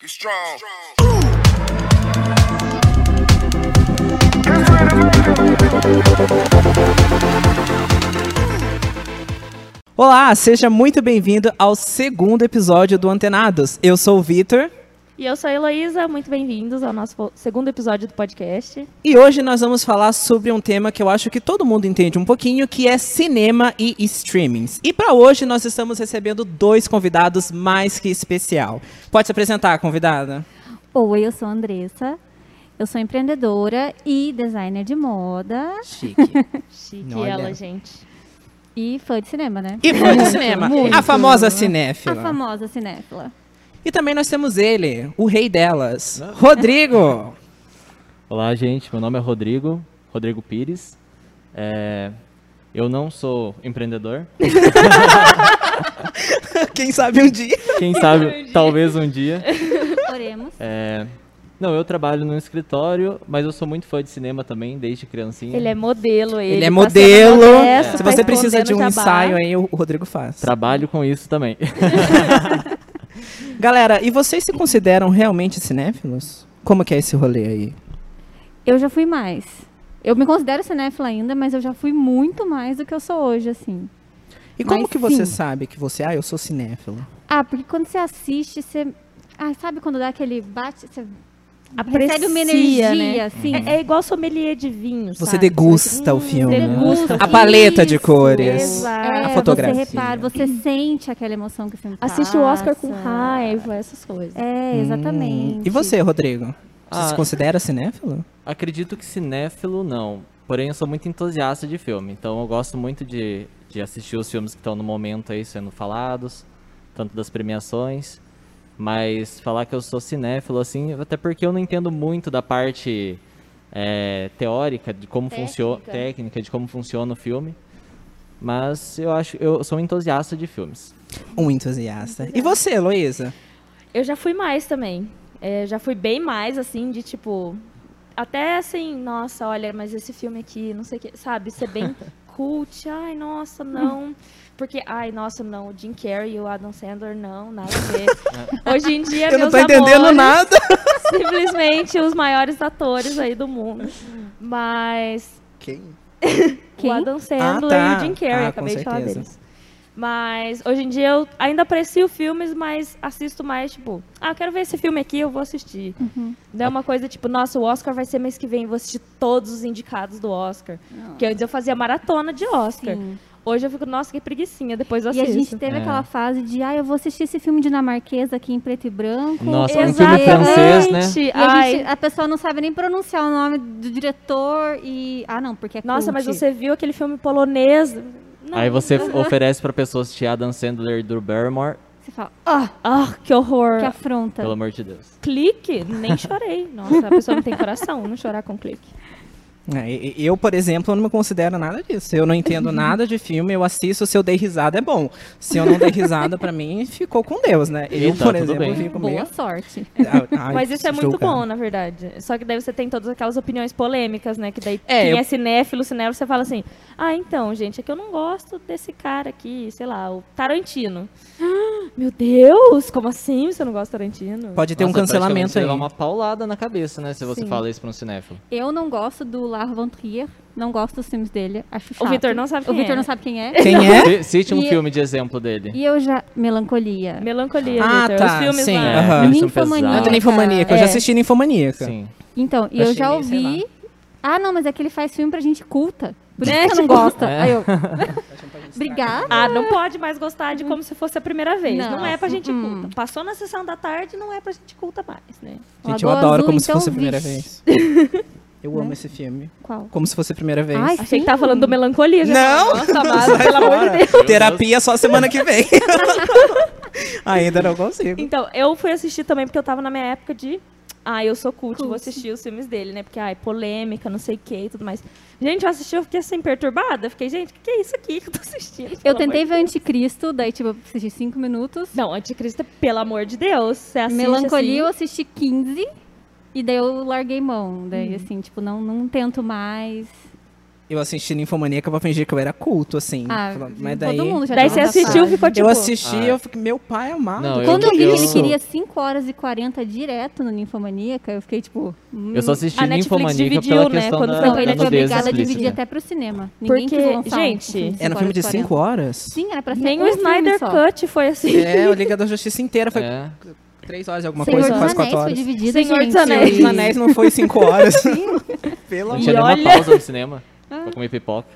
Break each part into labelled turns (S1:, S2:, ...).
S1: Get strong.
S2: Olá, seja muito bem-vindo ao segundo episódio do Antenados. Eu sou o Vitor
S3: E eu sou a Heloísa, muito bem-vindos ao nosso po- segundo episódio do podcast.
S2: e hoje nós vamos falar sobre um tema que eu acho que todo mundo entende um pouquinho, que é cinema e streamings. E para hoje nós estamos recebendo dois convidados mais que especial. Pode se apresentar, convidada?
S4: Oi, eu sou a Andressa. Eu sou empreendedora e designer de moda
S2: Chique.
S3: Chique
S2: Olha.
S3: ela, gente.
S4: e fã de cinema, né?
S2: E foi de cinema, a famosa cinéfila.
S4: A famosa cinéfila.
S2: E também nós temos ele, o rei delas, Rodrigo.
S5: Olá, gente. Meu nome é Rodrigo, Rodrigo Pires. É, eu não sou empreendedor.
S2: Quem sabe um dia.
S5: Quem sabe, talvez um dia.
S4: Oremos.
S5: É, não, eu trabalho num escritório, mas eu sou muito fã de cinema também, desde criancinha.
S3: Ele é modelo, ele.
S2: Ele, é
S3: tá sendo
S2: modelo.
S3: modesto,
S2: Se
S3: tá
S2: você precisa de um
S3: escondendo jabá.
S2: ensaio aí, o o Rodrigo faz.
S5: Trabalho com isso também.
S2: Galera, e vocês se consideram realmente cinéfilos? Como que é esse rolê aí?
S4: Eu já fui mais. Eu me considero cinéfila ainda, mas eu já fui muito mais do que eu sou hoje, assim.
S2: E como
S4: Mas
S2: que você
S4: sim.
S2: sabe que você, ah, eu sou cinéfilo?
S4: Ah, porque quando você assiste, você... Ah, sabe quando dá aquele bate... Você
S3: Aprecia,
S4: recebe uma energia,
S3: né?
S4: assim. É,
S3: É, é igual sommelier de vinho,
S2: Você
S3: sabe?
S2: degusta o filme, né?
S3: Degusta.
S2: A paleta de
S4: Isso,
S2: cores.
S3: Exato.
S4: É,
S2: A fotografia.
S4: Você repara, você sente aquela emoção que o filme
S3: Uhum. Assiste o Oscar com
S4: passa.
S3: raiva, essas coisas.
S4: É, exatamente.
S2: Hum, E você, Rodrigo? Você se
S5: Ah.
S2: considera cinéfilo?
S5: Acredito que cinéfilo não, porém eu sou muito entusiasta de filme, então eu gosto muito de, de assistir os filmes que estão no momento aí sendo falados, tanto das premiações, mas falar que eu sou cinéfilo assim, até porque eu não entendo muito da parte eh, teórica de como funciona,
S3: Técnica.
S5: técnica de como funciona o filme, mas eu acho eu sou um entusiasta de filmes.
S2: Um entusiasta. E você, Heloísa?
S3: Eu já fui mais também. É, já fui bem mais, assim, de tipo. Até assim, nossa, olha, mas esse filme aqui, não sei o que, sabe? Ser bem cult, ai, nossa, não. Porque, ai, nossa, não, o Jim Carrey e o Adam Sandler, não, nada a ver. Hoje em dia,
S2: eu não
S3: meus
S2: tô entendendo
S3: amores,
S2: nada.
S3: simplesmente os maiores atores aí do mundo. Mas
S2: Quem?
S4: Quem?
S3: o Adam Sandler
S2: Ah, tá.
S3: e o Jim Carrey,
S2: Ah, com
S3: acabei de falar
S2: certeza.
S3: deles. Mas hoje em dia eu ainda aprecio filmes, mas assisto mais, tipo, ah, quero ver esse filme aqui, eu vou assistir.
S4: Uhum.
S3: Não é uma coisa tipo, nossa, o Oscar vai ser mês que vem, vou assistir todos os indicados do Oscar. Porque antes eu fazia maratona de Oscar.
S4: Sim.
S3: Hoje eu fico, nossa, que preguicinha, depois eu
S4: E a
S3: assisto.
S4: gente teve
S5: É.
S4: aquela fase de, ah, eu vou assistir esse filme dinamarquês aqui em preto e branco.
S5: Nossa, um filme
S3: Exatamente.
S5: francês, né?
S4: E a,
S3: Ai,
S4: gente, a pessoa não sabe nem pronunciar o nome do diretor e. Ah, não, porque é
S3: Nossa, mas
S4: cult.
S3: você viu aquele filme polonês? Não.
S5: Aí você oferece pra pessoa assistir Adam Sandler e Drew Barrymore,
S4: Você fala,
S3: Ah, que horror.
S4: que
S3: Tá.
S4: afronta.
S5: pelo amor de Deus.
S3: Clique? Nem chorei. Nossa, a pessoa não tem coração, não chorar com clique.
S2: É, e- e Eu, por exemplo, eu não me considero nada disso. Eu não entendo nada de filme, eu assisto, se eu dei risada é bom. Se eu não dei risada, pra mim, ficou com Deus, né? Eu,
S5: Eita,
S2: por
S5: tudo
S2: exemplo,
S5: bem.
S2: fico meio...
S4: Boa sorte.
S2: Ah, ai,
S3: Mas isso é muito
S2: julgando.
S3: bom, na verdade. Só que daí você tem todas aquelas opiniões polêmicas, né? Que daí
S2: É,
S3: quem
S2: eu-
S3: é cinéfilo, cinéfilo, você fala assim, ah, então, gente, é que eu não gosto desse cara aqui, sei lá, o Tarantino. Ah, Meu Deus, como assim você não gosta do Tarantino?
S2: Pode ter um
S5: Nossa, praticamente
S2: cancelamento
S5: você
S2: aí.
S5: levar uma paulada na cabeça, né? Se você
S3: Sim.
S5: fala isso pra um cinéfilo.
S4: Eu não gosto do Lars von Trier, não gosto dos filmes dele, acho chato.
S3: Vitor não sabe
S4: O
S3: quem
S4: Vitor
S3: é.
S4: não sabe quem é.
S2: Quem é?
S5: C- Cite um
S4: E-
S5: filme de exemplo dele.
S4: E eu já. Melancolia.
S3: Melancolia,
S2: Ah,
S4: é
S3: Vitor,
S2: tá,
S3: os filmes
S2: sim,
S3: lá.
S2: aham.
S5: aquele é um filme
S4: Ninfomaníaca.
S5: pesado.
S2: Ah, do Ninfomaníaca. Eu já
S3: É.
S2: assisti Ninfomaníaca.
S5: Sim.
S4: Então, e
S2: Eu
S4: eu
S2: achei
S4: já
S2: meio, sei
S4: ouvi. Ah, não, mas é que ele faz filme pra gente culta. Por isso
S3: Né?
S4: que você não
S3: Tipo-
S4: gosta.
S5: É.
S4: Aí eu. Obrigada.
S3: Ah, não pode mais gostar de como se fosse a primeira vez. Não,
S4: Não.
S3: é pra gente culta. Passou na sessão da tarde, não é pra gente culta mais, né?
S2: Gente, eu
S4: Lagoa
S2: adoro
S4: Azul,
S2: como se
S4: então,
S2: fosse a primeira
S4: vixe.
S2: vez. Eu amo esse filme.
S4: Qual?
S2: Como se fosse a primeira vez.
S4: Né? Ai,
S3: Achei que tava falando do melancolia. já
S2: Não!
S3: falei, Nossa, amado, Ah, pelo amor de Deus.
S2: Terapia só semana que vem. Ainda não consigo.
S3: Então, eu fui assistir também porque eu tava na minha época de. Ah, eu sou cult, vou assistir os filmes dele, né? Porque, ai, polêmica, não sei o que e tudo mais. Gente, eu assisti, eu fiquei assim, perturbada. Fiquei, gente, o que, que é isso aqui que eu tô assistindo?
S4: Eu
S3: Pelo
S4: tentei
S3: amor de
S4: ver Anticristo, daí, tipo, eu assisti 5 minutos.
S3: Deus. Não, Anticristo, pelo amor de Deus. Você assiste,
S4: Melancolia eu
S3: assim,
S4: assisti
S2: Hum.
S4: 15 e daí eu larguei mão. Daí, assim, tipo, não, não tento mais.
S2: Eu assisti Ninfomaníaca pra fingir que eu era culto, assim.
S4: Ah,
S2: Falando- mas daí.
S4: todo mundo já
S3: Daí
S4: tá
S3: você
S4: nessa
S3: assistiu e
S4: fase.
S3: ficou tipo.
S2: eu assisti,
S5: Ah.
S2: eu fiquei, meu pai é amado.
S5: Não, eu-
S4: Quando eu li que ele
S5: Isso.
S4: queria 5 horas e 40 direto no Ninfomaníaca, eu fiquei tipo. hum.
S5: Eu
S2: assim,
S5: só assisti
S3: A Netflix
S5: Ninfomaníaca
S3: dividiu,
S5: pela
S3: né,
S5: questão
S3: quando
S5: da,
S3: foi
S4: Não,
S5: da
S4: ele foi
S5: nudez
S4: obrigado a
S5: explícita.
S4: dividir até pro cinema. Ninguém
S3: Porque,
S4: quis lançar um
S3: gente,
S4: filme de cinco
S2: Era um filme de
S4: horas e
S2: 5 horas?
S4: Sim, era pra ser
S3: Nem
S4: um
S3: o
S4: filme
S3: Snyder
S4: só.
S3: Cut foi assim.
S2: É, o Liga da Justiça inteira foi
S5: É.
S2: 3 horas, e alguma
S4: Senhor
S2: coisa,
S4: dos
S2: quase 4
S4: Anéis foi
S2: horas.
S4: dividido,
S3: Senhor dos
S4: gente.
S2: Senhor dos
S3: Anéis.
S2: Anéis não foi 5 horas. Pelo
S5: Não
S2: amor
S5: tinha
S3: E
S5: nenhuma
S3: olha- Ah.
S5: pausa no cinema pra comer pipoca.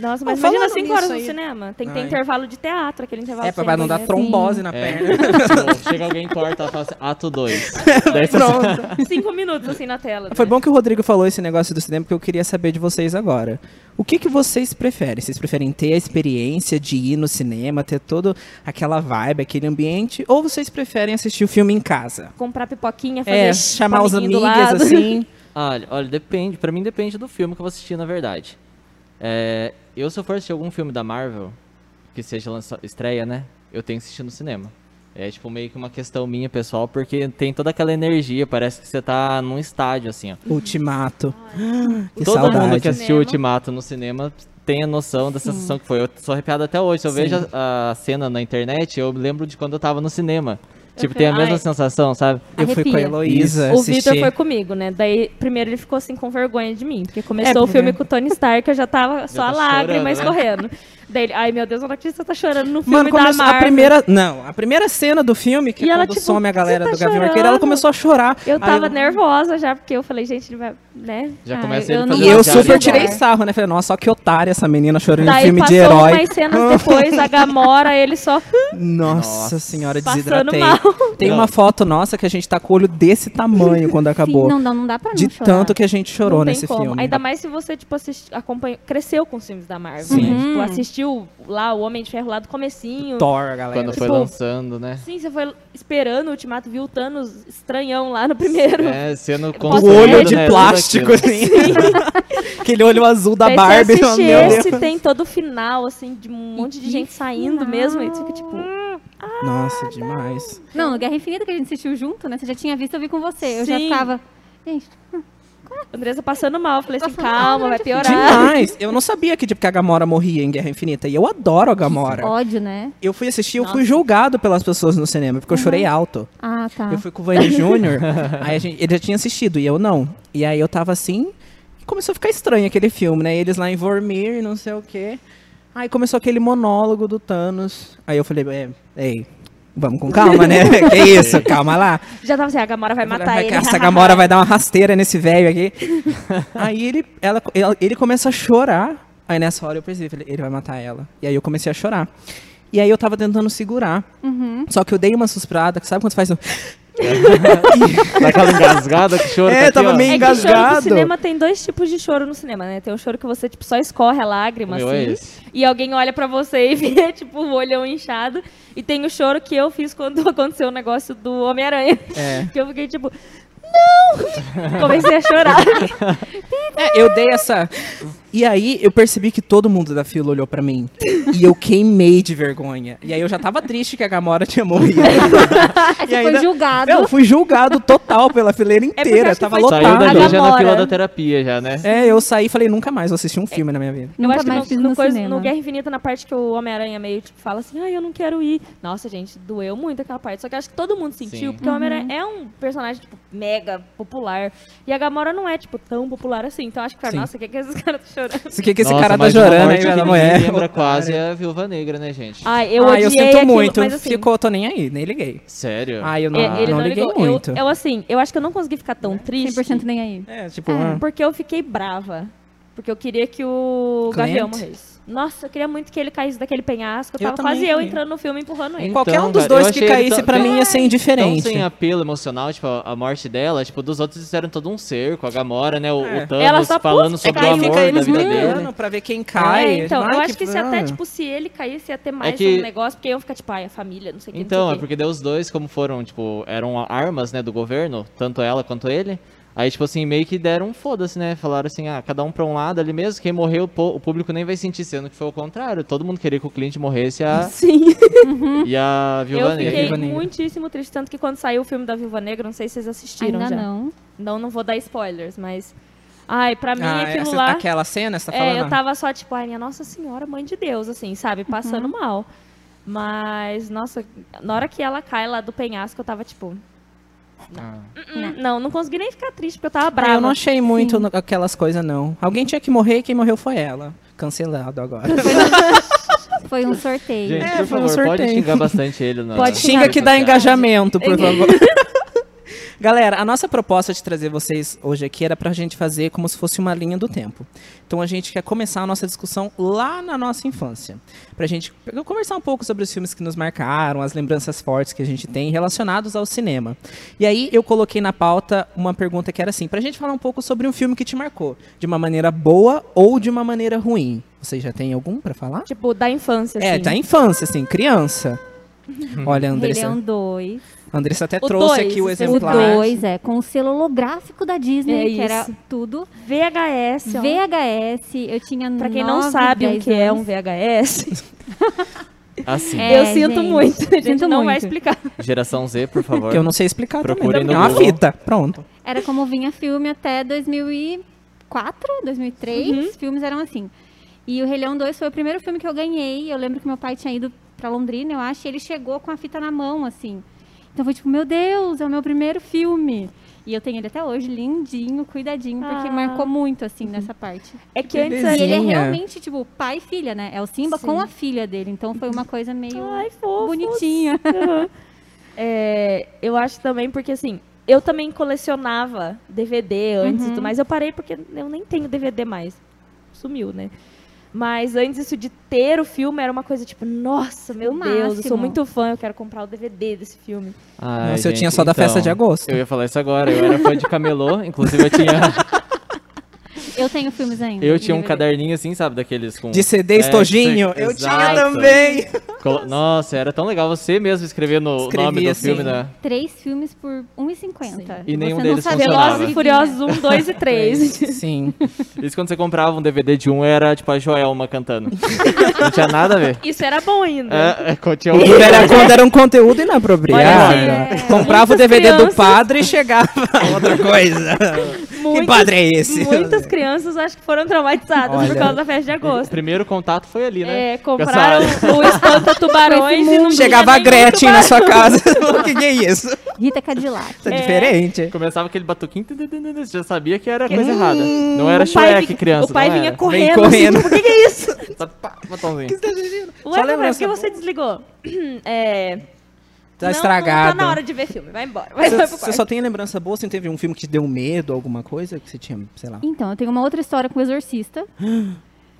S3: Nossa, mas
S2: Bom,
S3: imagina
S2: falando
S3: 5
S2: nisso
S3: horas
S2: aí-
S3: no cinema. Tem que ter
S2: Ai.
S3: intervalo de teatro, aquele intervalo
S2: É,
S3: pra
S2: pra não dar trombose na
S5: É.
S2: perna.
S5: Tipo, Chega alguém e corta ela fala assim, ato 2. Daí você
S2: Pronto.
S3: 5 minutos assim na tela.
S2: É, Foi
S3: né?
S2: bom que o Rodrigo falou esse negócio do cinema, porque eu queria saber de vocês agora. O que, que vocês preferem? Vocês preferem ter a experiência de ir no cinema, ter toda aquela vibe, aquele ambiente? Ou vocês preferem assistir o filme em casa?
S3: Comprar pipoquinha, fazer
S2: É, chamar os
S3: amiguinho do
S2: amigos,
S3: lado.
S2: assim.
S5: Ah, Olha, olha, depende. Pra mim depende do filme que eu vou assistir, na verdade. É, eu, se eu for assistir algum filme da Marvel, que seja lança, estreia, né? Eu tenho que assistir no cinema. É tipo meio que uma questão minha, pessoal, porque tem toda aquela energia, parece que você tá num estádio, assim, ó.
S2: Ultimato. Que
S5: Todo
S2: saudade.
S5: mundo que assistiu
S3: Cinema.
S5: Ultimato no cinema tem a noção da sensação que foi. Eu sou arrepiado até hoje. Se eu
S2: Sim.
S5: vejo a, a cena na internet, eu me lembro de quando eu tava no cinema. Tipo, tem a mesma
S3: Ai.
S5: sensação, sabe?
S2: Eu fui com a
S4: Arrepia.
S2: Heloísa
S3: O
S2: assistir.
S3: Vitor foi comigo, né? Daí, primeiro ele ficou assim com vergonha de mim, porque começou o
S2: É, porque-
S3: filme com o Tony Stark, eu já tava só a
S5: tá
S3: lágrima
S5: chorando, né?
S3: escorrendo. Daí ele, ai meu Deus, a notícia tá chorando no filme
S2: Mano,
S3: da
S2: começou
S3: Marvel.
S2: a primeira. Não, a primeira cena do filme, que
S3: E
S2: é
S3: ela,
S2: quando
S3: tipo,
S2: some a galera
S3: "Você tá
S2: do Gavião Arqueiro, ela
S3: chorando?"
S2: começou a chorar.
S3: Eu
S2: Aí
S3: tava nervosa já, porque eu falei, gente, ele vai, né?
S5: Já
S4: Ah,
S5: começa
S4: eu
S5: ele
S4: não-
S5: fazendo
S2: E eu
S5: uma piada.
S2: super
S4: Javier.
S2: tirei sarro, né? Falei, nossa, só que otária essa menina chorando em
S3: Daí
S2: um filme de
S3: passou
S2: herói.
S3: umas cenas depois, a Gamora, ele só
S2: Nossa,
S5: Nossa.
S2: senhora,
S3: Passando
S2: desidratei.
S3: mal.
S2: Tem
S5: Não.
S2: uma foto nossa que a gente tá com o olho desse tamanho quando acabou.
S4: Sim, não, dá- não dá pra não
S2: de
S4: chorar.
S2: tanto que a gente chorou
S3: não tem
S2: nesse
S3: como.
S2: filme.
S3: Ainda mais se você, tipo, assisti, acompanha, cresceu com os filmes da Marvel,
S5: Sim.
S3: né? Tipo,
S4: Uhum.
S3: assistiu lá o Homem de Ferro lá do comecinho.
S2: Thor, galera.
S5: Quando foi
S3: Tipo,
S5: lançando, né?
S3: Sim, você foi esperando o Ultimato, viu o Thanos estranhão lá no primeiro.
S5: É, sendo
S2: O
S5: construído,
S2: olho
S5: né,
S2: de
S5: tudo
S2: plástico,
S5: aquilo.
S2: assim. Aquele olho azul da
S3: Daí
S2: Barbie.
S3: Você assiste
S2: meu Deus.
S3: esse, tem todo o final, assim, de um monte de
S4: que
S3: gente saindo
S4: final.
S3: mesmo. E você fica tipo,
S2: Nossa, demais.
S4: Não, no Guerra Infinita que a gente assistiu junto, né? Você já tinha visto, eu vi com você. Eu já
S3: Sim.
S4: ficava. Gente,
S3: Andressa passando mal. Eu falei assim,
S4: Tá falando,
S3: calma,
S4: né,
S3: vai
S4: de
S3: piorar.
S2: Demais. Eu não sabia que, tipo, que a Gamora morria em Guerra Infinita. E eu adoro a Gamora.
S4: ódio, né?
S2: Eu fui assistir, eu fui julgado pelas pessoas no cinema, porque eu chorei alto.
S4: Ah, tá.
S2: Eu fui com o Vani Júnior, aí a gente- ele já tinha assistido e eu não. E aí eu tava assim, e começou a ficar estranho aquele filme, né? Eles lá em Vormir, não sei o quê. Aí começou aquele monólogo do Thanos. Aí eu falei, é, ei, vamos com calma, né? que isso, calma lá.
S3: Já tava assim, a Gamora vai matar
S2: Vai-
S3: ele.
S2: Essa Gamora vai dar uma rasteira nesse velho aqui. aí ele, ela, ela- ele começa a chorar. Aí nessa hora eu percebi, falei, ele vai matar ela. E aí eu comecei a chorar. E aí eu tava tentando segurar. Só que eu dei uma suspirada, que sabe quando você faz um...
S5: Daquela engasgada que chora.
S2: assim. É,
S5: tá aqui,
S2: tava
S5: ó.
S2: meio-
S3: É que choro no
S2: engasgado.
S3: cinema tem dois tipos de choro no cinema, né? Tem o choro que você tipo, só escorre a lágrima,
S5: O meu é
S3: assim.
S5: esse.
S3: e alguém olha pra você e vê, tipo, o olhão inchado. E tem o choro que eu fiz quando aconteceu o negócio do Homem-Aranha.
S2: É.
S3: Que eu fiquei tipo, não! Comecei a chorar.
S2: É, eu dei essa. E aí eu percebi que todo mundo da fila olhou pra mim. E eu queimei de vergonha. E aí eu já tava triste que a Gamora tinha morrido.
S4: Aí
S2: e
S4: você
S2: ainda-
S4: foi julgado.
S2: Eu fui julgado total pela fileira
S3: É porque
S2: inteira.
S3: acho que
S2: tava
S3: foi-
S2: lotado.
S5: Saiu dali já na
S3: Gamora.
S5: fila da terapia, já, né?
S2: É, eu saí e falei, nunca mais vou assistir um
S3: É.
S2: filme na minha vida.
S3: Eu
S4: Nunca
S3: acho que
S4: mais
S3: no,
S4: fiz
S3: no
S4: no
S3: coisa-
S4: cinema.
S3: no Guerra Infinita, na parte que o Homem-Aranha meio tipo, fala assim, ai, eu não quero ir. Nossa, gente, doeu muito aquela parte. Só que eu acho que todo mundo sentiu,
S5: Sim.
S3: porque o Homem-Aranha é um personagem, tipo, mega popular. E a Gamora não é, tipo, tão popular assim. Então eu acho que fala,
S2: Sim.
S3: nossa, o que, que esses caras estão chorando?
S2: O que, que esse
S5: Nossa,
S2: cara tá
S5: mas uma
S2: chorando aí,
S5: morte que
S2: velho?
S5: ninguém
S2: mulher?
S5: lembra quase é a Viúva Negra, né, gente?
S3: Ai, eu
S2: ah,
S3: odiei
S2: eu sinto
S3: aquilo,
S2: muito.
S3: mas assim...
S2: Ficou, tô nem aí, nem liguei.
S5: Sério?
S2: Ah, eu não,
S3: é,
S5: Ah.
S3: ele
S2: não,
S3: não,
S2: liguei
S3: ligou. Eu-
S2: muito.
S3: Eu, assim, eu acho que eu não consegui ficar tão triste.
S4: 100% nem aí.
S2: É, tipo,
S4: É,
S2: ah,
S3: Porque eu fiquei brava. Porque eu queria que o
S2: Clint?
S3: Gavião morresse. Nossa, eu queria muito que ele caísse daquele penhasco. Eu
S2: Eu
S3: tava quase
S2: também.
S3: eu entrando no filme empurrando ele. Então,
S5: Então,
S2: qualquer um dos
S5: cara,
S2: dois
S5: eu
S2: que
S5: achei ele
S2: caísse
S5: tão-
S2: pra mim ia ser
S5: Tão
S2: indiferente.
S3: é,
S5: sem apelo emocional, tipo, a a morte dela, tipo, dos outros fizeram todo um cerco, a Gamora, né, o,
S2: É.
S5: o Thanos
S3: Ela só,
S5: falando
S3: putz,
S5: sobre
S2: é
S5: o
S2: que
S5: amor
S2: aí fica
S5: da
S2: eles
S5: vida
S2: brigando
S5: dele.
S2: pra ver quem cai.
S3: É, então,
S2: Ai,
S3: eu acho que, se até,
S2: ah.
S3: tipo, se ele caísse, ia ter mais
S5: É que-
S3: um negócio, porque iam ficar, tipo, ai, a família, não sei o que, não
S5: Então, é
S3: sei o quê.
S5: porque daí os dois, como foram, tipo, eram armas, né, do governo, tanto ela quanto ele, aí, tipo assim, meio que deram um foda-se, né, falaram assim, ah, cada um pra um lado ali mesmo, quem morreu, o po- o público nem vai sentir, sendo que foi o contrário, todo mundo queria que o Clint morresse e a,
S3: Sim,
S5: e a Viúva
S3: eu
S5: Negra.
S3: fiquei
S2: Viúva Negra.
S3: muitíssimo triste, tanto que quando saiu o filme da Viúva Negra, não sei se vocês assistiram
S4: Ainda
S3: já.
S4: não.
S3: não, não vou dar spoilers, mas Ai, pra mim
S2: Ah,
S3: aquilo
S2: essa-
S3: lá.
S2: Aquela cena, você tá falando?
S3: É, eu tava só tipo, ai, minha Nossa Senhora, mãe de Deus, assim, sabe? Passando mal. Mas, nossa, na hora que ela cai lá do penhasco, eu tava tipo,
S2: Ah.
S3: "Hum, não, não consegui nem ficar triste porque eu tava
S2: É,
S3: brava.
S2: eu não achei muito no- aquelas coisas, não. Alguém tinha que morrer e quem morreu foi ela. Cancelado agora.
S4: Foi um sorteio.
S5: Gente,
S2: É,
S5: por
S2: foi um
S5: favor, pode
S2: sorteio.
S5: xingar bastante ele. Na...
S3: Pode
S2: Xinga que dá engajamento, por favor. Galera, a nossa proposta de trazer vocês hoje aqui era pra gente fazer como se fosse uma linha do tempo. Então a gente quer começar a nossa discussão lá na nossa infância. Pra gente pe- conversar um pouco sobre os filmes que nos marcaram, as lembranças fortes que a gente tem relacionados ao cinema. E aí eu coloquei na pauta uma pergunta que era assim, pra gente falar um pouco sobre um filme que te marcou, de uma maneira boa ou de uma maneira ruim. Vocês já tem algum pra falar?
S3: Tipo, da infância, assim.
S2: É, da infância, assim, criança. Olha,
S4: Rei
S2: Andressa.
S4: Leão 2.
S2: A Andressa até
S3: é um O
S2: trouxe
S3: dois,
S2: aqui o
S3: o
S4: O
S2: exemplar.
S4: 2, é, com o selo holográfico da Disney,
S3: É
S4: que era
S3: isso.
S4: tudo.
S3: VHS, ó.
S4: VHS, eu tinha
S3: Pra quem
S4: nove,
S3: não sabe o
S4: dez
S3: que é um
S4: anos.
S3: VHS,
S5: Assim,
S4: É,
S3: eu sinto
S4: gente,
S3: muito. A gente
S4: sinto
S3: não vai
S4: muito.
S3: explicar.
S5: geração Z, por favor.
S2: Que eu não sei explicar
S5: Procurem
S2: também. né? É
S5: no
S2: uma
S5: Google.
S2: fita. Pronto.
S4: Era como vinha filme até 2004, 2003.
S3: Uhum.
S4: Filmes eram assim. E o Rei Leão 2 foi o primeiro filme que eu ganhei. Eu lembro que meu pai tinha ido pra Londrina, eu acho, e ele chegou com a fita na mão, assim. Então foi tipo, meu Deus, é o meu primeiro filme. E eu tenho ele até hoje, lindinho, cuidadinho, porque
S3: Ah.
S4: marcou muito, assim, nessa parte.
S3: É que antes
S4: E ele é
S2: Sim, é.
S4: realmente, tipo, pai e filha, né? É o Simba
S3: Sim.
S4: com a filha dele. Então foi uma coisa meio
S3: Ai, fofos.
S4: bonitinha.
S3: É, eu acho também porque assim, eu também colecionava DVD antes
S4: Uhum.
S3: e tudo mais. Eu parei porque eu nem tenho DVD mais. Sumiu, né? Mas antes isso de ter o filme era uma coisa tipo, nossa, meu
S4: O
S3: Deus, eu
S4: máximo.
S3: sou muito fã, eu quero comprar o DVD desse filme.
S5: Ai,
S2: Nossa, eu
S5: gente,
S2: tinha só da festa
S5: então,
S2: de agosto.
S5: Eu ia falar isso agora. Eu era fã de camelô. Inclusive, eu tinha,
S4: Eu tenho filmes ainda.
S5: eu tinha um
S4: DVD.
S5: caderninho assim, sabe? Daqueles com...
S2: De CD
S5: É,
S2: estojinho.
S5: ex-
S2: eu tinha
S5: exato.
S2: também.
S5: Colo- Nossa, era tão legal você mesmo escrever no o
S2: Escrevia,
S5: nome do
S2: assim.
S5: filme, né?
S4: três filmes por 1,50.
S5: E nenhum
S4: você
S5: deles
S4: não sabia
S5: funcionava.
S3: Velozes
S4: onde
S5: Funcionava.
S3: e
S4: vinha.
S3: Furiosos 1, 2 e 3.
S2: Sim.
S5: Isso quando você comprava um DVD de um, era tipo a Joelma cantando. não tinha nada a ver.
S3: Isso era bom ainda.
S5: É, é, tinha
S2: O
S5: um-
S2: era quando era um conteúdo inapropriado.
S5: Olha
S3: aí, é.
S2: Comprava o
S3: Muitas
S2: DVD do
S3: crianças.
S2: padre e chegava outra coisa. que
S3: Muitas-
S2: padre é esse?
S3: Muitas crianças acho que foram traumatizadas
S2: Olha.
S3: por causa da festa de
S5: O
S3: agosto.
S5: primeiro contato foi ali, né?
S3: É,
S5: Com essa
S3: compraram
S5: área.
S3: o espanta tubarões e não tinha
S2: Chegava a
S3: nenhum
S2: Gretchen na sua casa. o que, que é isso?
S4: Rita Cadillac.
S3: É.
S2: Tá diferente.
S5: Começava aquele batuquinho, tum, tum, tum, tum, você já sabia que era coisa errada. Não era
S3: Hum, O pai
S5: Shrek,
S3: vi-
S5: criança.
S3: O pai
S5: não
S3: vinha
S5: era.
S2: Vem
S3: correndo.
S2: correndo.
S3: Assim, tipo, o que, que é isso?
S5: Só pá, botãozinho.
S3: Ué,
S2: lembra
S3: mas por que
S2: essa
S3: você desligou? é.
S2: Tá
S3: não,
S2: estragado.
S3: Não tá na hora de ver filme, vai embora. Vai, vai
S2: Você-
S3: pro
S2: Você
S3: quarto.
S2: só tem lembrança boa? Você não teve um filme que te deu medo, alguma coisa? Que você tinha, sei lá.
S4: Então, eu tenho uma outra história com o Exorcista.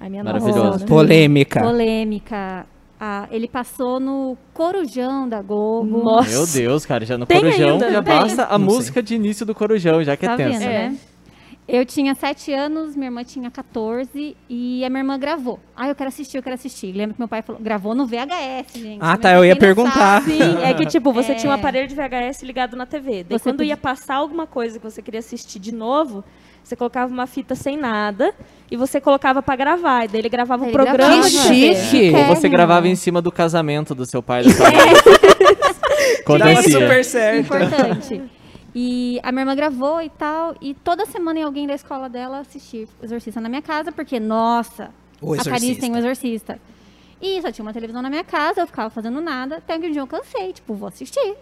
S3: Ai, minha
S5: Maravilhoso.
S2: Então, né?
S3: nossa.
S5: Tá.
S2: Polêmica.
S4: Polêmica. Ah, ele passou no Corujão da Globo.
S3: Nossa.
S5: Meu Deus, cara, já no
S3: Tem
S5: Corujão
S3: ainda,
S5: já
S3: tem?
S5: basta a
S2: Não sei.
S5: música de início do Corujão, já que
S4: tá
S5: é tensa.
S4: vendo,
S3: É.
S4: né? Eu tinha 7 anos, minha irmã tinha 14 e a minha irmã gravou. Ah, eu quero assistir, eu quero assistir. Lembro que meu pai falou, gravou no VHS, gente.
S2: Ah,
S4: Mas
S2: tá, eu
S4: quem
S2: ia
S4: não
S2: perguntar.
S4: sabe,
S3: Sim, é que tipo, você
S4: É.
S3: tinha um aparelho de VHS ligado na TV. Daí
S4: Você
S3: quando
S4: podia-
S3: ia passar alguma coisa que você queria assistir de novo, você colocava uma fita sem nada e você colocava pra gravar. E daí ele gravava o
S4: Ele
S3: Um programa
S4: gravava.
S2: Que
S3: de TV.
S2: chique!
S5: Ou você
S4: Sério?
S5: gravava em cima do casamento do seu pai. e Da sua mãe.
S4: É.
S5: assim, é.
S2: Dava
S5: Acontecia.
S2: super certo.
S4: Importante. E a minha irmã gravou e tal. E toda semana ia alguém da escola dela assistir Exorcista na minha casa, porque, nossa,
S2: O
S4: a Paris tem um
S2: Exorcista.
S4: Exorcista. E só tinha uma televisão na minha casa, eu ficava fazendo nada, até que um dia eu cansei, tipo, vou assistir.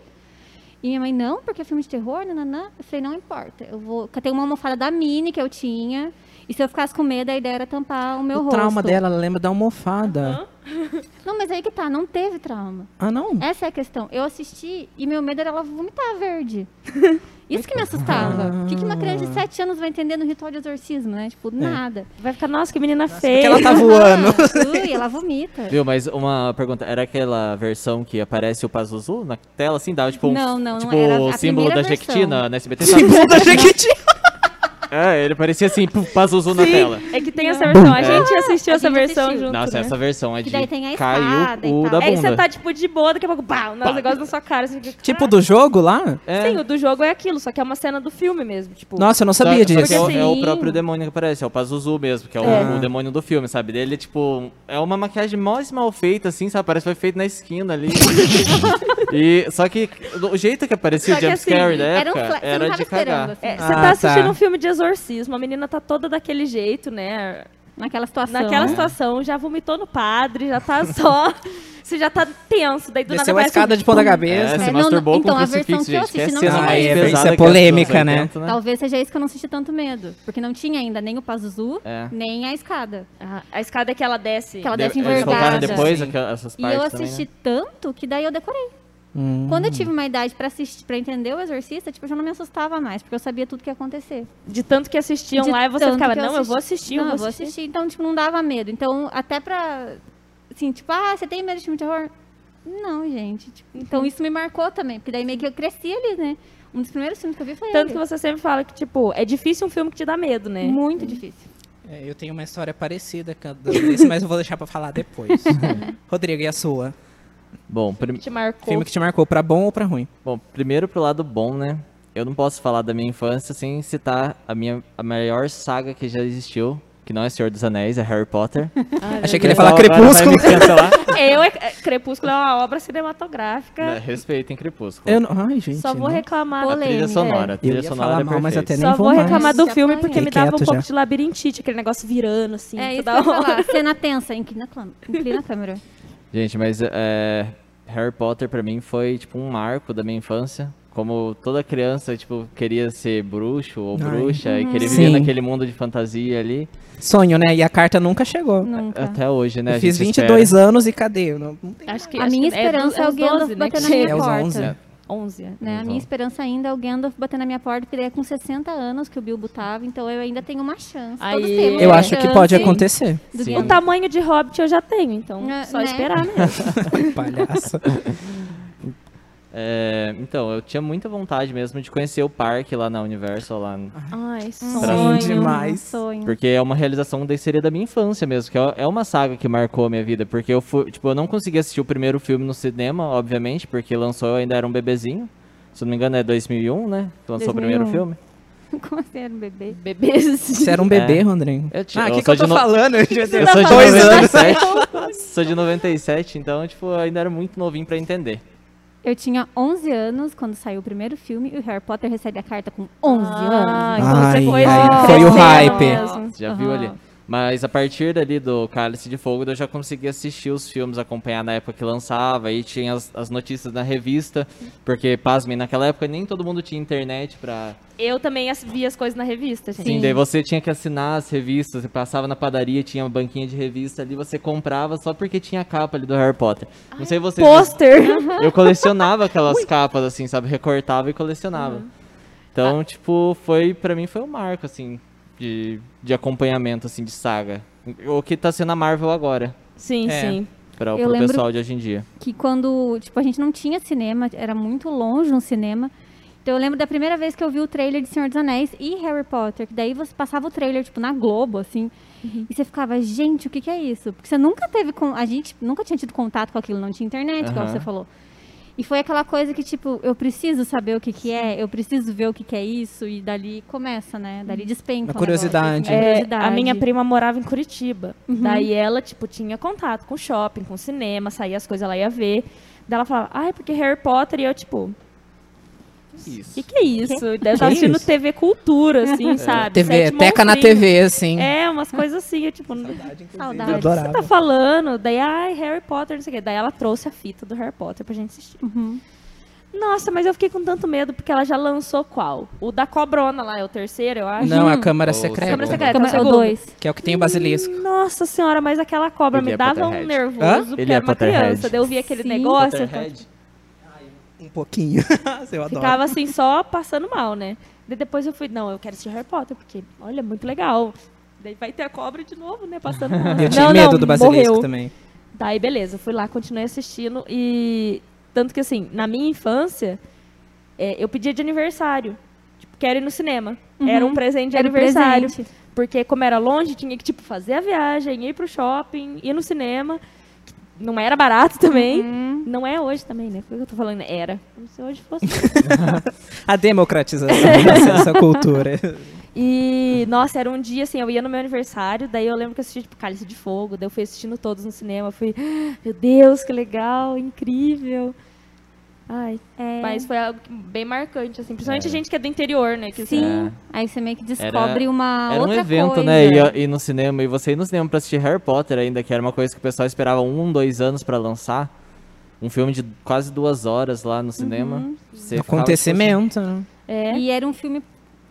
S4: E minha mãe, não, porque é filme de terror, nananã. Eu falei, não importa, eu vou... Catei uma almofada da Mini que eu tinha, e se eu ficasse com medo, a ideia era tampar o meu
S2: O
S4: rosto.
S2: trauma dela, ela lembra da almofada.
S4: Não, mas aí que tá, não teve trauma.
S2: Ah, não?
S4: Essa é a questão. Eu assisti e meu medo era ela vomitar verde. Isso que me assustava.
S2: Ah.
S4: O que, que uma criança de 7 anos vai entender no ritual de exorcismo, né? Tipo, nada.
S3: Vai ficar, nossa, que menina
S2: Porque
S3: feia.
S2: ela É. tá voando.
S4: Ah, ui, ela vomita.
S5: Viu, mas uma pergunta, era aquela versão que aparece o Pazuzu na tela, assim, dava tipo um...
S4: Não, não, não,
S5: tipo,
S4: era a
S5: o símbolo da
S4: primeira
S5: Jequiti
S4: versão.
S5: na, na SBT. sabe?
S2: Segunda Jequiti.
S5: é, ele parecia assim, pum, Pazuzu na tela.
S3: É que tem essa versão. A gente assistiu
S4: A
S3: essa
S4: gente
S3: versão
S4: assistiu.
S3: junto.
S5: Nossa,
S3: né?
S5: essa né? versão é de
S4: Que daí tem a espada e
S5: caiu o
S4: tal.
S5: da
S3: É que você
S5: bunda.
S3: tá, tipo, de boa, daqui a pouco, pá, o negócio na sua cara. Assim,
S2: Tipo do jogo lá?
S5: É,
S3: Sim, o do jogo é aquilo, só que é uma cena do filme mesmo, tipo...
S2: Nossa, eu não
S5: só-
S2: sabia
S5: só que
S2: disso.
S5: é o-
S3: Porque
S5: É o
S4: assim-
S5: próprio demônio que aparece, é o Pazuzu mesmo, que é, o-
S3: É.
S5: O, demônio do filme, sabe? Dele, é, tipo, é uma maquiagem mó mal feita, assim, sabe? Parece que foi feito na esquina ali. e, só que o jeito que aparecia
S3: Só
S5: o
S3: que,
S5: jumpscare
S3: assim,
S5: da
S4: era um
S5: época
S4: fla- você não
S5: era
S4: tava
S5: de cagar.
S4: esperando, assim.
S3: É, Você
S2: Ah,
S3: tá assistindo
S2: tá.
S3: um filme de exorcismo, a menina tá toda daquele jeito, né?
S4: Naquela situação.
S3: Naquela
S4: né?
S3: situação, já vomitou no padre, já tá só. Você já tá tenso, daí do nada
S2: Desceu a
S3: parece um
S2: escada de ponta
S5: É,
S2: cabeça.
S5: se
S4: não, não,
S5: masturbou
S4: então,
S5: com
S4: a versão
S5: crucifixo,
S4: que eu
S5: gente. Que é
S4: assisti não
S5: cena
S4: é
S5: mais
S2: essa.
S5: pesada
S2: Isso é
S5: que as
S2: polêmica,
S5: pessoas
S2: né?
S5: inventam,
S4: Talvez seja isso que eu não senti tanto medo. Porque não tinha ainda nem o Pazuzu,
S5: É.
S4: nem a escada.
S3: A, Ah, a escada que ela desce.
S4: Que ela
S5: De-
S4: desce
S5: Eles colocaram
S4: envergada.
S5: depois aqua- essas
S4: E
S5: partes
S4: eu
S5: também, né?
S4: assisti tanto que daí eu decorei.
S2: Hum.
S4: Quando eu tive uma idade pra assistir, para entender o Exorcista, tipo, eu já não me assustava mais, porque eu sabia tudo que ia acontecer.
S3: De tanto que assistiam
S4: De
S3: lá e você
S4: tanto
S3: ficava,
S4: que
S3: não, eu vou
S4: assisti-
S3: assistir,
S4: não,
S3: eu vou assistir.
S4: Então, tipo, não dava medo. Então, até pra. Assim, tipo, ah, você tem medo de filme de terror? Não, gente. Tipo, então, isso me marcou também, porque daí meio que eu cresci ali, né? Um dos primeiros filmes que eu vi foi
S3: Tanto que
S4: ele.
S3: você sempre fala que, tipo, é difícil um filme que te dá medo, né?
S4: Muito difícil.
S2: É, eu tenho uma história parecida com a da Andressa, mas eu vou deixar pra falar depois. Rodrigo, e a sua?
S5: né? Bom, prim-
S3: Te marcou.
S2: Filme que te marcou pra bom ou pra ruim?
S5: Bom, primeiro pro lado bom, né? Eu não posso falar da minha infância sem citar a minha a maior saga que já existiu, que não é Senhor dos Anéis, é Harry Potter.
S2: Achei que ele ia falar
S5: Pessoal, agora vai
S2: Crepúsculo.
S5: me cancelar.
S3: Eu, é- é- Crepúsculo é uma obra cinematográfica.
S5: Não, Respeitem Crepúsculo.
S2: Eu não... Ai, Né? gente.
S3: Só vou
S2: não.
S3: reclamar.
S5: A trilha
S4: Polêmica.
S5: sonora, a trilha
S2: Eu ia
S5: sonora
S2: falar
S5: é
S2: mal, mas
S5: perfeita.
S2: até nem
S3: Só
S2: vou
S3: vou,
S2: mais.
S3: reclamar do
S4: Já
S3: filme
S4: apanhei.
S3: porque me
S2: Fiquei
S3: dava um
S2: quieto
S3: pouco
S2: já.
S3: de labirintite, aquele negócio virando assim.
S4: É isso que
S3: toda
S4: eu ia
S3: hora.
S4: falar. Cena tensa, inclina a clam- inclina a câmera.
S5: Gente, mas é, Harry Potter pra mim foi tipo um marco da minha infância. Como toda criança, tipo, queria ser bruxo ou
S2: Ai. Uhum.
S5: bruxa e queria viver
S2: Sim.
S5: naquele mundo de fantasia ali.
S2: Sonho, né? E a carta nunca chegou.
S4: Nunca.
S5: Até hoje, né? a
S2: eu fiz
S5: gente
S2: 22
S5: espera.
S2: anos e cadê? Eu Não, não tem
S3: Acho que,
S4: A
S3: acho
S4: minha
S3: que
S4: esperança é,
S3: do-
S4: o Gandalf
S3: né,
S4: bater na
S3: que
S4: minha
S2: É, os
S4: porta.
S2: 11. É.
S3: 11. é.
S4: Né? A
S5: Então.
S4: minha esperança ainda é o Gandalf bater na minha porta, porque daí é com 60 anos que o Bilbo tava, então eu ainda tenho uma chance.
S3: Aí.
S4: Todos temos né?
S2: Eu
S3: É.
S4: uma
S2: acho que
S4: chance
S2: pode acontecer.
S4: do
S5: Sim.
S4: Gandalf.
S3: O tamanho de Hobbit eu já tenho, então
S4: Né,
S3: só
S4: né?
S3: esperar mesmo.
S2: Palhaça.
S5: É, então, eu tinha muita vontade mesmo de conhecer o parque lá na Universal, lá no-
S3: Ai,
S2: Sim,
S3: sonho.
S2: demais.
S4: Sonho.
S5: Porque é uma realização daí seria da minha infância mesmo, que é é uma saga que marcou a minha vida, porque eu fui, tipo, eu não consegui assistir o primeiro filme no cinema, obviamente, porque lançou eu ainda era um bebezinho. Se eu não me engano é 2001, né? Que lançou o primeiro
S4: 2001.
S5: filme.
S4: Como assim era um bebê?
S3: Bebês.
S2: Você era um bebê, Rodrigo.
S5: É. Eu ti-
S2: Ah, o
S5: eu
S2: que, que
S5: sou
S2: eu tô
S5: de no-
S2: falando?
S5: Eu
S2: Eu
S5: sou de
S2: dois um. anos. né?
S5: 97. sou de 97, então, tipo, eu ainda era muito novinho pra entender.
S4: Eu tinha 11 anos quando saiu o primeiro filme e o Harry Potter recebe a carta com 11
S3: Ah,
S4: anos.
S3: então você
S2: Ai,
S3: foi,
S2: ai,
S4: foi o
S3: crescendo
S2: hype.
S3: mesmo.
S5: Você já viu
S3: Aham.
S5: ali. Mas a partir dali do Cálice de Fogo, eu já consegui assistir os filmes, acompanhar na época que lançava, e tinha as, as notícias na revista, porque, pasmem, naquela época nem todo mundo tinha internet pra...
S3: Eu também as- vi as coisas na revista, gente.
S5: Sim. Daí você tinha que assinar as revistas, você passava na padaria, tinha uma banquinha de revista ali, você comprava só porque tinha a capa ali do Harry Potter. Não sei vocês, mas
S3: Pôster.
S5: eu colecionava aquelas capas, assim, sabe, recortava e colecionava. Então, tipo, foi, pra mim foi um marco, assim, de, de acompanhamento, assim, de saga. O que tá sendo a Marvel agora,
S3: Sim,
S2: É.
S3: sim.
S5: pra,
S4: Eu
S5: pro
S4: lembro-
S5: pessoal de hoje em dia.
S4: Que quando, tipo, a gente não tinha cinema, era muito longe um cinema. Então eu lembro da primeira vez que eu vi o trailer de Senhor dos Anéis e Harry Potter, que daí você passava o trailer, tipo, na Globo, assim, e você ficava, gente, o que que é isso? Porque você nunca teve, con- a gente nunca tinha tido contato com aquilo, não tinha internet, como
S5: Aham.
S4: você falou. E foi aquela coisa que, tipo, eu preciso saber o que que é, eu preciso ver o que que é isso, e dali começa, né? Dali despenca.
S2: Uma
S4: o negócio,
S2: curiosidade.
S4: assim, uma
S3: É,
S4: curiosidade.
S3: a minha prima morava em Curitiba. Daí ela, tipo, tinha contato com shopping, com cinema, saía as coisas, ela ia ver. Daí ela falava, ai, porque Harry Potter, e eu, tipo, o que,
S5: Isso.
S3: que é isso? Daí eu tava
S2: Que
S3: assistindo
S2: isso?
S3: TV Cultura, assim, sabe?
S2: TV,
S3: Sete
S2: teca na
S3: monstrinhos.
S2: TV, assim.
S3: É, umas coisas assim, eu, tipo, não-
S4: Saudade.
S2: Eu
S3: você tá
S2: adorava.
S3: falando? Daí, ai, Harry Potter, não sei o quê. Daí ela trouxe a fita do Harry Potter pra gente assistir.
S4: Uhum.
S3: Nossa, mas eu fiquei com tanto medo porque ela já lançou qual? O da Cobrona lá, é o terceiro, eu acho.
S2: Não, a Câmara
S5: Ou
S2: Secreta.
S3: Câmara Secreta,
S4: Como
S3: é o
S4: é o
S3: segundo.
S4: dois.
S2: Que é o que tem o basilisco.
S3: Nossa senhora, mas aquela cobra
S5: Ele
S3: me
S5: é
S3: dava um
S5: Potterhead.
S2: Hã?
S3: nervoso,
S5: Ele
S3: porque
S5: é
S3: era uma
S5: Potterhead.
S3: criança. Daí eu vi aquele
S4: Sim.
S3: negócio, eu
S5: Potterhead?
S2: Um pouquinho. Eu adoro.
S3: ficava assim só passando mal, né? Daí depois eu fui, não, eu quero assistir Harry Potter, porque, olha, é muito legal. Daí vai ter a cobra de novo, né? Passando mal.
S2: Eu tinha
S3: não,
S2: medo
S3: não,
S2: do basilisco
S3: morreu.
S2: também.
S3: Daí, beleza, fui lá, continuei assistindo e... Tanto que, assim, na minha infância, é, eu pedia de aniversário. Tipo, quero ir no cinema. Era um presente de
S4: Uhum. Era o
S3: aniversário.
S4: presente.
S3: Porque como era longe, tinha que, tipo, fazer a viagem, ir pro shopping, ir no cinema. que Não era barato também.
S4: Uhum.
S3: Não é hoje também, né? Foi o que eu tô falando. Era. Como se hoje fosse.
S2: A democratização dessa cultura.
S3: e, nossa, era um dia, assim, eu ia no meu aniversário, daí eu lembro que eu assisti, tipo, Cálice de Fogo, daí eu fui assistindo todos no cinema, eu fui, "Ah, meu Deus, que legal, incrível. Ai,
S4: É,
S3: mas foi algo que- bem marcante, assim. Principalmente a gente que é do interior, né? Que
S4: Sim.
S5: É.
S4: Aí você meio que descobre uma
S5: Era um
S4: ah, outra
S5: evento,
S4: coisa.
S5: né? E, no cinema, e você ir no cinema pra assistir Harry Potter ainda, que era uma coisa que o pessoal esperava um, dois anos pra lançar. Um filme de quase duas horas lá no cinema. Você ficava, tipo,
S2: Acontecimento, né?
S3: É.
S4: E era um filme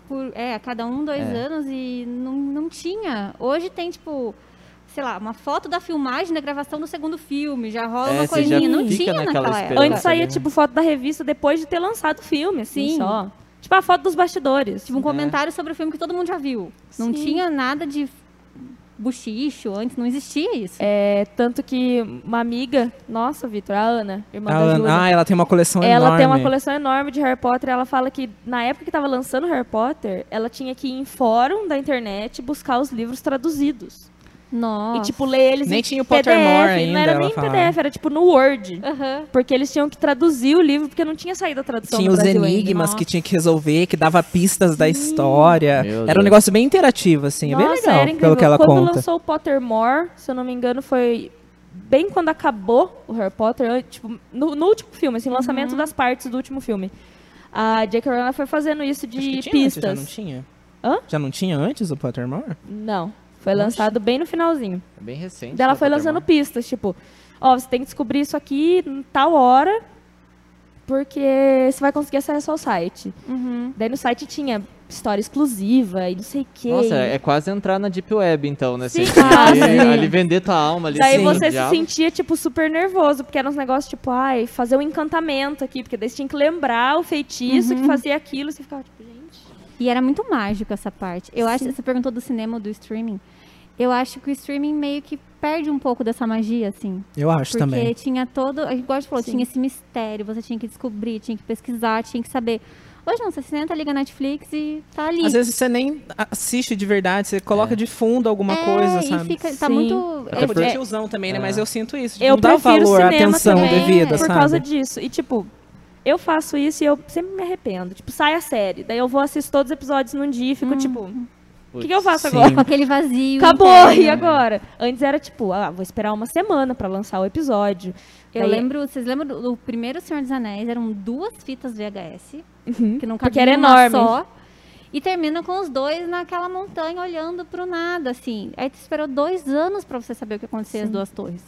S4: por, é, a cada um, dois
S5: É.
S4: anos e não, não tinha. Hoje tem, tipo, sei lá, uma foto da filmagem da gravação do segundo filme, já rola
S5: É,
S4: uma
S5: você já
S4: coisinha. Não
S5: fica
S4: tinha
S5: naquela
S4: naquela época.
S5: esperança.
S3: Antes
S5: Nossa,
S3: saía,
S5: né?
S3: tipo, foto da revista depois de ter lançado o filme, assim,
S4: Sim.
S3: só. Tipo, a foto dos bastidores.
S5: É.
S4: Tipo, um comentário sobre o filme que todo mundo já viu. Não
S3: Sim.
S4: tinha nada de bochicho antes, não existia isso.
S3: É, tanto que uma amiga, nossa, Vitor, a Ana, irmã
S2: A
S3: da
S2: Ana-
S3: Júlia.
S2: ah, ela tem uma coleção
S3: Ela
S2: enorme.
S3: tem uma coleção enorme de Harry Potter. Ela fala que na época que tava lançando Harry Potter, ela tinha que ir em fórum da internet buscar os livros traduzidos.
S4: Nossa.
S3: E, tipo, ler eles
S2: Nem
S3: em
S2: tinha o
S3: PDF.
S2: Pottermore ainda,
S3: não era
S2: ela
S3: nem em
S2: falava.
S3: PDF, era tipo no Word.
S4: Aham.
S3: Porque eles tinham que traduzir o livro, porque não tinha saído a tradução
S2: Tinha
S3: no
S2: os
S3: Brasil ainda.
S2: enigmas
S4: nossa.
S2: que tinha que resolver, que dava pistas da história.
S5: Meu
S2: Era um
S5: Deus.
S2: negócio bem interativo, assim. é bem
S3: Nossa,
S2: legal,
S3: era incrível.
S2: pelo que ela
S3: quando
S2: conta.
S3: lançou o Pottermore, se eu não me engano, foi bem quando acabou o Harry Potter, an- tipo, no, no último filme, assim, lançamento
S4: Uhum.
S3: das partes do último filme. A J.K. Rowling ela foi fazendo isso
S2: Acho que
S3: de
S2: tinha antes, já não
S3: pistas.
S2: tinha?
S3: Hã?
S2: Já não tinha antes o Pottermore?
S3: Não, foi lançado bem no finalzinho.
S5: É bem recente.
S3: Daí ela
S5: né,
S3: foi
S5: Pokémon.
S3: lançando pistas, tipo, ó, você tem que descobrir isso aqui em tal hora, porque você vai conseguir acesso ao site.
S4: Uhum.
S3: Daí no site tinha história exclusiva e não sei o quê.
S5: Nossa, é quase entrar na Deep Web, então, né?
S3: Sim,
S5: Você tinha
S3: cara,
S5: que ali,
S3: sim.
S5: ali vender tua alma ali.
S3: Daí
S5: pro
S3: você se
S5: diabo.
S3: sentia, tipo, super nervoso, porque eram uns negócios, tipo, ai, fazer um encantamento aqui, porque daí você tinha que lembrar o feitiço que fazia aquilo, e você ficava, tipo, gente.
S4: E era muito mágico essa parte. Eu acho, você perguntou do cinema ou do streaming. Eu acho que o streaming meio que perde um pouco dessa magia, assim.
S2: Eu acho
S4: Porque
S2: também.
S4: tinha todo. é Igual a gente falou,
S3: Sim.
S4: tinha esse mistério, você tinha que descobrir, tinha que pesquisar, tinha que saber. Hoje não, você senta, liga a Netflix e tá ali.
S2: Às vezes você nem assiste de verdade, você coloca de fundo alguma
S4: É,
S2: coisa,
S4: e
S2: sabe?
S4: fica- tá
S3: Sim.
S4: muito.
S5: Até
S4: é,
S5: porque-
S2: Podia tiozão também, né?
S5: É.
S2: Mas eu sinto isso. de
S3: Eu
S2: não dá o
S3: prefiro
S2: valor, a
S3: cinema
S2: atenção
S3: também,
S2: devida,
S3: Por
S2: sabe?
S3: causa disso. E, tipo, eu faço isso e eu sempre me arrependo. Tipo, sai a série, daí eu vou assistir todos os episódios num dia e fico, tipo, o que, que eu faço
S2: Sim.
S3: agora?
S4: com aquele vazio.
S3: Acabou,
S5: né?
S4: interno.
S3: e agora? Antes era tipo, ah, vou esperar uma semana pra lançar o episódio.
S4: Eu
S3: Daí-
S4: lembro, vocês lembram do, do primeiro Senhor dos Anéis? Eram duas fitas VHS, que não
S3: Porque
S4: cabiam
S3: era
S4: numa
S3: enorme.
S4: só. E termina com os dois naquela montanha olhando pro nada, assim. Aí tu esperou dois anos pra você saber o que acontecia as duas torres.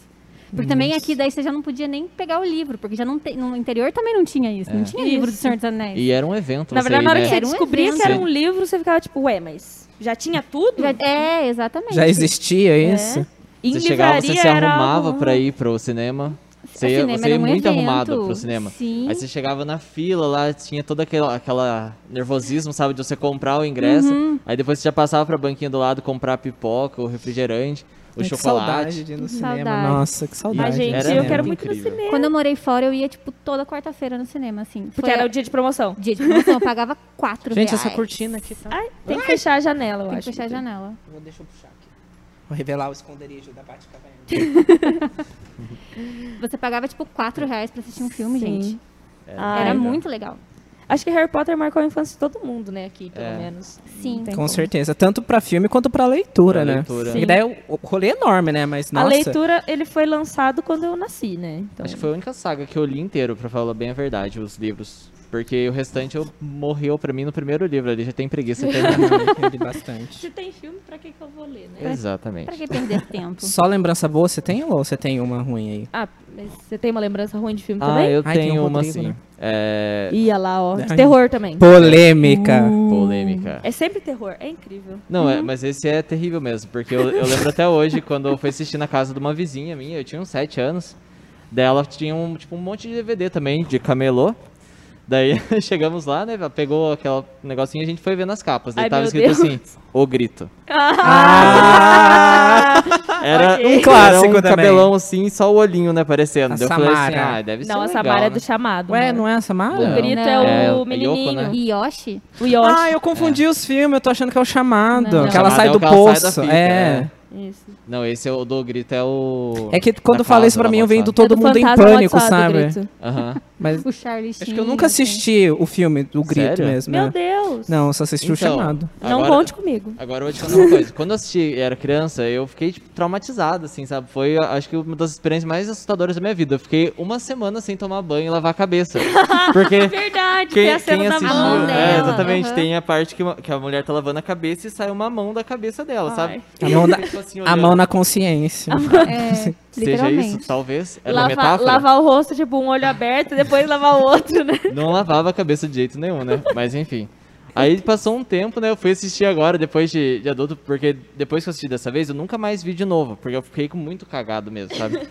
S4: Porque também aqui daí você já não podia nem pegar o livro, porque já não tem. No interior também não tinha isso. Não tinha livro do
S3: É. Isso.
S4: Senhor dos Anéis.
S5: E era um evento.
S3: Na
S5: você
S3: verdade,
S5: ir,
S3: na hora
S5: né?
S3: que você
S4: Era um
S3: descobria que
S4: evento.
S3: era um livro, você ficava tipo, ué, mas já tinha tudo?
S4: Já- é, exatamente.
S2: Já existia
S3: É.
S2: isso?
S3: Em
S5: Você chegava, você se
S3: livraria era
S5: arrumava
S3: algo-
S5: pra ir pro cinema. Você ia,
S4: cinema
S5: você
S4: era
S5: ia
S4: um
S5: muito
S4: evento.
S5: arrumado pro cinema.
S4: Sim.
S5: Aí você chegava na fila lá, tinha todo aquele aquela nervosismo, sabe, de você comprar o ingresso.
S3: Uhum.
S5: Aí depois você já passava pra banquinha do lado comprar a pipoca, o refrigerante, o
S2: Ai, que saudade
S5: chocolate.
S2: de ir no
S4: Que
S2: cinema. né?
S4: saudade.
S2: Nossa, que saudade.
S3: Mas, gente,
S5: Era
S3: eu
S5: mesmo,
S3: quero muito ir no
S5: incrível.
S3: cinema.
S4: Quando eu morei fora, eu ia, tipo, toda quarta-feira no cinema, assim.
S3: Porque
S4: Foi
S3: era
S4: a-
S3: o dia de promoção.
S4: dia de promoção, eu pagava quatro
S2: Gente,
S4: reais.
S2: essa cortina aqui tá.
S3: Ai, tem que fechar a janela, eu
S4: Tem que
S3: acho.
S4: fechar a janela.
S2: Vou, deixa eu puxar aqui. Vou revelar o esconderijo da Bate Caverna.
S4: Você pagava, tipo, 4 reais pra assistir um filme,
S3: Sim.
S4: gente.
S3: Ah,
S4: Era
S5: Ai,
S4: muito legal.
S3: Acho que Harry Potter marcou a infância de todo mundo, né, aqui, pelo
S5: É.
S3: menos.
S4: Sim.
S3: Não tem
S2: Com
S3: como.
S2: certeza. Tanto pra filme quanto pra leitura,
S5: Pra
S2: né?
S5: leitura.
S2: E daí o o rolê é enorme, né? Mas nossa.
S3: A leitura, ele foi lançado quando eu nasci, né? Então,
S5: Acho que foi a única saga que eu li inteiro, pra falar bem a verdade, os livros. Porque o restante eu morreu pra mim no primeiro livro, ali já tem preguiça de terminar.
S2: Eu li bastante.
S3: Se tem filme, pra que que eu vou ler, né?
S4: Pra
S5: Exatamente.
S4: que perder tempo?
S2: Só lembrança boa você tem ou você tem uma ruim aí?
S3: Ah, mas você tem uma lembrança ruim de filme
S5: Ah,
S3: também?
S5: eu
S2: Ai, tem
S5: tenho
S2: o
S5: uma
S2: Rodrigo,
S5: sim.
S2: né?
S5: É...
S3: Ia lá, ó.
S2: Ai.
S3: De terror também.
S2: Polêmica.
S5: Polêmica.
S3: É sempre terror, é incrível.
S5: Não, é, mas esse é terrível mesmo, porque eu, eu lembro até hoje, quando eu fui assistir na casa de uma vizinha minha, eu tinha uns 7 anos, daí ela tinha um, tipo, um monte de DVD também, de camelô, daí chegamos lá, né, ela pegou aquele negocinho e a gente foi vendo as capas, daí
S3: Ai,
S5: tava
S3: meu
S5: escrito
S3: Deus.
S5: assim, O Grito. Ah,
S2: Uh. Ah!
S5: Era
S3: Ok.
S5: um
S2: Clássico
S5: era um
S2: também.
S5: cabelão assim, só o olhinho, né, parecendo.
S2: A
S5: Daí eu falei assim,
S2: Samara.
S5: ah, deve ser
S3: não, a
S5: legal,
S3: Samara é
S5: né?
S3: do chamado.
S2: Ué,
S3: né?
S2: não é a Samara?
S3: O grito
S4: Não.
S3: é
S5: É,
S3: o
S5: é
S3: menininho.
S5: Yoko, né?
S4: E Yoshi?
S3: O Yoshi.
S2: Ah, eu confundi os filmes, eu tô achando que é o chamado.
S4: Não.
S2: que ela
S5: Chamado
S2: sai
S5: é o
S2: do
S5: que ela sai da
S2: poço.
S5: fita,
S2: é.
S5: né?
S3: Isso.
S5: Não, esse é o do grito, é o.
S2: É que
S5: da
S2: quando fala
S5: casa
S2: isso pra
S5: lá
S2: mim, eu venho do
S5: amaldiçoada.
S2: todo
S3: do
S2: mundo em
S3: fantasma
S2: pânico,
S3: amaldiçoado do
S2: sabe?
S3: grito.
S5: Aham.
S2: Mas
S4: O Charlie
S2: acho que eu nunca assisti o filme do Grito
S5: Sério?
S2: mesmo.
S3: Meu
S2: né?
S3: Deus!
S2: Não, eu só assisti o
S5: Então,
S2: chamado.
S3: Não
S5: agora-
S3: conte comigo.
S5: Agora eu vou te contar uma coisa. Quando eu assisti e era criança, eu fiquei tipo, traumatizado, assim, sabe? Foi, a- acho que, uma das experiências mais assustadoras da minha vida. Eu fiquei uma semana sem tomar banho e lavar a cabeça. Porque
S3: É Verdade, tem a
S5: quem,
S3: cena
S5: quem
S3: da
S5: assistiu...
S3: mão
S5: é,
S3: dela.
S5: exatamente.
S4: aham.
S5: Tem a parte que, uma- que a mulher tá lavando a cabeça e sai uma mão da cabeça dela,
S3: Ai.
S5: sabe?
S2: A
S5: E
S2: mão
S5: eu
S2: da-
S5: Ah. fiquei, tipo, assim,
S2: A
S5: olhando.
S2: mão na consciência.
S4: É,
S5: Seja
S4: literalmente.
S5: isso, talvez. Era É uma
S3: Lavar,
S5: metáfora.
S3: lavar o rosto, tipo, um olho aberto e depois lavar o outro, né?
S5: Não lavava a cabeça de jeito nenhum, né? Mas enfim. Aí passou um tempo, né? Eu fui assistir agora, depois de, de adulto, porque depois que eu assisti dessa vez, eu nunca mais vi de novo, porque eu fiquei com muito cagado mesmo, sabe?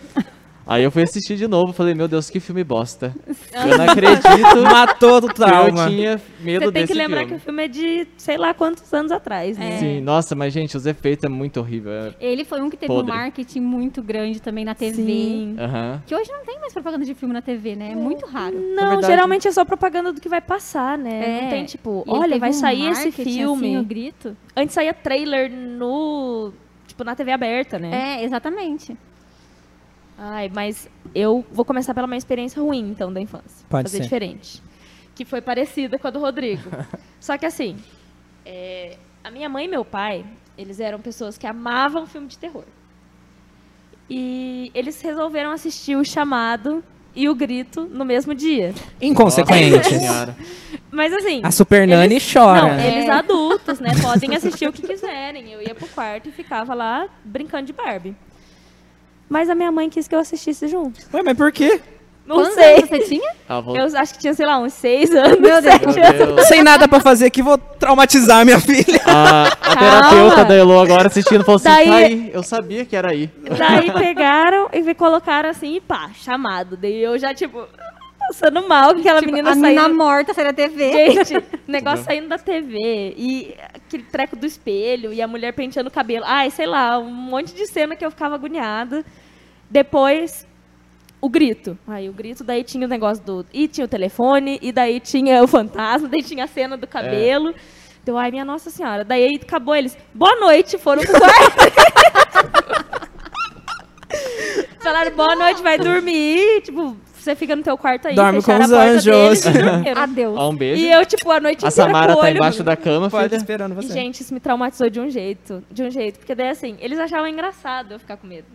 S5: Aí eu fui assistir de novo, falei, meu Deus, que filme bosta. Eu não acredito
S2: Matou do
S5: que eu
S2: trauma.
S5: tinha medo
S3: Você tem
S5: desse
S3: que lembrar que
S5: filme.
S3: o filme é de sei lá quantos anos atrás, né?
S4: É,
S5: Sim, nossa, mas gente, os efeitos é muito horrível. é-
S4: Ele foi um que teve
S5: Podre.
S4: um marketing muito grande também na TV.
S3: Sim.
S5: Aham.
S4: Que hoje não tem mais propaganda de filme na TV, né? É muito raro.
S3: Não,
S5: verdade-
S3: geralmente é só propaganda do que vai passar, né?
S4: É.
S3: Não tem tipo,
S4: E ele
S3: olha,
S4: teve
S3: vai
S4: um
S3: sair esse
S4: marketing,
S3: filme.
S4: Assim, o grito.
S3: Antes saía trailer no. Tipo, na TV aberta, né?
S4: É, exatamente.
S3: Ai, mas eu vou começar pela minha experiência ruim, então, da infância.
S2: Pode
S3: Fazer
S2: ser.
S3: diferente. Que foi parecida com a do Rodrigo. Só que assim, é, a minha mãe e meu pai, eles eram pessoas que amavam filme de terror. E eles resolveram assistir o chamado e o grito no mesmo dia.
S5: Nossa
S2: Inconsequentes.
S5: senhora.
S3: Mas assim.
S2: A Super Nani
S3: Não,
S2: chora.
S3: eles
S4: É.
S3: adultos, né? Podem assistir o que quiserem. Eu ia pro quarto e ficava lá brincando de Barbie. Mas a minha mãe quis que eu assistisse junto.
S2: Ué, mas por quê?
S3: Não
S4: Quantos
S3: sei.
S4: anos você tinha?
S5: Ah, vou...
S3: Eu acho que tinha, sei lá, uns seis anos.
S4: Meu Deus.
S5: Meu
S3: sete anos.
S5: Deus.
S2: Sem nada pra fazer aqui, vou traumatizar minha filha.
S5: A, a terapeuta da Elo agora assistindo falou assim,
S3: Daí-
S5: tá aí, eu sabia que era aí.
S3: Daí pegaram e me colocaram assim e pá, chamado. Daí eu já, tipo, passando mal, que aquela
S4: Tipo,
S3: menina
S4: a menina
S3: saindo.
S4: morta saiu da TV.
S3: Gente, negócio saindo da TV e aquele treco do espelho e a mulher penteando o cabelo. Ai, sei lá, um monte de cena que eu ficava agoniada. Depois, o grito. Aí o grito, daí tinha o negócio do. E tinha o telefone, e daí tinha o fantasma, daí tinha a cena do cabelo. Deu, ai, minha nossa senhora. Daí acabou eles. Boa noite, foram pro quarto. Falaram, boa noite, vai dormir. Tipo, você fica no teu quarto aí.
S2: Dorme
S3: fecharam
S2: com os
S3: a porta
S2: anjos.
S3: deles e dormiram.
S4: Adeus.
S5: Ó, um beijo.
S3: E eu, tipo, a noite
S5: A
S3: inteira
S5: Samara
S3: com o
S5: tá
S3: olho.
S5: embaixo da cama,
S2: Pode
S5: filha.
S2: esperando você.
S3: Gente, isso me traumatizou de um jeito. De um jeito. Porque daí, assim, eles achavam engraçado eu ficar com medo.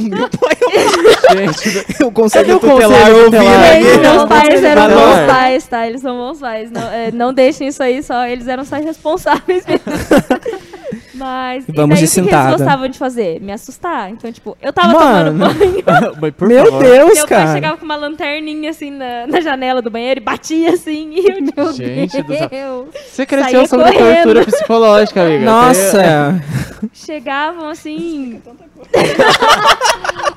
S5: Gente,
S2: eu É conselho
S5: Cadê o
S2: tutelar
S5: conselho
S2: eu ouvindo
S5: tutelar?
S2: aqui.
S3: Gente, meus pais eram
S5: Valor.
S3: bons pais, tá? Eles são bons pais. Não, é, não deixem isso aí só. Eles eram só irresponsáveis mesmo. Mas. e
S2: Vamos de
S3: daí, o que que
S2: cintada.
S3: eles gostavam de fazer? Me assustar. Então, tipo, eu tava
S2: Mano.
S3: tomando banho.
S5: mas por
S2: Meu
S5: favor.
S2: Deus,
S3: Meu pai
S2: cara.
S3: chegava com uma lanterninha assim na, na janela do banheiro e batia assim. E eu, tipo,
S5: Gente do céu.
S4: Deus.
S5: Você
S3: Saía
S5: cresceu sob
S3: correndo.
S5: tortura psicológica, amiga.
S2: Nossa.
S3: chegavam assim.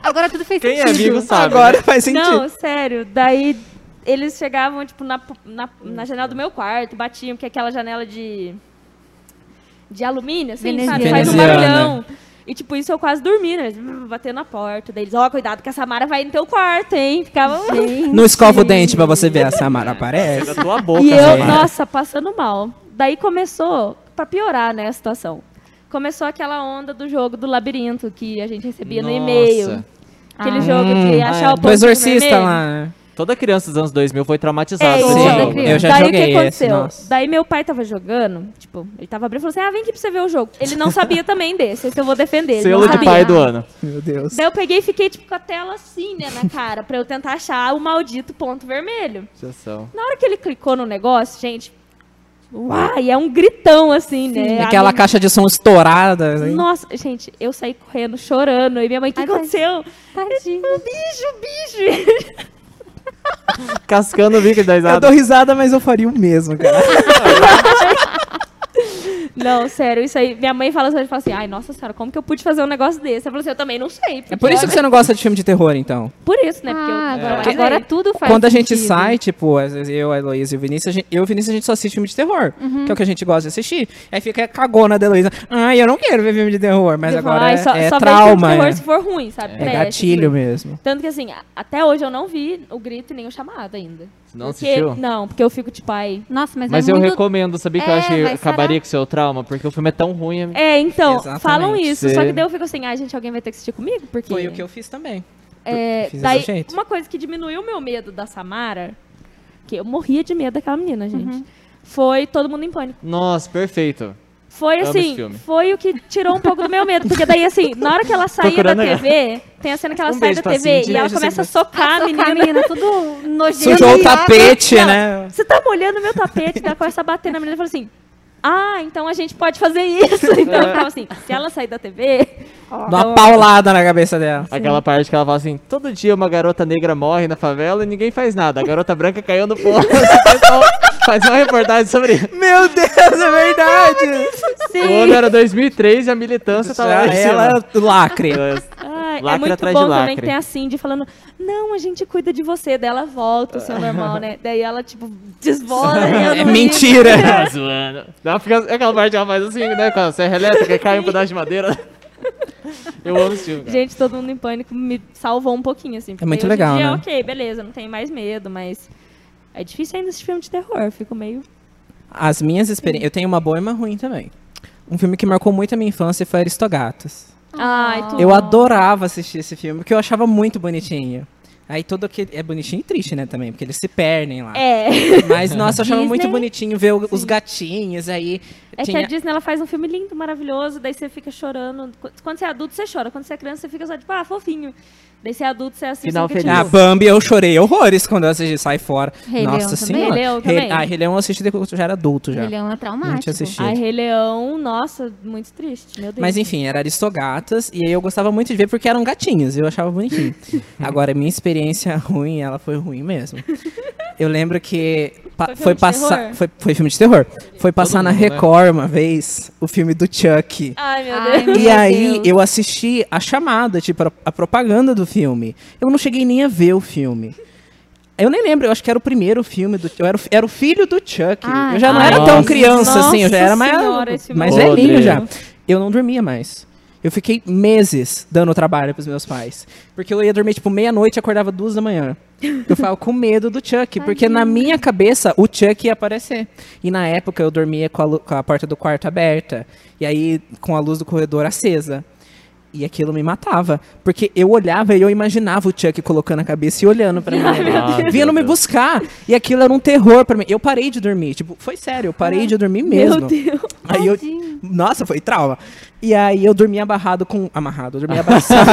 S4: Agora tudo fez
S5: Quem é
S4: sentido.
S5: amigo sabe. né?
S2: Agora faz sentido.
S3: Não, sério. Daí eles chegavam, tipo, na, na, na janela do meu quarto, batiam, que é aquela janela de. de alumínio, assim, sabe? Faz um
S2: Veneziana.
S3: barulhão. E, tipo, isso eu quase dormi, né? Eles, hum, Batendo na porta. Daí eles, ó, cuidado que a Samara vai no teu quarto, hein? Ficava.
S4: Gente.
S2: Não escova o dente pra você ver a Samara aparece.
S5: é Da tua boca,
S3: E eu,
S5: Samara.
S3: nossa, passando mal. Daí começou, pra piorar, né, a situação. Começou aquela onda do jogo do labirinto que a gente recebia no
S5: Nossa.
S3: e-mail. Aquele jogo de
S5: Ah,
S3: achar
S5: é.
S3: o
S5: Do
S2: Do
S3: pontinho
S2: exorcista
S3: vermelho.
S2: lá. né?
S5: Toda criança dos anos 2000 foi traumatizada.
S3: É,
S5: por
S3: isso.
S5: esse
S4: Sim,
S5: jogo, né?
S4: eu
S2: já
S3: Daí o
S2: joguei
S3: que
S2: esse,
S3: aconteceu?
S2: nossa.
S3: Daí meu pai tava jogando, tipo, ele tava abrindo e falou assim, ah, vem aqui pra você ver o jogo. Ele não sabia também desse, esse eu vou defender. ele não
S5: Selo de
S3: sabia.
S5: pai do ano.
S2: Meu Deus.
S3: Daí eu peguei e fiquei, tipo, com a tela assim, né, na cara, pra eu tentar achar o maldito ponto vermelho.
S5: Já são.
S3: Na hora que ele clicou no negócio, gente, uai, é um gritão, assim, né?
S2: Aquela
S3: A minha-
S2: caixa de som estourada. né?
S3: Nossa, gente, eu saí correndo, chorando, e minha mãe, o que
S4: Ai, pai.
S3: aconteceu?
S4: Tadinho.
S3: Um bicho, bicho!
S5: Cascando o bico da
S2: Eu
S5: risada.
S2: dou risada, mas eu faria o mesmo, cara.
S3: Não, sério, isso aí. Minha mãe fala assim, ela fala assim, ai, nossa senhora, como que eu pude fazer um negócio desse? Eu falo assim, eu também não sei.
S2: É por isso que você não gosta de filme de terror, então.
S3: Por isso, né? Porque eu
S4: Ah, agora,
S3: trabalhei.
S4: agora tudo faz
S2: Quando a gente
S4: sentido.
S2: sai, tipo, às vezes eu, a Heloísa e o Vinícius, a gente- eu e o Vinícius a gente só assiste filme de terror, que é o que a gente gosta de assistir. Aí fica a cagona da Heloísa. Ai, eu não quero ver filme de terror, mas
S3: Você fala,
S2: agora
S3: "Ai,
S2: é,
S3: só,
S2: é
S3: só vejo
S2: trauma.
S3: filme de terror
S2: é-
S3: se for ruim, sabe?
S2: É,
S3: Preste,
S2: gatilho
S3: assim.
S2: mesmo.
S3: Tanto que assim, a- até hoje eu não vi o grito e nem o chamado ainda.
S5: Não
S3: Porque-
S5: assistiu?
S3: Não, porque eu fico tipo, ai.
S4: Nossa, mas,
S5: Mas
S4: é
S5: eu
S4: muito...
S5: recomendo, sabia que eu
S4: É,
S5: achei
S4: vai sarar.
S5: acabaria com seu trauma, porque o filme é tão ruim. amigo.
S3: É, então,
S2: Exatamente.
S3: falam isso. Só
S5: Cê-
S3: que daí eu fico assim, ai, gente, alguém vai ter que assistir comigo? Porque.
S2: Foi o que eu fiz também.
S3: É,
S2: Fiz desse
S3: daí,
S2: jeito.
S3: uma coisa que diminuiu o meu medo da Samara, que eu morria de medo daquela menina, gente,
S4: Uhum.
S3: foi Todo Mundo em Pânico.
S5: Nossa, perfeito.
S3: Foi
S5: Amo esse
S3: assim,
S5: filme.
S3: foi o que tirou um pouco do meu medo. Porque daí, assim, na hora que ela saía da
S5: Procurando ela.
S3: TV, tem a cena que ela
S2: Um
S3: sai
S2: beijo
S3: da
S2: pra
S3: TV
S2: Cindy.
S3: e ela
S2: Beijo,
S3: começa a
S2: Cindy.
S3: socar a
S4: Socar a
S3: menina.
S4: menina tudo nojento.
S2: Sujou o
S4: e ela-
S2: tapete,
S3: Não,
S2: né?
S3: Você tá molhando meu tapete, daí ela começa a bater na menina e fala assim. Ah, então a gente pode fazer isso.
S5: É.
S3: Então eu ficava assim, se ela sair da TV,
S2: Dá uma paulada na cabeça dela.
S5: Aquela parte que ela fala assim: todo dia uma garota negra morre na favela e ninguém faz nada. A garota branca caiu no poço. O pessoal faz uma reportagem sobre isso.
S2: Meu Deus, é verdade!
S5: O ano era 2003 e a militância tava
S2: Já
S5: lá. em cima.
S2: ela lacre.
S3: Ai, é
S5: Lacre
S3: muito
S5: atrás
S3: bom
S5: de
S3: também
S5: lacre.
S3: que tem a Cindy falando, não, a gente cuida de você, dela volta o seu normal, né? Daí ela, tipo, desbola. e eu
S2: É
S3: não
S2: mentira!
S5: Tá zoando. Não, fica, é aquela parte que ela faz assim, né? Com a serra elétrica, cai um pedaço de madeira. Eu amo esse filme.
S3: ligo.
S5: cara.
S3: Gente, todo mundo em pânico me salvou um pouquinho, assim. porque
S2: É. muito
S3: hoje em
S2: legal,
S3: dia,
S2: né?
S3: Ok, beleza, não tenho mais medo, mas é difícil ainda esse filme de terror, eu fico meio...
S2: As minhas experiências. Eu tenho uma boa e uma ruim também. Um filme que marcou muito a minha infância foi Aristogatos.
S3: Ai, tudo.
S2: Eu adorava assistir esse filme, porque eu achava muito bonitinho. Aí todo aquele. É bonitinho e triste, né, também, porque eles se perdem lá.
S3: É,
S2: Mas, nossa, eu achava
S4: Disney.
S2: muito bonitinho ver o- os gatinhos aí.
S3: é que
S2: tinha-
S3: a Disney ela faz um filme lindo, maravilhoso, daí você fica chorando. Qu- Quando você é adulto, você chora. Quando você é criança, você fica só tipo, ah, fofinho. Daí você é adulto, você assiste.
S5: Final
S3: você fica, tipo,
S5: feliz.
S2: Ah, Bambi, eu chorei horrores quando eu assisti Sai Fora.
S4: Rei
S2: nossa
S4: Leão também?
S2: senhora.
S3: Rei Leão
S2: Rei-
S3: também?
S2: Ah, Rei Leão eu assisti quando eu já era adulto já.
S4: Ele é um traumático.
S2: Não tinha assistido.
S3: Tipo, ai, Rei Leão, nossa, muito triste, meu Deus.
S2: Mas enfim, era Aristogatas, e aí eu gostava muito de ver porque eram gatinhos, eu achava bonitinho. Agora, minha experiência ruim, ela foi ruim mesmo. Eu lembro que pa-
S3: Foi filme
S2: foi
S3: de
S2: passar.
S3: terror?
S2: Foi, foi filme de terror. Foi passar na
S5: mundo, né?
S2: Record uma vez o filme do Chuck.
S3: Ai, meu
S4: Ai,
S3: Deus.
S2: E
S4: Ah, Meu
S2: aí
S4: Deus.
S2: eu assisti a chamada, tipo, a- a propaganda do filme. Eu não cheguei nem a ver o filme. Eu nem lembro, eu acho que era o primeiro filme do eu era, o fi- era o filho do Chuck.
S4: Ai,
S2: eu já não
S5: ai,
S2: era tão
S5: nossa.
S2: criança assim, eu já
S3: Nossa
S2: era mais,
S3: Senhora, esse
S2: mais
S5: menino.
S2: velhinho
S5: Podre.
S2: já. Eu não dormia mais. Eu fiquei meses dando trabalho pros meus pais. Porque eu ia dormir, tipo, meia-noite e acordava duas da manhã. Eu ficava com medo do Chuck, porque na minha cabeça o Chuck ia aparecer. E na época eu dormia com a, lu- com a porta do quarto aberta. E aí com a luz do corredor acesa. E aquilo me matava. Porque eu olhava e eu imaginava o Chuck colocando a cabeça e olhando pra mim.
S5: Deus.
S2: Vindo me buscar. E aquilo era um terror pra mim. Eu parei de dormir. Tipo, foi sério, eu parei de dormir mesmo.
S3: Meu Deus.
S2: Aí eu,
S4: Tadinho.
S2: nossa, foi trauma. E aí eu dormi abarrado com. Amarrado, eu dormi abraçado.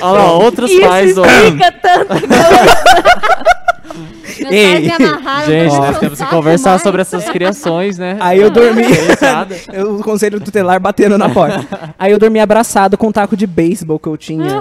S5: Olha lá, outros pais.
S3: Isso
S5: ou-
S3: explica tanto.
S4: Meus
S2: Ei.
S4: pais me amarraram.
S5: Gente,
S4: não
S5: nós
S4: sou
S5: temos que
S4: saco
S5: conversar
S4: mais.
S5: sobre essas criações, né?
S2: aí eu dormi.
S5: Diferenciada.
S2: eu- o conselho tutelar batendo na porta. Aí eu dormi abraçado com um taco de beisebol que eu tinha.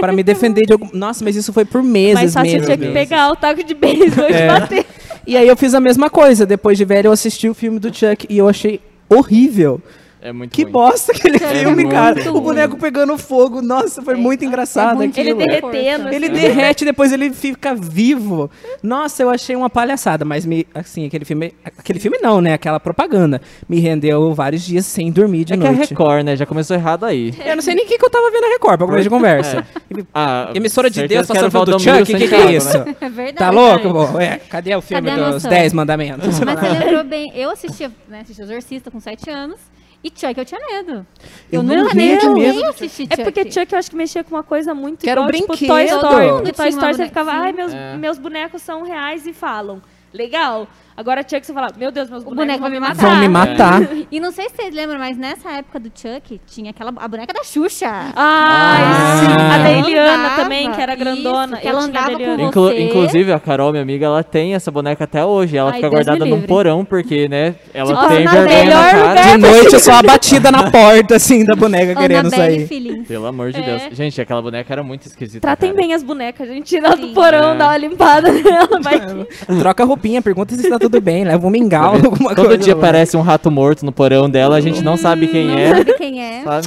S2: pra me defender de algum. Nossa, mas isso foi por
S3: Mas
S2: meses
S3: só você
S2: mesmo. É.
S3: tinha que pegar o taco de beisebol e te bater.
S2: E aí eu fiz a mesma coisa. Depois de velho, eu assisti o filme do Chuck e eu achei horrível.
S5: É muito
S2: Que
S5: ruim.
S2: bosta aquele
S4: Sério,
S2: filme,
S5: muito
S2: cara. O
S4: ruim.
S2: boneco pegando fogo. Nossa, foi muito engraçado
S4: muito
S2: aquilo.
S3: Ele
S4: Aquilo é
S3: derretendo.
S4: força.
S2: Ele
S3: assim.
S2: derrete, depois ele fica vivo. Nossa, eu achei uma palhaçada, mas me, assim, aquele filme, aquele filme não, né? Aquela propaganda me rendeu vários dias sem dormir de
S5: É que é
S2: noite.
S5: Record, né? Já começou errado aí.
S2: Eu não sei nem o que, que eu tava vendo a Record pra começo de conversa.
S5: Ah,
S2: Emissora de
S5: certeza
S2: Deus
S5: que era
S2: passando filme do
S5: Valdomiro
S2: Chuck, o que, que
S5: Santiago,
S2: é
S5: né?
S2: isso?
S4: É verdade.
S2: Tá louco? pô? Ué, cadê o filme
S4: Cadê a
S2: dos
S4: noção?
S2: 10 mandamentos?
S4: Mas é você lembrou bem. Eu assistia, né, assistia Exorcista com 7 anos. E Chuck, eu tinha medo.
S2: Eu
S4: nunca
S2: morria
S4: nem
S2: de medo.
S4: nem assisti Chuck.
S3: É porque Chuck eu acho que mexia com uma coisa muito
S2: Que era um
S3: igual, tipo
S2: brinquedo.
S3: Toy
S2: Todo
S3: Story.
S4: mundo
S3: Porque
S4: tinha
S3: Toy Story
S4: uma
S3: você ficava,
S4: bonequinha.
S3: ai, meus,
S5: É.
S3: meus bonecos são reais e falam. Legal. Agora Chuck você fala, meu Deus, meus
S4: O
S3: bonecos
S4: boneco vai me matar.
S2: Vão me matar.
S4: E não sei se vocês lembram, mas nessa época do Chuck, tinha aquela a boneca da Xuxa.
S3: Ai,
S5: Ah.
S3: sim. A da
S4: Ela
S3: Eliana
S4: andava,
S3: também, que era grandona.
S4: isso, que ela
S3: Eu tinha a da
S4: andava com
S3: Eliana.
S5: Inclu-
S4: Você-
S5: Inclusive, a Carol, minha amiga, ela tem essa boneca até hoje. Ela
S4: Ai,
S5: fica
S4: Deus me
S5: guardada num
S4: livre.
S5: porão, porque, né, ela
S4: Tipo,
S5: tem
S4: na
S5: vergonha na
S4: melhor
S5: cara.
S3: lugar
S2: De noite eu sou a batida na porta, assim, da boneca querendo
S4: Annabelle
S2: sair.
S4: Filins.
S5: Pelo amor de Deus. Gente, aquela boneca era muito esquisita.
S3: Tratem
S5: cara.
S3: bem as bonecas, gente. Tira ela do
S4: Sim.
S3: porão,
S5: É.
S3: dá uma limpada nela, vai que...
S2: É. Troca a roupinha, pergunta se tá tudo bem, leva um mingau,
S5: Sabe?
S2: alguma
S5: Todo
S2: coisa.
S5: dia aparece um rato morto no porão dela, a gente não sabe quem
S4: Não
S5: é.
S4: sabe quem é.
S5: Sabe?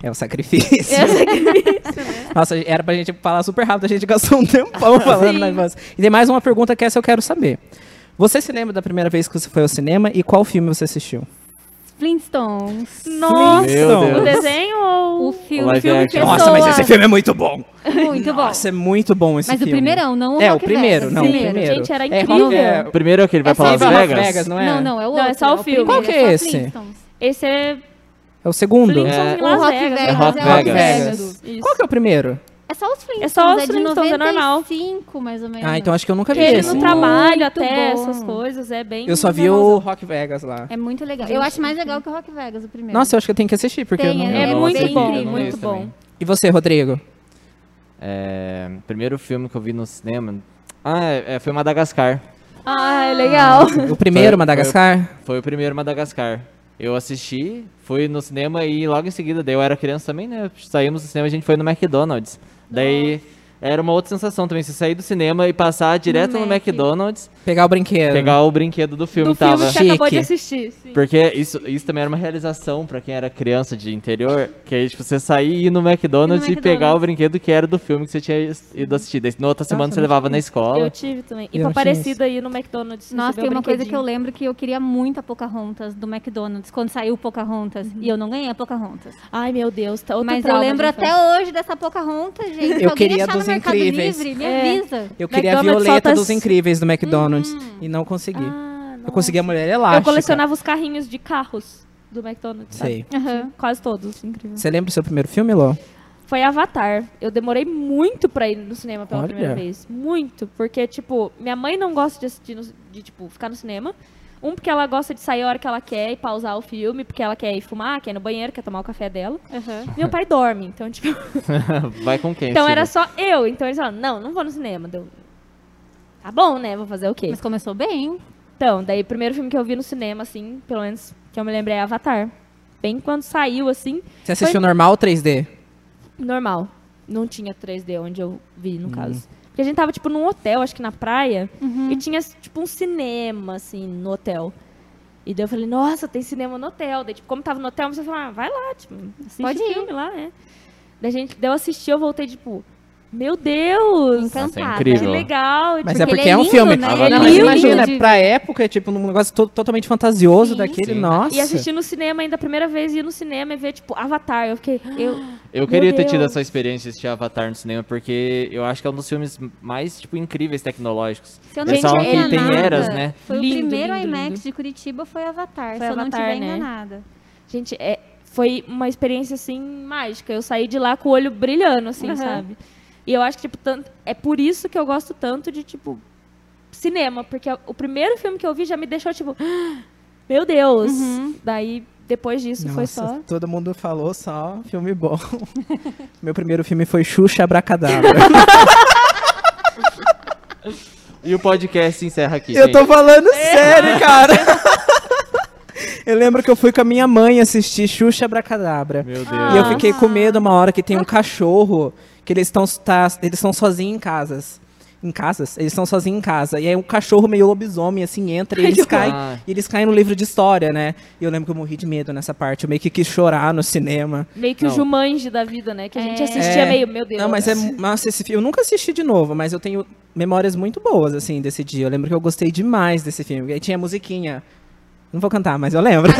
S2: É o sacrifício.
S3: Eu sei que-
S2: Nossa, era pra gente falar super rápido, a gente gastou um tempão falando negócio. E tem mais uma pergunta que essa eu quero saber. Você se lembra da primeira vez que você foi ao cinema e qual filme você assistiu?
S4: Flintstones.
S3: Nossa!
S5: Meu
S3: O
S5: Deus.
S3: desenho ou.
S4: O filme,
S5: live
S4: filme
S5: action.
S4: pessoa.
S2: Nossa, mas esse filme é muito bom.
S4: Muito bom.
S2: Nossa, é muito bom esse
S4: Mas o um
S2: filme.
S4: primeirão, não o
S2: É, o
S4: Rock
S2: primeiro,
S4: Versus,
S2: não, o
S3: Sim,
S4: primeiro.
S2: primeiro.
S3: Gente, era
S2: É,
S3: incrível.
S2: qual é?
S5: O Primeiro é aquele vai
S4: É só
S5: pra Las
S4: ir pra Las
S5: Vegas.
S2: Vegas, não é?
S4: Não, não, é o
S3: Não, é
S4: outro.
S3: só o filme.
S4: primeiro,
S2: Qual que
S4: só
S2: é esse?
S4: Flintstones.
S3: Esse é
S2: É o segundo.
S3: Flintstones
S5: É.
S3: em
S4: O
S3: Las
S4: Rock
S3: Vegas. né?
S4: Vegas,
S5: É Rock
S4: é o Rock
S2: Vegas.
S4: Vegas.
S3: Isso.
S2: Qual que é o primeiro?
S4: É só os Flintstones,
S3: É só os
S4: é de
S3: Flintstones, é normal.
S4: 95, mais ou menos.
S2: Ah, então acho que eu nunca vi
S3: Ele
S2: esse.
S3: no trabalho
S4: Muito
S3: até,
S4: bom.
S3: essas coisas, é bem.
S2: Eu só vi o Rock Vegas lá.
S4: É muito legal. Eu acho mais legal que o Rock Vegas, o primeiro.
S2: Nossa, eu acho que eu tenho que assistir, porque
S4: Tem,
S2: eu não...
S5: Eu
S3: É
S5: não
S3: muito
S5: assisti,
S3: bom,
S5: eu não vi
S3: muito
S5: também.
S3: bom.
S2: E você, Rodrigo?
S5: É, primeiro filme que eu vi no cinema. Ah, é, é, foi Madagascar.
S3: Ah, é legal.
S2: O primeiro,
S5: Foi-
S2: Madagascar?
S5: Foi o primeiro Madagascar. Eu assisti, fui no cinema e logo em seguida, daí eu era criança também, né? Saímos do cinema e a gente foi no McDonald's. Daí era uma outra sensação também, você sair do cinema e passar direto no,
S4: Mac.
S5: McDonald's,
S2: Pegar o brinquedo.
S5: pegar o brinquedo do filme
S3: Do
S5: que tava.
S3: filme que você acabou de
S2: Chique.
S3: assistir. sim.
S5: Porque isso, isso também era uma realização pra quem era criança de interior, que é tipo, você sair e ir no McDonald's e
S4: McDonald's.
S5: pegar o brinquedo que era do filme que você tinha ido assistir. Daí, na outra semana
S2: Nossa,
S5: você
S2: eu não
S5: levava
S2: tinha
S5: na
S3: Eu
S5: escola.
S3: tive também.
S2: Eu
S3: E
S2: não
S3: pra
S2: tinha isso.
S3: parecida aí no McDonald's.
S4: Nossa,
S3: recebeu
S4: tem uma coisa que eu
S3: brinquedinho.
S4: lembro que eu queria muito a Pocahontas do McDonald's, quando saiu Pocahontas. E eu não ganhei a Pocahontas.
S3: Ai, meu Deus. Tá outro
S4: Mas eu
S3: trauma Uhum. de
S4: lembro
S3: infância.
S4: até hoje dessa Pocahontas, gente. Se
S2: Eu
S4: alguém
S2: queria
S4: achar
S2: dos
S4: no Mercado
S2: Incríveis.
S4: Livre, me
S3: É.
S4: avisa.
S2: Eu queria a
S3: McDonald's
S2: Violeta
S3: solta
S2: dos
S3: as-
S2: Incríveis do McDonald's e não consegui.
S3: Ah,
S2: eu consegui a Mulher
S3: nossa.
S2: Elástica.
S3: Eu colecionava os carrinhos de carros do McDonald's. sabe?
S2: Sei.
S4: Aham.
S3: Quase todos, incrível.
S2: Você lembra do seu primeiro filme, Lô?
S3: Foi Avatar. Eu demorei muito pra ir no cinema pela
S2: Olha.
S3: primeira vez. Muito. Porque, tipo, minha mãe não gosta de assistir, no- de, tipo, ficar no cinema. Um, porque ela gosta de sair a hora que ela quer e pausar o filme, porque ela quer ir fumar, quer ir no banheiro, quer tomar o café dela.
S4: aham.
S3: Meu pai dorme, então, tipo,
S5: Vai com quem?
S3: então era
S5: filho?
S3: só eu. Então eles falaram, não, não vou no cinema. Deu, tá bom, né? Vou fazer o quê?
S4: Mas começou bem.
S3: Então, daí o primeiro filme que eu vi no cinema, assim, pelo menos que eu me lembrei é Avatar. Bem quando saiu, assim,
S2: Você assistiu normal ou 3D?
S3: normal. Não tinha 3D onde eu vi, no caso. Porque a gente tava, tipo, num hotel, acho que na praia, e tinha, tipo, um cinema, assim, no hotel. E daí eu falei, nossa, tem cinema no hotel. Daí, tipo, como tava no hotel, você falou, ah, vai lá, tipo, assiste
S4: Pode ir.
S3: filme lá, é. Daí, a gente, daí eu assisti, eu voltei, tipo, meu Deus!
S4: Encantada.
S5: Nossa, é
S3: Que
S5: incrível.
S3: legal. E, tipo,
S2: Mas
S4: Porque
S2: é porque
S4: ele é
S2: é um
S4: lindo,
S2: filme.
S4: né?
S5: Ele é
S2: Não, mas
S3: lindo
S2: imagina,
S4: de-
S2: pra época, é tipo um negócio to- totalmente fantasioso
S4: Sim,
S2: daquele.
S5: sim.
S2: Nossa.
S3: E assistir no cinema ainda, a primeira vez, ir no cinema e ver, tipo, Avatar. Eu fiquei,
S4: Ah.
S3: eu...
S5: Eu queria ter tido
S3: Deus.
S5: essa experiência de assistir Avatar no cinema, porque eu acho que é um dos filmes mais, tipo, incríveis tecnológicos.
S4: Se eu não
S5: Eles falam
S4: tiver
S5: que ele tem
S4: enganada,
S5: eras, né?
S4: Foi
S3: Lindo,
S4: o primeiro
S3: lindo,
S4: IMAX
S3: lindo.
S4: de Curitiba foi Avatar,
S3: Foi
S4: se eu não
S3: Avatar,
S4: tiver
S3: né?
S4: enganada.
S3: Gente, é, foi uma experiência, assim, mágica. Eu saí de lá com o olho brilhando, assim,
S4: Aham.
S3: sabe? E eu acho que, tipo, tanto... É por isso que eu gosto tanto de, tipo, cinema. Porque o primeiro filme que eu vi já me deixou, tipo... "Ah, Meu Deus!
S4: Uhum.
S3: Daí, depois disso, foi só...
S2: todo mundo falou só filme bom. Meu primeiro filme foi Xuxa Abracadabra.
S5: E o podcast se encerra aqui,
S2: eu
S5: gente.
S2: tô falando sério, cara. eu lembro que eu fui com a minha mãe assistir Xuxa Abracadabra.
S3: Ah.
S5: Meu Deus.
S2: E eu fiquei com medo uma hora que tem um cachorro que eles estão tá, eles estão sozinhos em casas. Em casas? Eles estão sozinhos em casa. E aí um cachorro meio lobisomem, assim, entra e eles caem.
S5: horror.
S2: E eles caem no livro de história, né? E eu lembro que eu morri de medo nessa parte. Eu meio que quis chorar no cinema.
S3: Meio que o
S5: Não.
S3: Jumanji da vida, né? Que a gente
S4: É.
S3: assistia
S2: É.
S3: meio, meu Deus.
S2: Não, mas é. Nossa, esse filme. Eu nunca assisti de novo, mas eu tenho memórias muito boas, assim, desse dia. Eu lembro que eu gostei demais desse filme. E aí tinha musiquinha. Não vou cantar, mas eu lembro.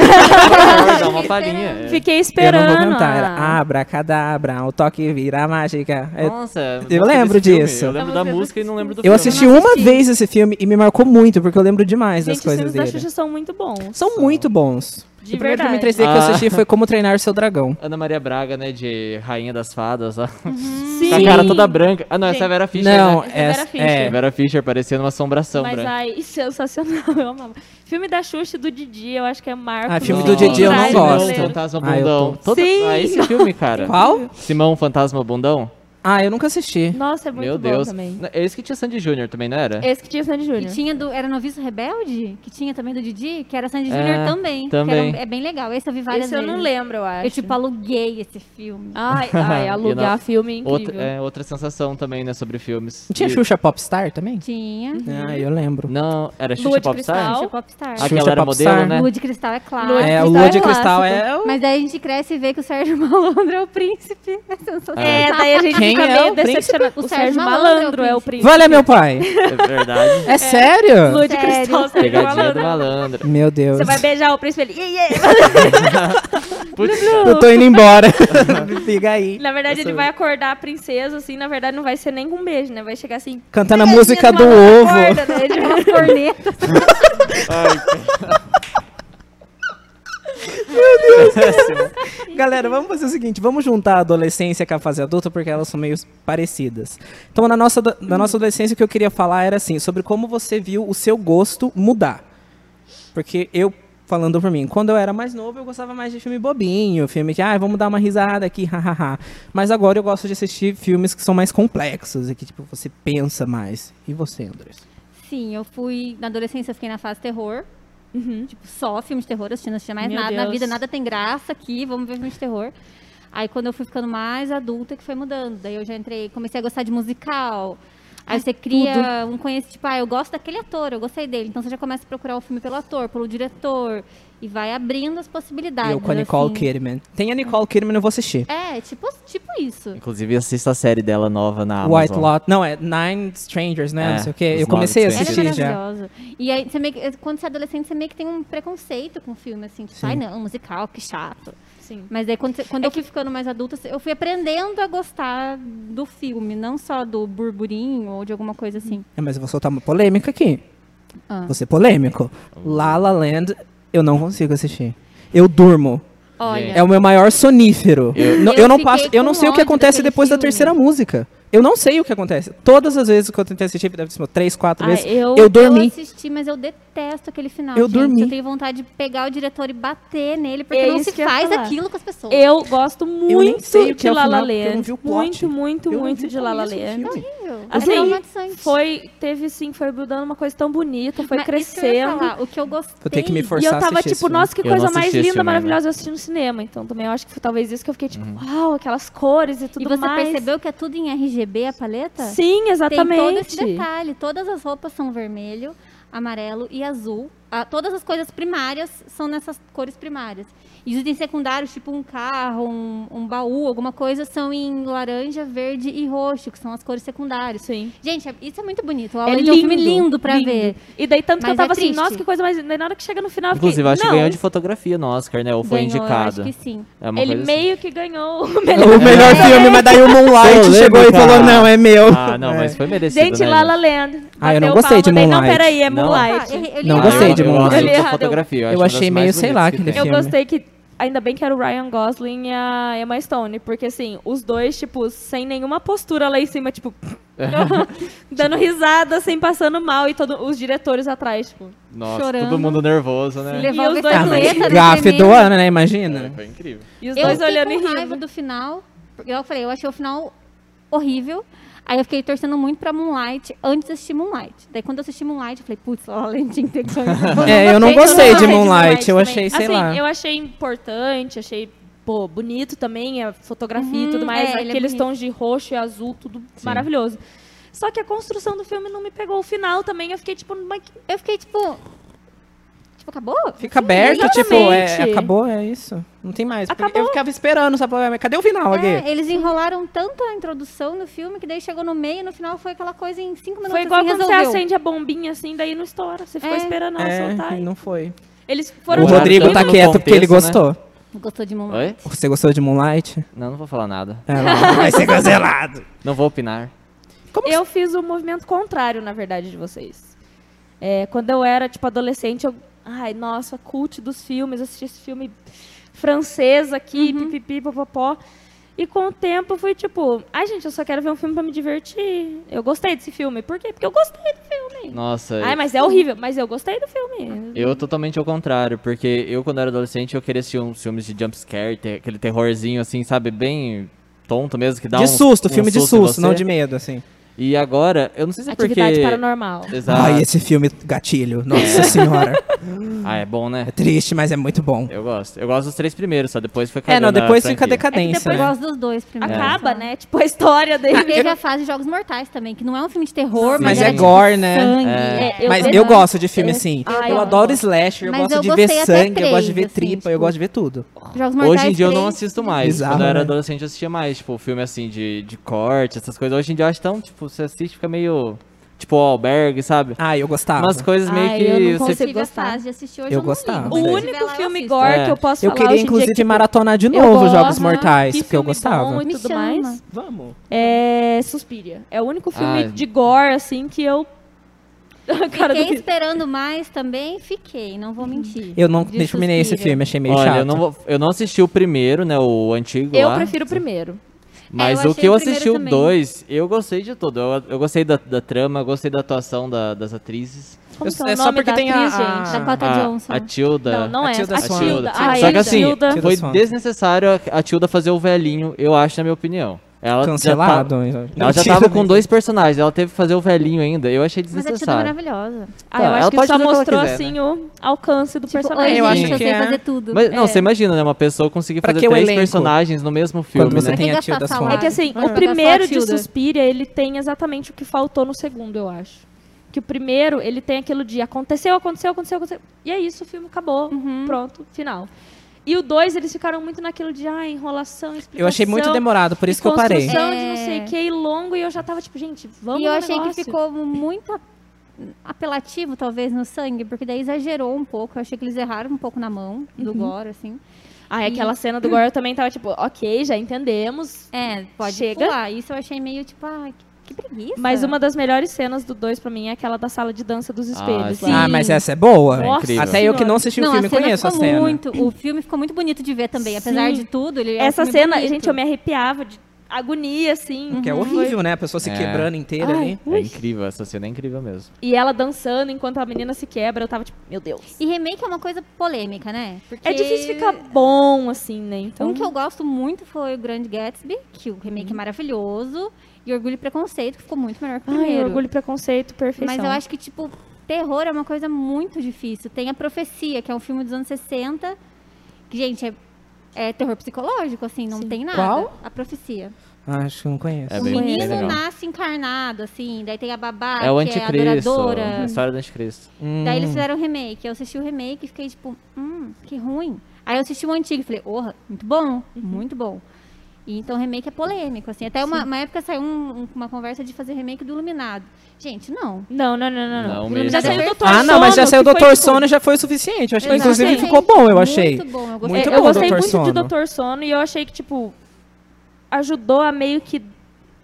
S5: Dá uma palhinha. é.
S3: Fiquei
S2: eu
S3: esperando.
S2: não vou cantar.
S3: ah.
S2: Era abracadabra, o toque vira mágica. É-
S5: Nossa,
S2: Eu
S5: música
S2: lembro
S5: desse filme.
S2: disso.
S5: Eu lembro
S3: A
S5: da
S3: música
S5: música e
S3: desse
S5: não lembro do
S2: Eu
S5: filme.
S2: assisti
S4: não
S2: uma
S4: assisti.
S2: vez esse filme e me marcou muito, porque eu lembro demais das
S3: Gente, tá os
S2: coisas
S3: filmes da
S2: dele.
S3: Xuxa são muito bons.
S2: São muito bons.
S3: De
S2: o primeiro filme em
S3: verdade.
S2: 3D que eu
S5: Ah.
S2: assisti foi Como Treinar Seu Dragão.
S5: Ana Maria Braga, né, de Rainha das Fadas, ó.
S3: Sim.
S5: Com a cara toda branca. Ah, não, essa é a Vera Fischer,
S2: Não,
S5: né?
S3: Essa era
S2: essa-
S3: Fischer.
S5: A
S2: é,
S5: Vera Fischer parecia uma assombração
S3: Mas
S5: branca.
S3: ai, sensacional, eu amava. Filme da Xuxa e do Didi, eu acho que é marco.
S2: Ah, filme
S3: do
S2: do Didi eu não
S3: cultural
S2: gosto.
S3: brasileiro.
S5: Fantasma
S2: Ah, eu
S5: Bundão.
S2: tô-
S5: Todo-
S3: Sim.
S5: Ah, esse filme, cara.
S2: Qual?
S5: Simão Fantasma Bundão?
S2: Ah, eu nunca assisti.
S3: Nossa, é muito
S5: Meu
S3: bom
S5: Deus.
S3: também. É
S5: É esse que tinha Sandy Júnior também, não era?
S3: Esse que tinha Sandy
S4: E
S3: Júnior.
S4: tinha do. Era Noviço Rebelde? Que tinha também do Didi, que era Sandy
S5: É,
S4: Júnior também. que era um-
S5: também.
S4: é bem legal. Esse eu vi várias
S3: Esse eu não
S4: vezes.
S3: lembro, eu acho.
S4: Eu, tipo, aluguei esse filme.
S3: Ai, ai, alugar
S5: E não-
S3: filme é incrível.
S5: Outra, é, outra sensação também, né, sobre filmes.
S2: Não tinha
S5: E-
S2: Xuxa Popstar também?
S4: Tinha.
S2: Ah, eu lembro.
S5: Não, era
S3: Lua
S5: Xuxa
S3: de
S5: Popstar?
S3: Cristal.
S4: Xuxa Popstar.
S2: Xuxa
S5: Aquela era
S2: Popstar.
S5: modelo, né?
S4: Lua de Cristal é claro.
S3: Lua de
S2: É, o
S3: Cristal
S2: Lua de
S3: é
S2: Cristal
S4: clássico.
S2: é. o-
S4: Mas daí a gente cresce e vê que o Sérgio Malandro é o príncipe. É sensacional.
S3: É, daí a gente
S2: Quem Quem
S3: fica
S2: é
S3: meio
S2: o príncipe?
S3: decepcionado. O Sérgio Malandro é o príncipe.
S2: Valeu, meu pai.
S5: É verdade.
S2: É, sério?
S3: Lua de
S4: Sério?
S3: cristal, Sérgio
S5: Pegadinha do
S3: Malandro.
S5: malandro.
S2: Meu Deus.
S3: Você vai beijar o príncipe ele. "Iê, iê".
S5: Putz,
S2: Eu tô indo embora. Fica aí.
S3: Na verdade,
S5: Essa-
S3: ele vai acordar a princesa, assim, na verdade, não vai ser nem com um beijo, né? Vai chegar assim.
S2: Cantando a
S3: "Pegadinha
S2: música do
S3: malandro,
S2: ovo.
S3: acorda", né? Ele vai-
S4: Umas cornetas.
S2: Galera, vamos fazer o seguinte: vamos juntar a adolescência com a fase adulta, porque elas são meio parecidas. Então, na nossa, do- na nossa adolescência, o que eu queria falar era assim, sobre como você viu o seu gosto mudar. Porque eu, falando por mim, quando eu era mais novo, eu gostava mais de filme bobinho, filme que, ah, vamos dar uma risada aqui, hahaha. Mas agora eu gosto de assistir filmes que são mais complexos e que, tipo, você pensa mais. E você, Andrés?
S4: Sim, eu fui. Na adolescência eu fiquei na fase terror.
S3: Uhum.
S4: Tipo, só filme de terror, assistindo, não assistia mais
S3: Meu
S4: nada na
S3: Deus.
S4: vida, nada tem graça aqui, vamos ver filme de terror. Aí quando eu fui ficando mais adulta que foi mudando, daí eu já entrei, comecei a gostar de musical. Aí você cria um conhecimento, tipo, ah, eu gosto daquele ator, eu gostei dele. Então você já começa a procurar o filme pelo ator, pelo diretor, e vai abrindo as possibilidades.
S2: eu com a Nicole
S4: assim.
S2: Kidman. Tem a Nicole Kidman, eu vou assistir.
S4: É, tipo, tipo isso.
S5: Inclusive, assista a série dela nova na Amazon.
S2: White Lot. Não, é Nine Strangers, né?
S5: Ah, É,
S2: não sei o quê.
S5: os
S2: Eu comecei a
S5: Nove
S4: Ela é
S5: Assisti
S2: assistir já.
S4: maravilhosa. E aí, você meio que- quando você é adolescente, você meio que tem um preconceito com o filme, assim, tipo,
S2: Sim.
S4: ai não, musical, que chato.
S3: Sim.
S4: Mas daí, quando, você-
S3: É
S4: quando eu fui ficando mais adulta, eu fui aprendendo a gostar do filme, não só do burburinho ou de alguma coisa assim.
S2: É, Mas eu vou soltar uma polêmica aqui.
S4: Ah.
S2: Você é polêmico. La La Land, eu não consigo assistir. Eu durmo.
S4: Olha,
S2: É, o meu maior sonífero.
S5: Eu-
S2: Não- Eu,
S4: Eu
S2: não
S4: fiquei
S2: passo, eu
S4: com
S2: não sei o que
S4: ódio
S2: acontece
S4: daquele
S2: depois da
S4: filme.
S2: terceira música. Eu não sei o que acontece. Todas as vezes que eu tentei assistir, deve ser três, quatro
S4: ah,
S2: vezes,
S4: eu,
S2: eu dormi.
S4: assisti, mas eu detesto aquele final.
S2: Eu
S4: gente.
S2: dormi.
S4: Eu tenho vontade de pegar o diretor e bater nele, porque
S3: É
S4: não
S3: isso
S4: se
S3: que eu ia
S4: faz
S3: falar.
S4: aquilo com as pessoas.
S3: Eu gosto muito
S2: nem sei o que
S3: de
S2: é o
S3: La La
S2: final, porque eu não
S3: Land.
S2: vi o plot.
S3: muito, muito,
S2: Eu não vi
S3: muito
S2: o
S3: de La La
S2: começo do
S3: Land.
S2: filme.
S4: Horrível.
S3: Assim,
S4: é traumatizante.
S3: Foi, teve sim, foi mudando uma coisa tão bonita, foi
S4: Mas isso que eu ia
S3: crescendo.
S4: falar, o que eu gostei.
S2: Vou ter que me
S3: E
S2: forçar
S3: eu
S2: a
S3: tava
S2: assistir esse
S3: tipo,
S2: filme.
S3: nossa, que
S5: Eu não
S3: coisa
S5: assisti
S3: mais
S5: esse
S3: linda,
S5: filme ainda.
S3: maravilhosa, eu assisti no cinema. Então também eu acho que foi talvez isso que eu fiquei tipo,
S2: Uhum.
S3: uau, aquelas cores e tudo
S4: E você
S3: mais.
S4: percebeu que é tudo em RGB a paleta?
S3: Sim, exatamente.
S4: Tem todo esse detalhe. Todas as roupas são vermelho, amarelo e azul. Ah, todas as coisas primárias são nessas cores primárias. E os itens secundários, tipo um carro, um, um baú, alguma coisa, são em laranja, verde e roxo, que são as cores secundárias.
S3: Sim.
S4: Gente, é- isso é muito bonito. O
S3: É
S4: Alan
S3: lindo,
S4: é um filme lindo pra
S3: lindo.
S4: ver.
S3: E daí tanto que
S4: Mas
S3: eu tava
S4: é
S3: assim,
S4: triste.
S3: nossa, que coisa mais linda. E na hora que chega no final, eu fiquei,
S5: Inclusive, acho
S3: não,
S5: que ganhou de fotografia no Oscar, né? Ou foi
S4: Ganhou, eu
S5: indicado.
S4: Acho que sim.
S5: É uma
S3: ele
S5: coisa assim.
S3: meio que ganhou o melhor.
S2: O melhor filme, mas daí o Moonlight
S5: Polêmica.
S2: chegou e falou, não, é meu.
S5: Ah, não,
S2: É.
S5: mas foi merecido,
S3: Gente,
S5: né,
S3: La La Land.
S2: Ah, eu não
S3: Bateu
S2: gostei
S3: palma,
S2: de
S3: daí, Não,
S2: Moonlight.
S3: peraí, é
S5: Não.
S3: Moonlight.
S4: Ah, eu-
S2: Não
S4: eu li
S2: gostei
S4: errado.
S2: de Moonlight.
S5: eu, Eu
S3: Ele
S5: gosto
S3: errado,
S5: da
S3: eu-
S5: fotografia.
S2: eu
S5: acho uma das
S2: achei
S5: mais
S2: meio, sei lá,
S5: bonitas que
S2: aquele
S5: tem.
S3: Eu
S2: filme.
S3: gostei que. Ainda bem que era o Ryan Gosling e a Emma Stone, porque assim, os dois, tipo, sem nenhuma postura lá em cima, tipo, dando risada, assim, passando mal, e todos os diretores atrás, tipo.
S5: Nossa, todo
S4: chorando.
S5: mundo nervoso,
S4: Se
S5: né?
S4: levar
S3: E
S4: o
S3: os dois
S2: Ah,
S4: Vitaleta
S2: mas
S4: no
S2: gafe do
S4: primeiro.
S2: ano, né?
S5: É,
S2: Imagina.
S5: Foi incrível.
S3: E os
S4: Eu
S3: dois
S4: fiquei
S3: olhando e
S4: com
S3: rindo.
S4: raiva do final. porque Eu falei, eu achei o final horrível. Aí eu fiquei torcendo muito pra Moonlight antes de assistir Moonlight. Daí quando eu assisti Moonlight, eu falei, putz, lá lentinho tem que ganhar.
S2: É, eu não
S3: Gente,
S2: gostei de
S3: gostei
S2: Moonlight.
S3: de
S2: Eu
S3: Moonlight
S2: achei, sei
S3: assim,
S2: lá.
S3: eu achei importante, achei, pô, bonito também, a fotografia e
S4: Uhum,
S3: tudo mais,
S4: é, ele é
S3: aqueles
S4: bonito.
S3: tons de roxo e azul, tudo maravilhoso. Só que a construção do filme não me pegou. O final também, eu fiquei tipo, mas que-
S4: Eu fiquei tipo. Tipo, acabou?
S2: Fica aberto, tipo, é,
S3: exatamente.
S2: acabou, é isso. Não tem mais. Porque
S3: Acabou.
S2: Eu ficava esperando, sabe? Mas Cadê o final aqui?
S4: É, eles enrolaram tanto a introdução no filme que daí chegou no meio e no final foi aquela coisa em cinco minutos
S3: Foi igual
S4: assim,
S3: quando
S4: resolveu.
S3: você acende a bombinha assim, daí não estoura. Você ficou
S4: É.
S3: esperando ela
S2: É,
S3: soltar.
S2: não foi.
S3: Eles
S5: Foram
S2: o
S3: foram
S5: de
S2: Rodrigo
S5: acordo
S2: tá
S5: com o
S2: quieto porque ele
S5: contexto,
S2: gostou.
S4: Gostou de Moonlight?
S5: Oi?
S2: Você gostou de Moonlight?
S5: Não, não vou falar nada.
S2: É, não, vai ser cancelado.
S5: Não vou opinar.
S3: Eu fiz o movimento contrário, na verdade, de vocês. É, quando eu era, tipo, adolescente, eu... Ai, nossa, cult dos filmes, assisti esse filme francês aqui, pipipi, popopó. E com o tempo eu fui, tipo... Ai, gente, eu só quero ver um filme pra me divertir. Eu gostei desse filme. Por quê? Porque eu gostei do filme.
S5: Nossa,
S3: Ai, mas é horrível. Mas eu gostei do filme.
S5: eu totalmente ao contrário, porque eu quando era adolescente eu queria assistir uns filmes de jumpscare, ter aquele terrorzinho assim, sabe? Bem tonto mesmo, que dá
S2: de
S5: um
S2: susto,
S5: um
S2: filme de
S5: em
S2: susto,
S5: você.
S2: não de medo, assim.
S5: E agora, eu não sei se é porque...
S3: Atividade paranormal.
S5: Exato.
S2: Ai, esse filme gatilho. Nossa senhora.
S5: Ah, é bom, né?
S2: É triste, mas é muito bom.
S5: Eu gosto. Eu gosto dos três primeiros, só depois foi
S2: É, não,
S5: cagando a
S2: depois fica
S5: franquia.
S4: É que
S2: decadência.
S4: depois eu
S2: né?
S4: gosto dos dois primeiro.
S3: Acaba, né? Tipo, a história
S4: E
S3: dele.
S4: teve a fase de Jogos Mortais também, que não é um filme de terror,
S5: Sim.
S2: Mas
S4: mas, era
S2: é
S4: tipo
S2: gore, né?
S4: sangue.
S5: É.
S4: é,
S2: Mas
S3: eu-
S2: eu gosto de filme, sim.
S3: Ai,
S2: eu
S3: eu
S2: adoro
S3: amo.
S2: slasher, eu
S4: Mas
S2: gosto
S4: eu
S2: de ver
S4: gostei até
S2: sangue, eu gosto de ver
S4: três, assim,
S2: tripa, eu
S4: tipo-
S2: gosto de ver tudo.
S4: Jogos Mortais
S5: Hoje em dia eu não
S4: três.
S5: assisto mais.
S2: Bizarro,
S5: Quando eu era
S2: né?
S5: adolescente eu assistia mais, tipo, filme assim de, de corte, essas coisas. Hoje em dia eu acho tão, tipo, você assiste fica meio. Tipo, o albergue, sabe?
S2: Ah, eu gostava.
S5: Umas coisas meio
S3: Ai,
S5: que.
S3: eu não
S5: você-
S4: Eu
S3: consigo.
S4: tive a
S3: gostava.
S4: fase de assistir hoje.
S2: Eu
S4: eu não ligo.
S2: gostava.
S3: O
S4: Se
S2: Sei.
S4: tiver
S3: único
S4: lá, eu
S3: filme
S4: assisto.
S3: gore
S5: É.
S3: que eu posso
S2: Eu
S3: falar
S2: queria,
S3: hoje em dia,
S2: inclusive,
S3: tipo,
S2: maratonar de
S3: eu
S2: novo
S3: gosto,
S2: Jogos
S3: né?
S2: Mortais,
S3: Que
S2: porque eu
S3: filme
S2: gostava.
S3: bom e
S4: Me
S3: tudo
S4: chama.
S3: mais.
S2: Vamos.
S3: É Suspiria. É o único filme
S2: Ah,
S5: Ai.
S3: de gore, assim, que eu... A cara
S4: Fiquei
S3: do...
S4: esperando mais também, fiquei, não vou mentir.
S2: Eu não
S4: De
S2: terminei esse
S4: Suspiria.
S2: filme, achei meio
S5: Olha,
S2: chato.
S5: eu não, vou- eu não assisti o primeiro, né? O antigo.
S3: Eu
S5: lá,
S3: prefiro o primeiro.
S5: Mas
S4: É, eu
S5: o que eu
S4: achei o
S5: assisti o
S4: primeiro também.
S5: dois, eu gostei de tudo. Eu, eu gostei da, da trama, gostei da atuação da- das atrizes.
S3: Como
S2: Eu-
S3: que é o
S2: é só
S3: nome
S2: porque
S3: da
S2: tem a-
S3: atriz,
S2: a-
S3: gente?
S4: Dakota
S5: a,
S4: Johnson.
S5: A Tilda.
S3: Não, não
S2: A
S3: é.
S2: Tilda
S3: A
S2: Swan.
S3: Tilda.
S5: A Tilda.
S3: Ai,
S5: Só que
S3: a
S5: assim,
S3: Tilda.
S2: Tilda
S5: Foi
S2: Swan.
S5: desnecessário a a Tilda fazer o velhinho, eu acho, na minha opinião. Ela já tá-
S2: Cancelado.
S5: Ela já
S2: Mentira,
S5: tava com
S2: né?
S5: dois personagens, ela teve que fazer o velhinho ainda. Eu achei
S4: Mas a Tilda é
S5: desnecessário.
S4: maravilhosa.
S3: Ah,
S5: Tá,
S3: eu
S5: ela
S2: É,
S3: acho que
S5: pode
S3: só
S5: fazer o que ela
S3: mostrou,
S5: quiser,
S3: assim, o alcance do
S4: Tipo,
S3: personagem.
S2: né?
S4: oi,
S2: Eu
S4: gente,
S2: acho
S4: eu
S2: que
S4: sei
S2: é-
S4: fazer tudo.
S5: Mas não,
S3: É.
S5: você imagina, né? Uma pessoa conseguir
S2: Pra
S5: fazer
S2: que o
S5: três
S2: elenco?
S5: personagens no mesmo filme,
S2: Quando você
S4: Pra
S5: né?
S2: tem
S4: que
S2: a
S4: gastar
S2: Tilda
S4: essa
S2: Swan.
S4: lata?
S3: É que assim,
S4: Ah.
S3: o primeiro de
S4: Tilda.
S3: Suspiria, ele tem exatamente o que faltou no segundo, eu acho. Que o primeiro, ele tem aquilo de aconteceu, aconteceu, aconteceu, aconteceu. E é isso, o filme acabou, pronto, final. E o dois, eles ficaram muito naquilo de, ah, enrolação, explicação.
S2: Eu achei muito demorado, por
S3: e
S2: isso que eu parei.
S3: Construção de não sei
S4: É.
S3: o que, e longo, e eu já tava tipo, gente, vamos
S4: e eu
S3: no
S4: achei que
S3: negócio.
S4: ficou muito apelativo, talvez, no sangue, porque daí exagerou um pouco. Eu achei que eles erraram um pouco na mão do gore, assim.
S3: Ah, e aquela cena do Gore eu também tava tipo, ok, já entendemos.
S4: É, pode
S3: Chega.
S4: pular. Isso eu achei meio tipo, ah, que, que preguiça.
S3: Mas uma das melhores cenas do dois pra mim é aquela da sala de dança dos espelhos.
S5: sim.
S3: lá.
S2: Ah, mas essa é boa.
S5: É incrível.
S2: Até eu que não assisti o
S4: Não,
S2: filme
S4: a cena
S2: conheço a
S4: ficou
S2: cena.
S4: muito. O filme ficou muito bonito de ver também, apesar
S3: Sim.
S4: de tudo. Ele era
S3: Essa
S4: um filme
S3: cena,
S4: bonito.
S3: gente, eu me arrepiava de agonia, assim.
S2: Que é horrível, né? A pessoa se
S5: É.
S2: quebrando inteira
S3: Ai.
S2: ali.
S5: É incrível, essa cena é incrível mesmo.
S3: E ela dançando enquanto a menina se quebra, eu tava tipo, meu Deus.
S4: E remake é uma coisa polêmica, né? Porque
S3: É difícil ficar bom, assim, né? Então,
S4: Um que eu gosto muito foi o Grande Gatsby, que o remake
S3: Uhum.
S4: é maravilhoso. E Orgulho e Preconceito, que ficou muito melhor que o
S3: Ai,
S4: primeiro.
S3: orgulho, preconceito, perfeição.
S4: Mas eu acho que, tipo, terror é uma coisa muito difícil. Tem A Profecia, que é um filme dos anos 60. Que, gente, é, é terror psicológico, assim, não tem nada.
S2: Qual?
S4: A Profecia.
S2: Acho que não conheço.
S5: É
S4: o
S5: bem, bem
S4: menino
S5: legal.
S4: nasce encarnado, assim. Daí tem a babá,
S3: Ah,
S5: É o
S4: que é
S5: anticristo, a
S2: Uhum.
S3: Hum.
S4: adoradora.
S5: história do anticristo.
S4: Daí
S2: Hum.
S4: eles fizeram o remake. Eu assisti o remake e fiquei tipo, hum, que ruim. Aí eu assisti o antigo e falei, orra, muito bom, muito bom. E então o remake é polêmico, assim. Até uma, uma época saiu um- um- uma conversa de fazer remake do Iluminado. Gente, não.
S3: Não, não, não, não.
S5: Não
S3: não.
S5: mesmo.
S3: Já saiu o Dr.
S2: Ah, não, mas já
S3: Sono,
S2: saiu o
S3: que foi,
S2: Dr.
S3: tipo,
S2: Sono e já foi o suficiente. Eu achei,
S4: Exato.
S2: inclusive
S4: Gente,
S2: ficou bom, eu achei.
S4: Muito bom, eu
S3: é,
S4: gostei.
S2: Muito
S3: eu
S2: bom,
S3: gostei
S2: Dr.
S3: muito
S2: Sono.
S3: de Dr. Sono e eu achei que, tipo, ajudou a meio que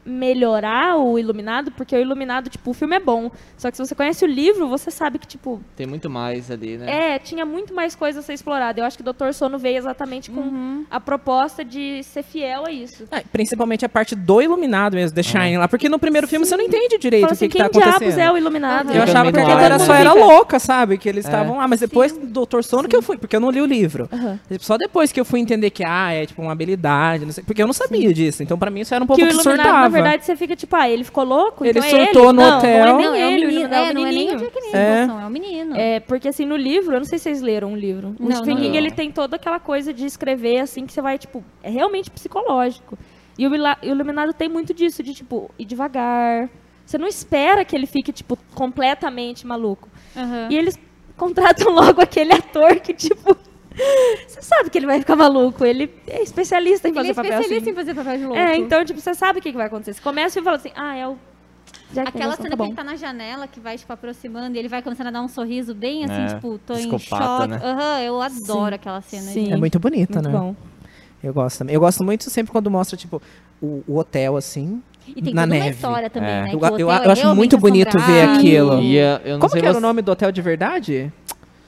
S3: melhorar o Iluminado, porque o Iluminado, tipo, o filme é bom. Só que se você conhece o livro, você sabe que, tipo,
S5: Tem muito mais ali, né?
S3: É, tinha muito mais coisa a ser explorada. Eu acho que o Dr. Sono veio exatamente com a proposta de ser fiel a isso.
S2: Ah, Principalmente a parte do iluminado mesmo, The Shining lá. Porque no primeiro filme você não entende direito
S3: Fala
S2: o que,
S3: assim,
S2: que
S3: quem
S2: tá acontecendo.
S3: diabos é o Iluminado? é
S2: Eu
S5: Fica
S2: achava
S5: meio
S2: que a
S5: no ar,
S2: galera
S5: né?
S2: só era
S3: Fica.
S2: louca, sabe? Que
S3: É.
S2: eles estavam lá. Mas depois do Doutor Sono que eu fui, porque eu não li o livro.
S3: Aham.
S2: Só depois que eu fui entender que, ah, é tipo uma habilidade, não sei. Porque eu não sabia disso. Então, pra mim, isso era um pouco
S3: Que
S2: que,
S3: o Iluminado,
S2: surtava.
S3: na verdade, você fica tipo, ah, ele ficou louco?
S2: Ele
S3: então é
S2: surtou
S3: ele?
S2: no
S3: não,
S2: hotel.
S3: Não,
S4: Não, é o menino,
S3: não é o
S4: não é nem o
S3: menininho.
S4: Jack
S2: É.
S4: Nicholson, é. o menino.
S3: É, porque assim, no livro, eu não sei se vocês leram o livro. O
S4: Não,
S3: Stephen
S4: não
S3: King,
S5: li.
S3: ele tem toda aquela coisa de escrever, assim, que você vai, tipo, é realmente psicológico. E o Ila- o Iluminado tem muito disso, de, tipo, ir devagar. Você não espera que ele fique, tipo, completamente maluco.
S4: Aham.
S3: E eles contratam logo aquele ator que, tipo. Você sabe que ele vai ficar maluco. Ele é especialista em
S4: Ele é
S3: fazer papel
S4: especialista
S3: assim.
S4: em fazer papel de louco.
S3: É, então, tipo, você sabe o que, que vai acontecer. Você começa e fala assim: ah, é o. Jack
S4: Aquela
S3: Nicholson,
S4: cena
S3: tá
S4: que
S3: bom.
S4: ele tá na janela, que vai, tipo, aproximando, e ele vai começando a dar um sorriso bem assim,
S5: É,
S4: tipo, tô em
S5: psicopata,
S4: choque.
S5: né?
S4: Aham, eu adoro aquela cena.
S3: Sim.
S4: gente.
S2: É muito bonita,
S3: Muito
S2: né?
S3: bom.
S2: Eu gosto também. Eu gosto muito sempre quando mostra, tipo, o, o hotel, assim.
S4: E tem
S2: na
S4: toda uma
S2: neve.
S4: história também,
S5: É.
S4: né?
S2: Eu,
S4: que o
S2: eu- eu
S4: hotel é
S2: acho muito
S4: realmente
S2: bonito ver
S4: assombrado.
S2: aquilo.
S5: E a- eu não
S2: Como
S5: sei
S2: que era o
S5: você-
S2: nome do hotel de verdade?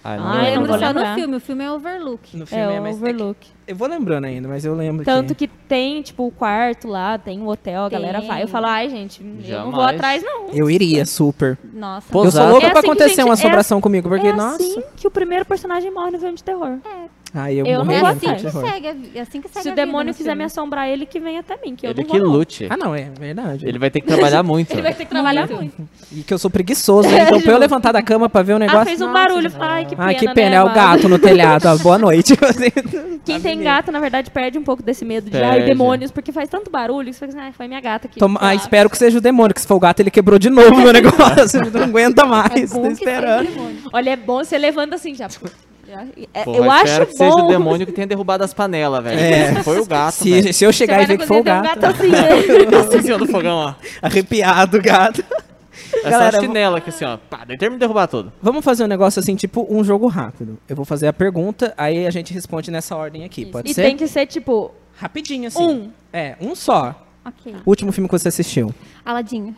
S5: Ah,
S3: Ah,
S4: Eu lembro
S3: Não vou
S4: só
S3: lembrar.
S4: no filme, o filme é Overlook.
S2: No
S3: É,
S2: filme é,
S3: o
S2: mas é que-
S3: Overlook.
S2: eu vou lembrando ainda, mas eu lembro
S3: Tanto
S2: que...
S3: que tem, tipo, o quarto lá, tem o hotel, a galera
S4: Tem.
S3: vai. Eu falo, ai, gente, eu não vou
S5: Jamais.
S3: atrás, não.
S2: Eu iria, super.
S4: Nossa.
S5: Pô,
S2: Eu sou
S5: Pousada.
S2: louca
S3: É
S2: pra
S3: assim que,
S2: acontecer
S3: gente,
S2: uma
S3: é
S2: assombração comigo, porque,
S3: é
S2: nossa...
S3: assim que o primeiro personagem morre no filme de terror.
S2: Ah, eu, morro
S3: Eu não
S4: É
S2: muito
S3: gosto
S4: assim
S2: de
S4: que
S2: horror.
S4: segue, a vi- é assim que segue
S3: Se
S4: a
S3: o
S4: vida
S3: demônio
S4: nos
S3: quiser me
S4: filmes.
S3: assombrar, ele que vem até mim, que eu
S5: Ele
S3: não
S5: que
S3: vou, não.
S5: lute.
S2: Ah, não, é verdade.
S5: Ele vai ter que trabalhar muito.
S3: Ele vai ter que trabalhar
S4: Muito.
S3: muito.
S2: E que eu sou preguiçoso, né? então pra eu levantar da cama pra ver o negócio...
S3: ah, fez um
S2: nossa.
S3: barulho. Ai, que pena,
S2: Ah, que pena,
S3: né,
S2: é o
S3: amado?
S2: gato no telhado. Ah, boa noite.
S3: Quem tem gato, na verdade, perde um pouco desse medo de ai,
S5: Perde.
S3: demônios, porque faz tanto barulho que você fica assim, ai, foi minha gata que.
S2: Toma-
S3: sei
S2: ah,
S3: lá.
S2: espero que seja o demônio, que se for o gato ele quebrou de novo meu negócio. Não
S3: Tá
S2: aguenta mais,
S4: Bom
S2: tô
S4: que
S2: esperando.
S4: seja um demônio.
S3: Olha, é bom, você levanta assim já. É,
S5: Porra,
S3: eu
S5: espero
S3: acho
S5: que seja o
S3: bom.
S5: demônio que tenha derrubado as panelas, velho.
S2: É.
S5: Foi o gato, velho.
S2: Se, se eu
S3: Você
S2: chegar
S3: vai
S2: e ver
S3: na
S2: que foi
S3: cozinha
S2: o
S3: tem um
S2: gato,
S3: gato assim, né?
S5: Nossa, em cima do fogão, ó.
S2: arrepiado o gato.
S5: Essa
S2: Galera,
S5: chinela aqui, assim, ó. Pá, daí termina de derrubar tudo.
S2: Vamos fazer um negócio assim, tipo um jogo rápido. Eu vou fazer a pergunta, aí a gente responde nessa ordem aqui, pode
S3: E
S2: ser?
S3: tem que ser tipo
S2: Rapidinho, assim.
S3: um.
S2: É, um só.
S4: Ok.
S2: Último filme que você assistiu.
S4: Aladinho.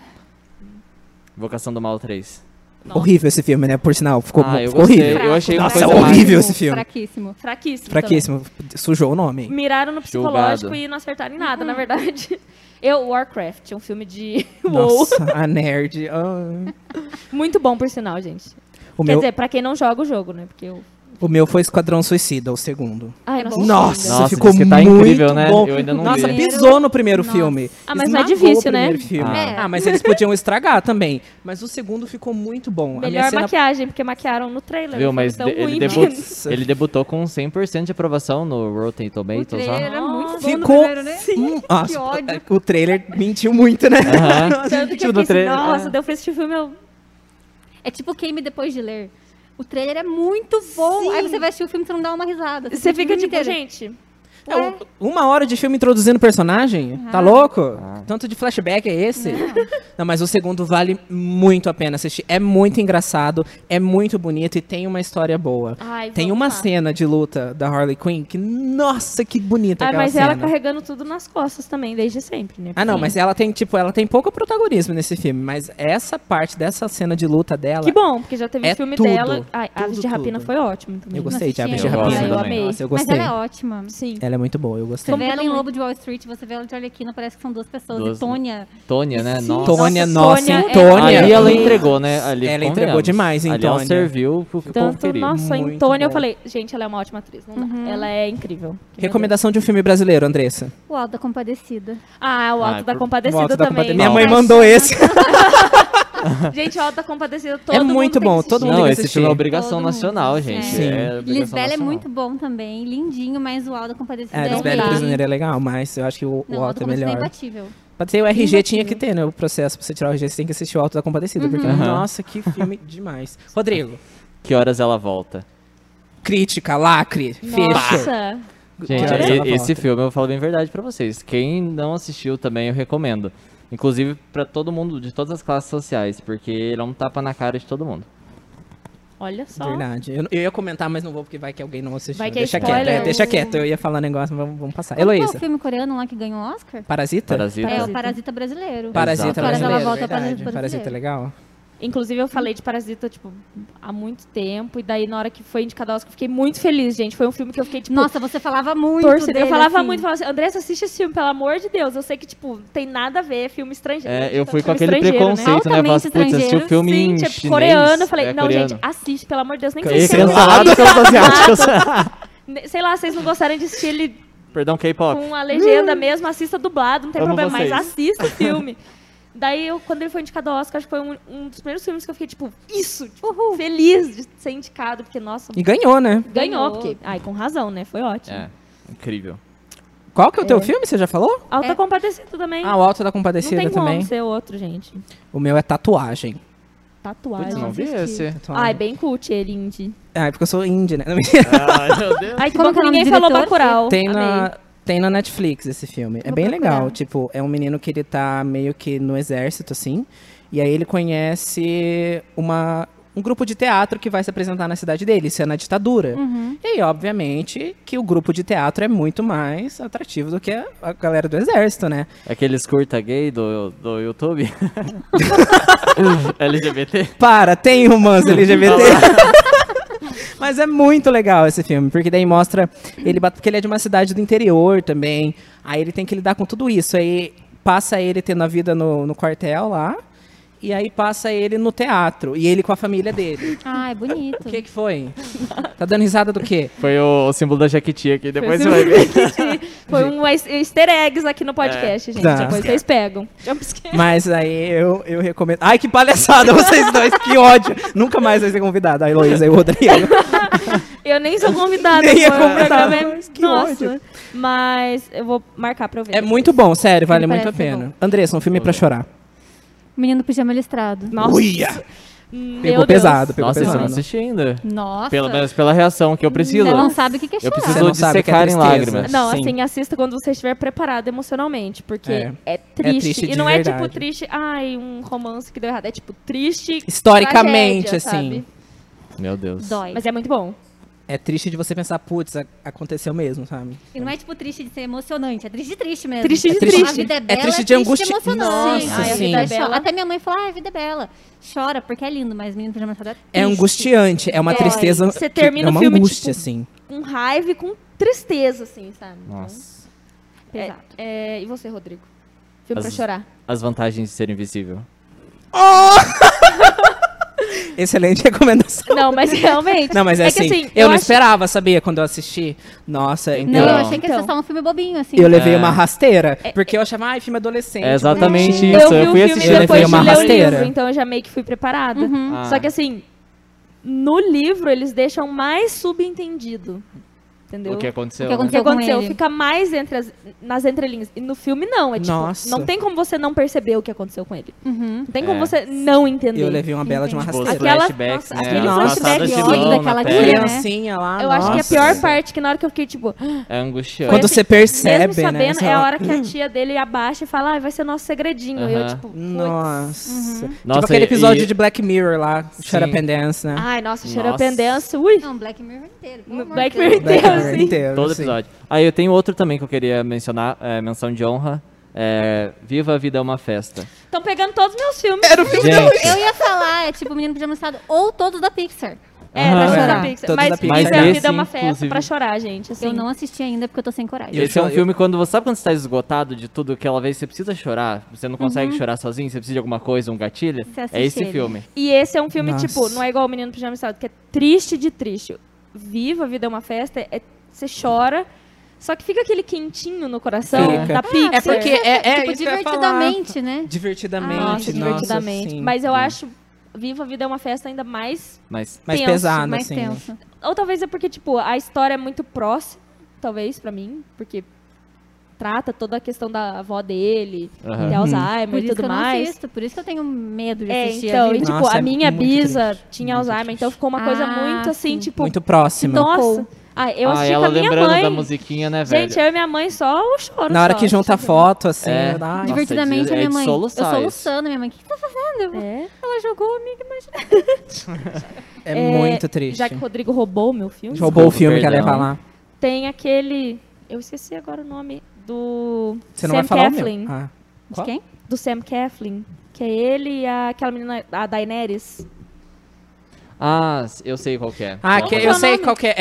S5: Vocação do Mal 3.
S3: Nossa.
S2: Horrível esse filme, né? Por sinal, ficou,
S5: ah, eu
S2: ficou
S5: gostei.
S2: horrível.
S5: Eu achei uma
S2: Nossa,
S5: coisa
S2: é horrível.
S5: mais.
S2: esse filme.
S4: Fraquíssimo.
S3: Fraquíssimo.
S2: Fraquíssimo. Sujou o nome.
S3: também.
S2: hein?
S3: Miraram no psicológico
S5: Julgado.
S3: e não acertaram em nada, na verdade. Uhum. Eu, Warcraft, um filme de WoW.
S2: Nossa, a nerd. ah.
S3: Muito bom, por sinal, gente.
S2: O,
S3: Quer
S2: meu,
S3: dizer, pra quem não joga o jogo, né? Porque eu.
S2: o meu foi Esquadrão Suicida, o segundo.
S3: Ai,
S4: É
S3: não
S4: bom.
S2: Nossa,
S5: Nossa,
S2: ficou
S5: diz que tá
S2: muito
S5: incrível, né?
S2: bom.
S5: Eu ainda não
S2: Nossa,
S5: vi.
S2: pisou no primeiro
S4: Nossa.
S2: filme.
S3: Ah, mas não é
S2: Esmagou
S3: difícil,
S2: o primeiro
S3: né?
S2: filme.
S5: É.
S2: Ah, mas eles podiam estragar também. Mas o segundo ficou muito bom. a minha
S3: Melhor
S2: cena
S3: maquiagem, porque maquiaram no trailer.
S5: Viu,
S3: não foi
S5: mas
S3: tão
S5: de- ele,
S3: ruim. né?
S5: debu-
S2: Nossa.
S5: ele debutou com 100% de aprovação no Rotten
S4: O
S5: Tomatoes
S4: trailer
S5: lá.
S4: era
S3: Tá
S4: muito bom no
S2: Ficou.
S4: primeiro, né?
S2: Hum, nossa,
S4: ódio.
S2: O trailer mentiu muito, né?
S5: Aham.
S3: Tanto que
S5: Tipo
S3: eu fiquei
S5: do
S3: assim,
S5: trailer,
S3: nossa,
S5: é.
S3: deu pra assistir o filme, eu...
S4: É tipo queime depois de ler. O trailer é muito bom. Aí você vai assistir o filme e você não dá uma risada.
S3: Você fica tipo,
S4: inteiro.
S3: gente...
S2: É, um- uma hora de filme introduzindo personagem? Tá louco? Tanto de flashback é esse? Não. mas o segundo vale muito a pena assistir. É muito engraçado, é muito bonito e tem uma história boa.
S3: Ai,
S2: tem
S3: vamos
S2: uma
S3: lá.
S2: cena de luta da Harley Quinn que, nossa, que bonita
S3: Ah,
S2: aquela
S3: mas
S2: cena.
S3: ela carregando tudo nas costas também, desde sempre, né?
S2: Ah, não,
S3: Sim.
S2: mas ela tem, tipo, ela tem pouco protagonismo nesse filme, mas essa parte dessa cena de luta dela.
S3: Que bom, porque já teve
S2: É
S3: filme
S2: tudo,
S3: dela. Ai,
S2: tudo,
S3: Aves de Rapina
S2: tudo.
S3: foi ótimo também.
S2: Eu gostei de
S4: assisti
S2: Aves de
S5: ainda.
S2: Rapina.
S5: Ah, eu
S2: também.
S3: amei.
S2: Nossa, eu
S4: Mas
S2: gostei.
S4: ela é ótima.
S3: Sim.
S2: Ela é muito boa, eu
S4: Você
S2: gostei.
S4: vê ela em
S3: Muito.
S4: Lobo de Wall Street, você vê ela de Arlequina, parece que são duas pessoas.
S5: Duas-
S4: E Tônia.
S5: Tônia, né?
S3: Sim.
S5: Nossa.
S2: Tônia, nossa,
S3: Nossa, Tônia
S2: hein,
S3: é-
S2: Tônia.
S5: Ali ela
S3: Sim.
S5: entregou, né? Ali,
S2: Ela
S5: convenhamos.
S2: entregou demais, hein,
S5: Ali ela
S2: Tônia.
S5: serviu pro que
S3: Tanto,
S5: conferir.
S3: Então, nossa,
S2: Muito
S3: em Tônia eu
S2: bom.
S3: falei, gente, ela é uma ótima atriz, não
S4: Uhum.
S3: dá. Ela é incrível.
S2: Recomendação de um filme brasileiro, Andressa.
S4: O Alda Compadecida.
S3: Ah, o Alto
S5: Ah,
S3: da
S5: por-
S3: Compadecida
S2: Volta da
S3: também.
S2: Compadecida. Minha
S5: Não,
S2: mãe
S5: mas-
S2: mandou esse.
S3: Gente, o Alto da Compadecida, todo
S2: É
S3: mundo
S2: muito
S3: tem que
S2: bom, todo
S3: assistir.
S2: mundo tem
S5: Não,
S2: que
S5: esse
S2: assistir.
S5: filme é obrigação
S4: Todo mundo.
S5: nacional,
S4: É.
S5: gente.
S2: Sim.
S5: É obrigação
S4: Lisbela é
S5: nacional.
S4: muito bom também, lindinho, mas o Alda Compadecida
S2: É,
S4: é,
S2: Lisbela e
S4: rei.
S2: Prisioneiro é legal, mas eu acho que o,
S4: Não,
S2: o
S4: o
S2: Alto é
S4: Alda Compadecida é
S2: melhor.
S4: imbatível.
S2: Pra ter o RG
S4: imbatível.
S2: tinha que ter, né? O processo pra você tirar o RG, você tem que assistir o Alto da Compadecida. Porque,
S5: Uhum.
S2: nossa, que filme demais. Rodrigo,
S5: Que horas ela volta?
S2: crítica, lacre, fecho.
S3: Nossa,
S5: Gente,
S2: horas
S5: e-
S2: ela volta?
S5: esse filme eu vou falar bem a verdade pra vocês. Quem não assistiu também eu recomendo. Inclusive pra todo mundo, de todas as classes sociais, porque ele é um tapa na cara de todo mundo.
S3: olha só.
S2: Verdade. Eu, eu ia comentar, mas não vou, porque vai que alguém não assistiu.
S3: Vai que é
S2: deixa
S3: spoiler.
S2: quieto, é, deixa quieto. Eu ia falar negócio, mas vamos, vamos passar.
S4: Qual que é o
S2: Heloísa,
S4: filme coreano lá que ganhou o Oscar?
S2: Parasita?
S5: Parasita.
S4: É, o Parasita Brasileiro.
S2: Um Parasita
S5: Exato.
S4: Agora ela
S2: brasileiro,
S4: volta ao
S2: verdade.
S4: Parasita
S2: Parasita é legal?
S3: Inclusive, eu falei de Parasita, tipo, há muito tempo. E daí, na hora que foi indicado ao Oscar, eu fiquei muito feliz, gente. Foi um filme que eu fiquei, tipo,
S4: Nossa, você falava muito
S3: torcida.
S4: dele,
S3: Eu falava
S4: assim.
S3: muito, falava assim, Andressa, assiste esse filme, pelo amor de Deus. Eu sei que, tipo, tem nada a ver, filme estrangeiro. Tipo,
S5: É, eu fui com
S3: Filme
S5: aquele
S3: estrangeiro, né?
S5: preconceito, né?
S4: Altamente
S5: Fala, putz, assistiu o
S4: estrangeiro,
S5: filme
S3: Sim,
S5: em
S3: tipo,
S5: chinês.
S3: coreano. Eu falei,
S5: É,
S3: não,
S5: coreano. é
S3: gente, assiste, pelo amor de Deus. Nem
S5: E
S3: sei se
S5: cancelado pelos asiáticos.
S3: Ne- Sei lá, vocês não gostarem de assistir ele
S5: Perdão, K-pop.
S3: com a legenda mesmo, assista dublado, não tem
S5: Amo
S3: problema, mas
S5: vocês.
S3: assista o filme. Daí, eu, quando ele foi indicado ao Oscar, acho que foi um, um dos primeiros filmes que eu fiquei, tipo, isso, tipo, feliz de ser indicado, porque, nossa,
S2: E ganhou, né?
S3: ganhou,
S4: ganhou.
S3: porque, ai, com razão, né, foi ótimo.
S5: É, incrível.
S2: Qual que é o teu filme? Você já falou?
S3: Alta
S4: É.
S3: Compadecida também,
S2: Ah, o Alto da
S3: não
S2: Compadecida
S3: tem como
S2: também.
S3: ser outro, gente.
S2: O meu é tatuagem.
S3: Tatuagem.
S5: Putz, não vi
S3: assisti.
S5: esse.
S3: Ah, é bem cult ele, indie.
S2: Ah, é porque eu sou indie, né?
S5: Ai, Ah, meu Deus.
S3: Ai, que
S4: Como
S3: bom que
S4: que é o nome
S3: ninguém
S4: do
S3: falou
S4: diretor?
S3: Bacurau.
S2: Tem
S3: Amei.
S2: na, tem na Netflix esse filme. é
S4: Vou
S2: bem
S4: procurar.
S2: legal. Tipo, é um menino que ele tá meio que no exército, assim. E aí ele conhece uma, um grupo de teatro que vai se apresentar na cidade dele. Isso é na ditadura. E aí, obviamente, que o grupo de teatro é muito mais atrativo do que a, a galera do exército, né?
S5: Aqueles curta gay do, do YouTube. LGBT.
S2: Para, tem um romance LGBT. Mas é muito legal esse filme, porque daí mostra ele bat- porque ele é de uma cidade do interior também. Aí ele tem que lidar com tudo isso. Aí passa ele tendo a vida no, no quartel lá. e aí passa ele no teatro. E ele com a família dele.
S4: Ah, é bonito.
S2: O que que foi? Tá dando risada do quê?
S5: Foi o, o símbolo da Jequiti aqui, depois
S3: Foi
S5: você vai ver.
S3: Foi um ex- easter eggs aqui no podcast, gente.
S2: Tá.
S3: Depois vocês pegam. Jumpscare.
S2: Mas aí eu, eu recomendo. Ai, que palhaçada vocês dois, que ódio. Nunca mais vai ser convidado. A Heloísa e o Rodrigo.
S3: Eu nem sou convidada.
S2: Nem é
S3: pô, o
S2: convidada,
S3: programa é-
S2: mas que
S3: Nossa.
S2: ódio.
S3: Mas eu vou marcar pra eu ver.
S2: É muito bom, sério, vale
S4: Parece
S2: muito a
S4: ser
S2: pena. Andressa, um filme pra chorar.
S4: Menino do pijama listrado.
S3: Nossa.
S2: Uia!
S3: Meu
S2: Pegou
S3: Deus.
S2: pesado, pegou
S5: Nossa, esse eu não
S2: pesado.
S5: assisti ainda.
S4: Nossa.
S5: Pelo menos pela reação que eu preciso.
S4: Você não sabe o que que é
S5: Eu
S4: chorar.
S2: Você
S5: preciso
S2: não
S5: de
S2: sabe o que é
S5: secar em
S2: tristeza.
S5: lágrimas.
S3: Não,
S5: sim.
S3: assim, assista quando você estiver preparado emocionalmente, porque
S2: É.
S3: é, triste.
S2: triste de
S3: e não é tipo
S2: verdade.
S3: triste, ai, um romance que deu errado. É tipo triste.
S2: Historicamente,
S3: tragédia,
S2: assim.
S3: sabe?
S5: Meu Deus.
S4: Dói.
S3: Mas é muito bom.
S2: É triste de você pensar, putz, a- aconteceu mesmo, sabe?
S4: E não é tipo triste de ser emocionante, é triste triste mesmo.
S3: Triste de
S4: é
S2: triste.
S4: A vida
S2: É
S4: é bela,
S2: triste
S4: é triste
S2: de
S4: de
S2: angústia.
S4: emocionante.
S2: Nossa,
S4: Ai, a
S2: sim.
S4: vida é
S3: Bela.
S4: bela. Até minha mãe falou, ah, a vida é bela. Chora, porque é lindo, mas menino do pijama listrado é
S2: É
S4: triste.
S2: angustiante, é uma
S3: Dói.
S2: tristeza.
S3: Você
S2: que- é
S3: termina o
S2: uma
S3: filme,
S2: angústia,
S3: tipo,
S2: assim.
S3: Com raiva e com tristeza, assim, sabe? Então,
S5: Nossa.
S3: é,
S4: Pesado.
S3: é, e você, Rodrigo? Filme pra
S5: As-
S3: chorar.
S5: As vantagens de ser invisível.
S2: Excelente recomendação.
S3: Não, mas realmente.
S2: Não, mas é,
S3: é
S2: assim,
S3: que assim,
S2: eu, não
S3: acho-
S2: esperava, sabia, quando eu assisti. Nossa,
S4: Não,
S5: Então-
S4: eu achei que ia ser
S3: Então.
S4: só um filme bobinho, assim.
S2: eu levei
S5: É.
S2: uma rasteira,
S3: é.
S2: porque eu achava, ai, filme adolescente. né?"
S5: É
S3: Eu
S5: exatamente isso.
S3: vi
S5: Eu
S3: o
S5: fui
S3: filme
S5: assistir
S3: depois
S2: Foi
S3: de
S2: uma
S3: ler o livro,
S2: rasteira.
S3: então eu já meio que fui preparada.
S5: Ah.
S3: Só que assim, no livro eles deixam mais subentendido. Entendeu?
S5: O que aconteceu?
S4: O que
S5: né?
S3: assim, O que
S4: aconteceu com
S3: aconteceu
S4: ele.
S3: fica mais entre as- nas entrelinhas. E no filme, não. É tipo,
S2: Nossa.
S3: não tem como você não perceber o que aconteceu com ele.
S4: Uhum.
S3: Não tem como
S5: É.
S3: você não entender.
S2: Eu levei uma bela de uma
S5: Tipo, os
S2: rasteira.
S3: Aquela-
S5: flashbacks,
S3: nossa,
S5: né?
S3: aquele
S5: As
S3: flashback
S5: passadas de
S4: ódio
S5: mão na
S4: daquela
S5: tela.
S4: guria, né?
S2: criancinha lá.
S3: eu acho que
S2: nossa.
S3: a pior parte, que na hora que eu fiquei, tipo,
S5: É angustiante.
S2: Quando
S3: assim,
S2: você percebe,
S3: mesmo sabendo,
S2: né? você
S3: é a
S2: fala,
S3: hora que a tia dele abaixa e fala, ah, vai ser nosso segredinho. E Eu,
S5: Aham.
S3: tipo, putz. Uhum.
S2: Nossa. tipo
S5: Nossa,
S2: aquele
S5: e-
S2: episódio
S5: e-
S2: de Black Mirror lá, Shut Up and Dance, né?
S3: Ai, nossa, cheira
S5: Nossa.
S3: pendência. Ui.
S4: Não, Black Mirror inteiro. pelo
S3: No
S4: amor
S3: Black
S4: de Deus.
S3: Mirror
S2: Black
S3: Deus,
S2: Mirror
S3: sim.
S2: inteiro.
S5: Todo
S2: sim.
S5: episódio. Aí eu tenho outro também que eu queria mencionar, é, menção de honra. É, Viva a Vida é uma Festa.
S3: Estão pegando todos os meus filmes.
S2: Era o filme
S5: Gente,
S4: Eu ia falar, é tipo Menino do Pijama Listrado ou todos da Pixar.
S3: É,
S5: Aham.
S3: pra chorar.
S2: É,
S3: Pixar.
S2: todos
S3: mas
S2: da Pixar. Mas
S3: Pixar. a vida
S5: esse,
S3: é uma festa
S5: inclusive-
S3: pra chorar, gente. assim.
S4: Eu não assisti ainda porque eu tô sem coragem.
S2: Eu
S5: Esse é um
S2: choro-
S5: filme quando você sabe quando você tá esgotado de tudo, aquela vez você precisa chorar, você não
S3: Uhum.
S5: consegue chorar sozinho, você precisa de alguma coisa, um gatilho.
S4: Você assiste
S5: É esse
S4: ele.
S5: filme.
S3: E esse é um filme,
S2: Nossa.
S3: tipo, não é igual o Menino do Pijama Listrado, que é triste de triste. Viva, a vida é uma festa, é, você chora, só que fica aquele quentinho no coração
S2: Fica.
S3: da Pixar.
S2: É porque é, é
S4: tipo,
S2: isso que eu ia falar.
S4: divertidamente, né?
S2: Divertidamente,
S3: Nossa,
S2: nossa,
S3: divertidamente.
S2: sim.
S3: Mas eu acho Viva, a vida é uma festa ainda mais...
S5: Mas
S2: mais
S3: tenso,
S2: pesado,
S4: Mais
S2: assim.
S4: tenso.
S3: Ou talvez é porque, tipo, a história é muito próxima, talvez, pra mim, porque trata toda a questão da avó dele,
S5: Aham.
S2: Uhum.
S3: ter
S4: Por
S3: Alzheimer e
S4: isso que
S3: tudo
S4: eu não
S3: mais.
S4: assisto, por isso que eu tenho medo de
S3: É,
S4: assistir.
S3: então, e
S4: viu?
S3: tipo,
S2: Nossa,
S3: a
S2: é
S3: minha
S2: muito
S3: bisa
S2: triste,
S3: tinha
S2: muito
S3: Alzheimer, então ficou uma coisa
S4: Ah,
S3: muito assim,
S4: sim.
S3: tipo,
S2: Muito próximo.
S3: nossa. Ah, eu
S5: ah,
S3: assisti
S5: ela
S3: com a minha
S5: lembrando
S3: mãe.
S5: da musiquinha, né, velho?
S3: Gente, é eu e minha mãe só o choro.
S2: Na hora
S3: só,
S2: que junta
S3: assim.
S2: foto, assim,
S5: É.
S2: dá-
S5: Nossa,
S4: Divertidamente,
S5: é de-
S4: a
S5: é
S4: minha
S5: de
S4: mãe.
S5: soluçar
S4: eu
S5: isso.
S4: soluçando, minha mãe. O que que tá fazendo?
S3: É.
S4: Ela jogou amiga, imagina.
S2: é muito triste.
S3: Já que o Rodrigo roubou o meu filme,
S2: Roubou o filme que ela ia
S5: Perdão.
S2: falar.
S3: tem aquele. Eu esqueci agora o nome do.
S2: Você não
S3: Sam
S2: vai falar o
S3: Claflin.
S2: meu. Ah.
S4: De quem?
S3: Do Sam Claflin. Que é ele e a- aquela menina, a Daenerys.
S5: Ah, eu sei qual que é.
S2: Ah,
S5: Não,
S2: que
S5: mas-
S2: eu sei qual que é.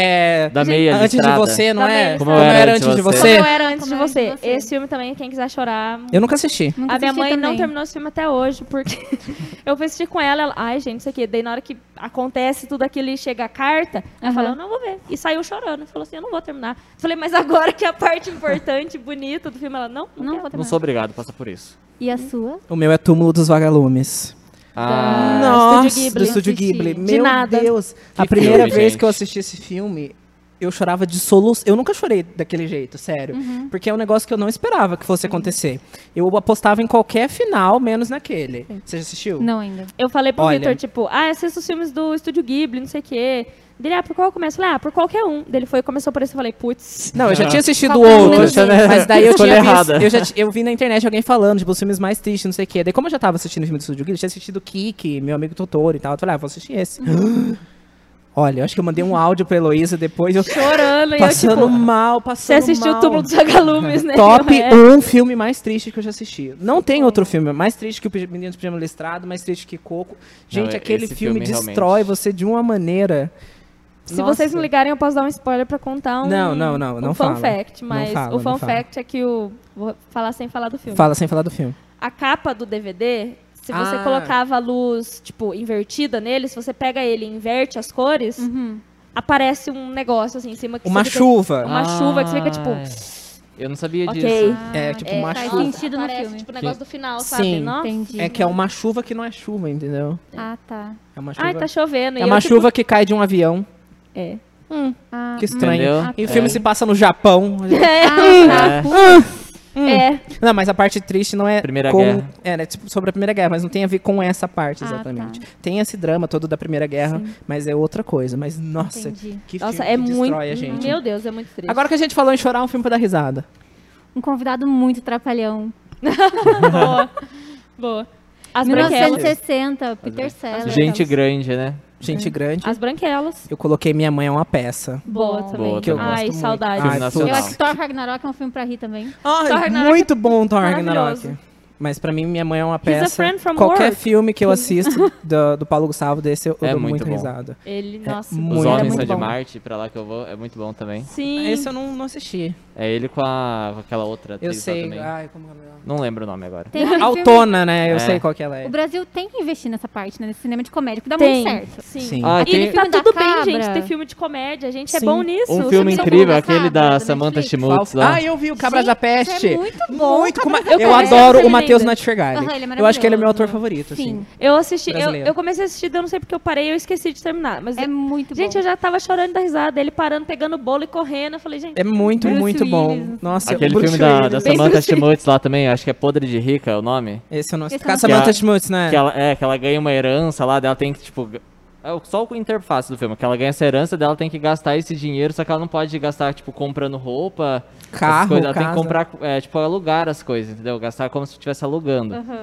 S2: é
S5: Da meia
S2: antes de
S5: listrada.
S2: você, não
S3: Da meia
S2: é?
S3: Como
S5: eu
S2: eu
S5: era
S2: era
S5: antes
S2: antes de
S5: de
S2: você.
S3: Como é? eu era antes
S4: Como
S3: de
S4: eu era
S3: você.
S4: antes de você.
S3: Esse filme também, quem quiser chorar.
S2: Eu nunca assisti.
S4: Nunca
S3: A minha
S4: assisti
S3: mãe não
S4: também.
S3: terminou esse filme até hoje, porque eu fui assistir com ela, ela, ai, gente, isso aqui. Daí na hora que acontece tudo aquilo e chega a carta, ela
S4: Aham.
S3: falou, eu não vou ver. E saiu chorando. Falou assim, eu não vou terminar. Eu falei, mas agora que é a parte importante, bonita do filme, ela, não, não,
S4: Não
S3: quero."
S4: vou terminar.
S5: Não sou obrigado a passar por isso.
S4: E a sua?
S2: O meu é Túmulo dos Vagalumes.
S3: Tá.
S5: Ah,
S2: Nossa,
S3: Estúdio Ghibli.
S2: do Estúdio
S4: Assisti.
S2: Ghibli.
S4: De
S2: Meu
S3: nada.
S2: Deus. a
S5: Que
S2: primeira
S5: filme,
S2: vez
S5: gente.
S2: que eu assisti esse filme, eu chorava de soluço. Eu nunca chorei daquele jeito, sério. Porque é um negócio que eu não esperava que fosse acontecer. Eu apostava em qualquer final, menos naquele. Você já assistiu?
S4: Não ainda.
S3: Eu falei pro
S2: Olha.
S3: Victor, tipo, ah, assista os filmes do Estúdio Ghibli, não sei o quê. Dele, ah, por qual eu começo? Eu Falei, ah, por qualquer um. Dele foi, começou por esse, eu falei, putz.
S2: Não, eu já tinha assistido
S4: Qual que é o
S2: outro,
S4: menos
S5: ruim?
S2: mas daí eu
S5: Escolha
S2: tinha visto,
S5: errada.
S2: eu, já ti- eu vi na internet alguém falando, tipo, os filmes mais tristes, não sei o quê. Daí como eu já tava assistindo o filme do Estúdio Ghibli, eu tinha assistido Kiki, Meu Amigo Totoro e tal, eu falei, ah, vou assistir esse. Olha, eu acho que eu mandei um áudio pra Heloísa depois, eu
S3: Chorando, e eu,
S2: passando
S3: tipo,
S2: mal, passando
S3: você assistiu
S2: mal.
S3: o Túmulo dos Vagalumes, né?
S2: Top
S3: Eu, é.
S2: um filme mais triste que eu já assisti. Não tem outro filme mais triste que o Pi- Menino do Pijama Listrado, mais triste que Coco. Gente,
S5: é-
S2: aquele
S5: esse
S2: filme,
S5: filme
S2: destrói
S5: realmente.
S2: você de uma maneira.
S3: Se vocês não
S2: Nossa.
S3: ligarem, eu posso dar um spoiler pra contar um.
S2: Não, não, não,
S3: um
S2: não
S3: fun
S2: fala.
S3: fact,
S2: Não
S3: mas
S2: fala,
S3: o fun
S2: não fala.
S3: fact é que o. Vou falar sem falar do filme.
S2: Fala sem falar do filme.
S3: A capa do DVD Se você
S2: Ah.
S3: colocava a luz, tipo, invertida nele, se você pega ele e inverte as cores, aparece um negócio assim em cima que
S2: Uma
S3: você fica-
S2: chuva.
S3: Uma chuva que você fica, tipo,
S5: Ai, ah, Eu não sabia
S3: assim, ok.
S5: disso.
S2: É, tipo,
S4: é,
S2: uma
S4: faz
S2: chuva.
S4: sentido no
S3: aparece,
S4: filme.
S3: tipo, o negócio do final,
S2: Sim.
S3: sabe? Nossa.
S4: Entendi.
S2: É que é uma chuva que não é chuva, entendeu?
S4: Ah, tá.
S2: É uma chuva.
S3: Ai, tá chovendo. E
S2: é uma
S3: eu, tipo,
S2: chuva que cai de um avião.
S3: É.
S4: Ah,
S2: Que estranho.
S5: Entendeu?
S2: E o
S5: É.
S2: filme se passa no Japão.
S5: né?
S4: ah, tá.
S3: É.
S2: Não, mas a parte triste não é
S5: Primeira
S2: com...
S5: Guerra.
S2: É, né, tipo, sobre a Primeira Guerra, mas não tem a ver com essa parte,
S4: Ah,
S2: exatamente. Tem esse drama todo da Primeira Guerra, mas é outra coisa. Mas, nossa,
S4: Entendi.
S2: que filme
S3: Nossa, é
S2: que
S3: muito.
S2: destrói a gente.
S3: Meu Deus, é muito triste.
S2: Agora que a gente falou em chorar, um filme pra dar risada.
S4: Um convidado muito trapalhão.
S3: boa. Boa. As branquelas.
S4: 1960, Peter Sellers.
S3: então.
S5: Gente grande, né?
S2: Gente grande.
S3: As branquelas.
S2: Eu coloquei Minha Mãe é uma peça.
S3: Boa
S4: Bom.
S3: também.
S5: Boa também.
S3: Ai,
S2: gosto muito. Ah,
S3: saudade.
S5: Filme
S2: Ai,
S5: nacional.
S4: Eu
S2: putz.
S4: acho que Thor Ragnarok é um filme pra rir também.
S2: Ai,
S3: Thor Ragnarok
S2: muito bom Thor Ragnarok.
S3: maravilhoso.
S2: é Mas pra mim, Minha Mãe é uma
S3: a
S2: peça.
S3: Friend from
S2: Qualquer
S3: Earth.
S2: filme que eu assisto do, do Paulo Gustavo desse, eu, eu
S5: É
S2: dou
S5: muito
S2: muito
S5: bom.
S2: risada.
S5: é
S3: Ele, nossa.
S2: muito
S5: Os
S2: Muito,
S5: Homens
S2: muito
S5: São de
S2: bom.
S5: Marte, pra lá que eu vou, é muito bom também.
S3: Sim.
S2: Ah, Esse eu não, não assisti.
S5: É ele com, a, com aquela outra atriz
S2: Eu
S5: lá
S2: sei.
S5: tá também.
S2: Ai, como que é o nome?
S5: Não lembro o nome agora.
S4: Tem aquele filme-
S2: Autona, né? Eu
S5: É.
S2: sei qual que ela é.
S4: O Brasil tem que investir nessa parte, né? Nesse cinema de comédia, que dá
S3: Tem.
S4: muito certo.
S3: Sim.
S2: é Sim.
S5: Ah,
S3: E
S5: tem
S3: tá
S4: filme da
S3: tudo bem,
S4: cabra.
S3: gente, ter filme de comédia. A gente é
S2: Sim.
S3: bom nisso.
S5: um
S3: Os
S5: filme
S3: filmes são
S5: incrível,
S3: bons.
S5: aquele da
S4: da
S5: Samantha
S4: Netflix.
S5: Schmutz lá.
S2: Ah, eu vi o Cabra da
S4: isso é
S2: Peste.
S4: muito bom,
S2: como...
S4: Cabra da
S2: Eu
S4: Peste.
S2: adoro o
S3: Ele é
S2: Matheus
S3: lindo.
S2: Natchergali.
S4: Aham, ele é
S2: eu acho que ele é meu
S4: maravilhoso.
S2: autor favorito,
S4: Sim.
S2: assim.
S3: Eu assisti, eu,
S2: Brasileiro.
S3: eu comecei a assistir, eu não sei porque eu parei, eu esqueci de terminar. Mas
S4: É muito
S3: Gente,
S4: bom.
S3: eu já tava chorando da risada. Ele parando, pegando o bolo e correndo. Eu falei, gente.
S2: É muito,
S4: Bruce
S2: muito bom.
S4: Willis.
S2: Nossa,
S5: Aquele
S2: o Bruce
S5: filme da, da
S2: Willis.
S3: Bem
S5: Samantha
S3: Bruce Willis.
S5: Schmutz lá também, acho que é Podre de Rica o nome.
S2: Esse eu não assisti.
S4: Esse eu não
S2: Samantha
S5: assisti.
S2: Schmutz, né?
S5: Que ela, é, que ela ganha uma herança lá, dela tem que, tipo. g- é o- Só o interface do filme, que ela ganha essa herança dela tem que gastar esse dinheiro, só que ela não pode gastar, tipo, comprando roupa, essas
S2: Carro,
S5: coisas. Ela tem que
S2: casa.
S5: comprar, é, tipo, alugar as coisas, entendeu? Gastar como se estivesse alugando.
S4: Aham.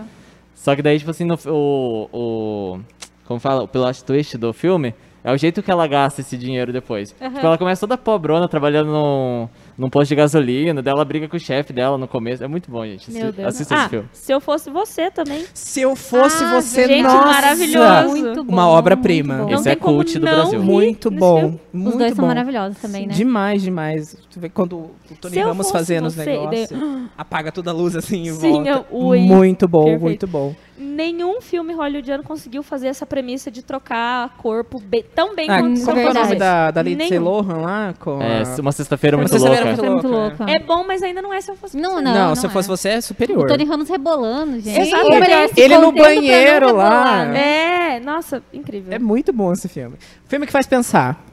S5: Só que daí, tipo assim, no, fi- o, o. Como fala? O plot twist do filme é o jeito que ela gasta esse dinheiro depois. Tipo, ela começa toda pobrona trabalhando num, num posto de gasolina, daí ela briga com o chefe dela no começo. É muito bom, gente.
S3: Meu
S5: Assi-
S3: Deus.
S5: Assista
S3: ah,
S5: esse filme.
S3: se eu fosse você também.
S2: Se eu fosse
S4: Ah,
S2: você,
S3: gente,
S2: nossa.
S3: maravilhoso.
S4: Muito bom,
S2: Uma obra-prima.
S4: muito bom.
S3: Não
S5: Esse é
S3: tem como
S5: cult do
S3: não
S5: Brasil.
S3: rir
S2: Muito
S3: nesse
S2: bom.
S3: filme.
S2: Muito
S4: Os dois
S2: bom.
S4: são maravilhosos também, né?
S2: Demais, demais. Tu vê quando o Tony
S3: Se eu
S2: Ramos
S3: fosse
S2: fazendo os
S3: você,
S2: negócios, apaga toda a luz assim e
S3: Sim,
S2: volta.
S3: eu- ui.
S2: Muito bom,
S3: Perfeito.
S2: muito bom.
S3: Nenhum filme hollywoodiano conseguiu fazer essa premissa de trocar corpo be- tão bem
S2: Ah,
S3: quanto
S2: qual que é o
S3: Verdade.
S2: nome da, da Lindsay
S3: Nenhum.
S2: Lohan lá? Com
S5: É,
S2: a...
S5: uma sexta-feira muito
S2: Sexta-feira Muito
S5: louca.
S4: Foi muito
S2: louco,
S4: louco.
S3: É bom, mas ainda não é se eu fosse
S4: Não, é?
S3: você.
S4: não.
S2: Não, se eu
S4: é.
S2: fosse você, é superior.
S4: O Tony Ramos rebolando, gente.
S2: Sim,
S4: Ou melhor, se
S2: ele no
S4: contendo pra não
S2: banheiro
S4: rebolar,
S2: lá.
S4: né?
S3: É, nossa, incrível.
S2: É muito bom esse filme. Filme que faz pensar.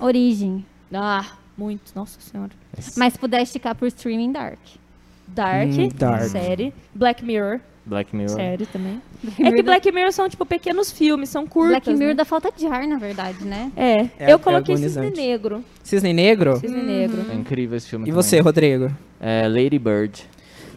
S4: Origem.
S3: Ah, muito, nossa senhora.
S4: Mas se puder esticar por streaming dark.
S3: Dark,
S2: Hum, Dark.
S3: série. Black Mirror,
S5: Black Mirror.
S3: série também.
S4: Mirror
S3: é que
S4: da-
S3: Black Mirror são, tipo, pequenos filmes, são curtas.
S4: Black Mirror
S3: né?
S4: dá falta de ar, na verdade, né?
S3: É, Hum.
S2: É- é
S3: eu coloquei Cisne
S2: agonizante.
S3: Negro.
S2: Cisne Negro?
S3: Cisne Negro.
S5: É incrível esse filme.
S2: E
S5: também.
S2: você, Rodrigo?
S5: É, Lady Bird.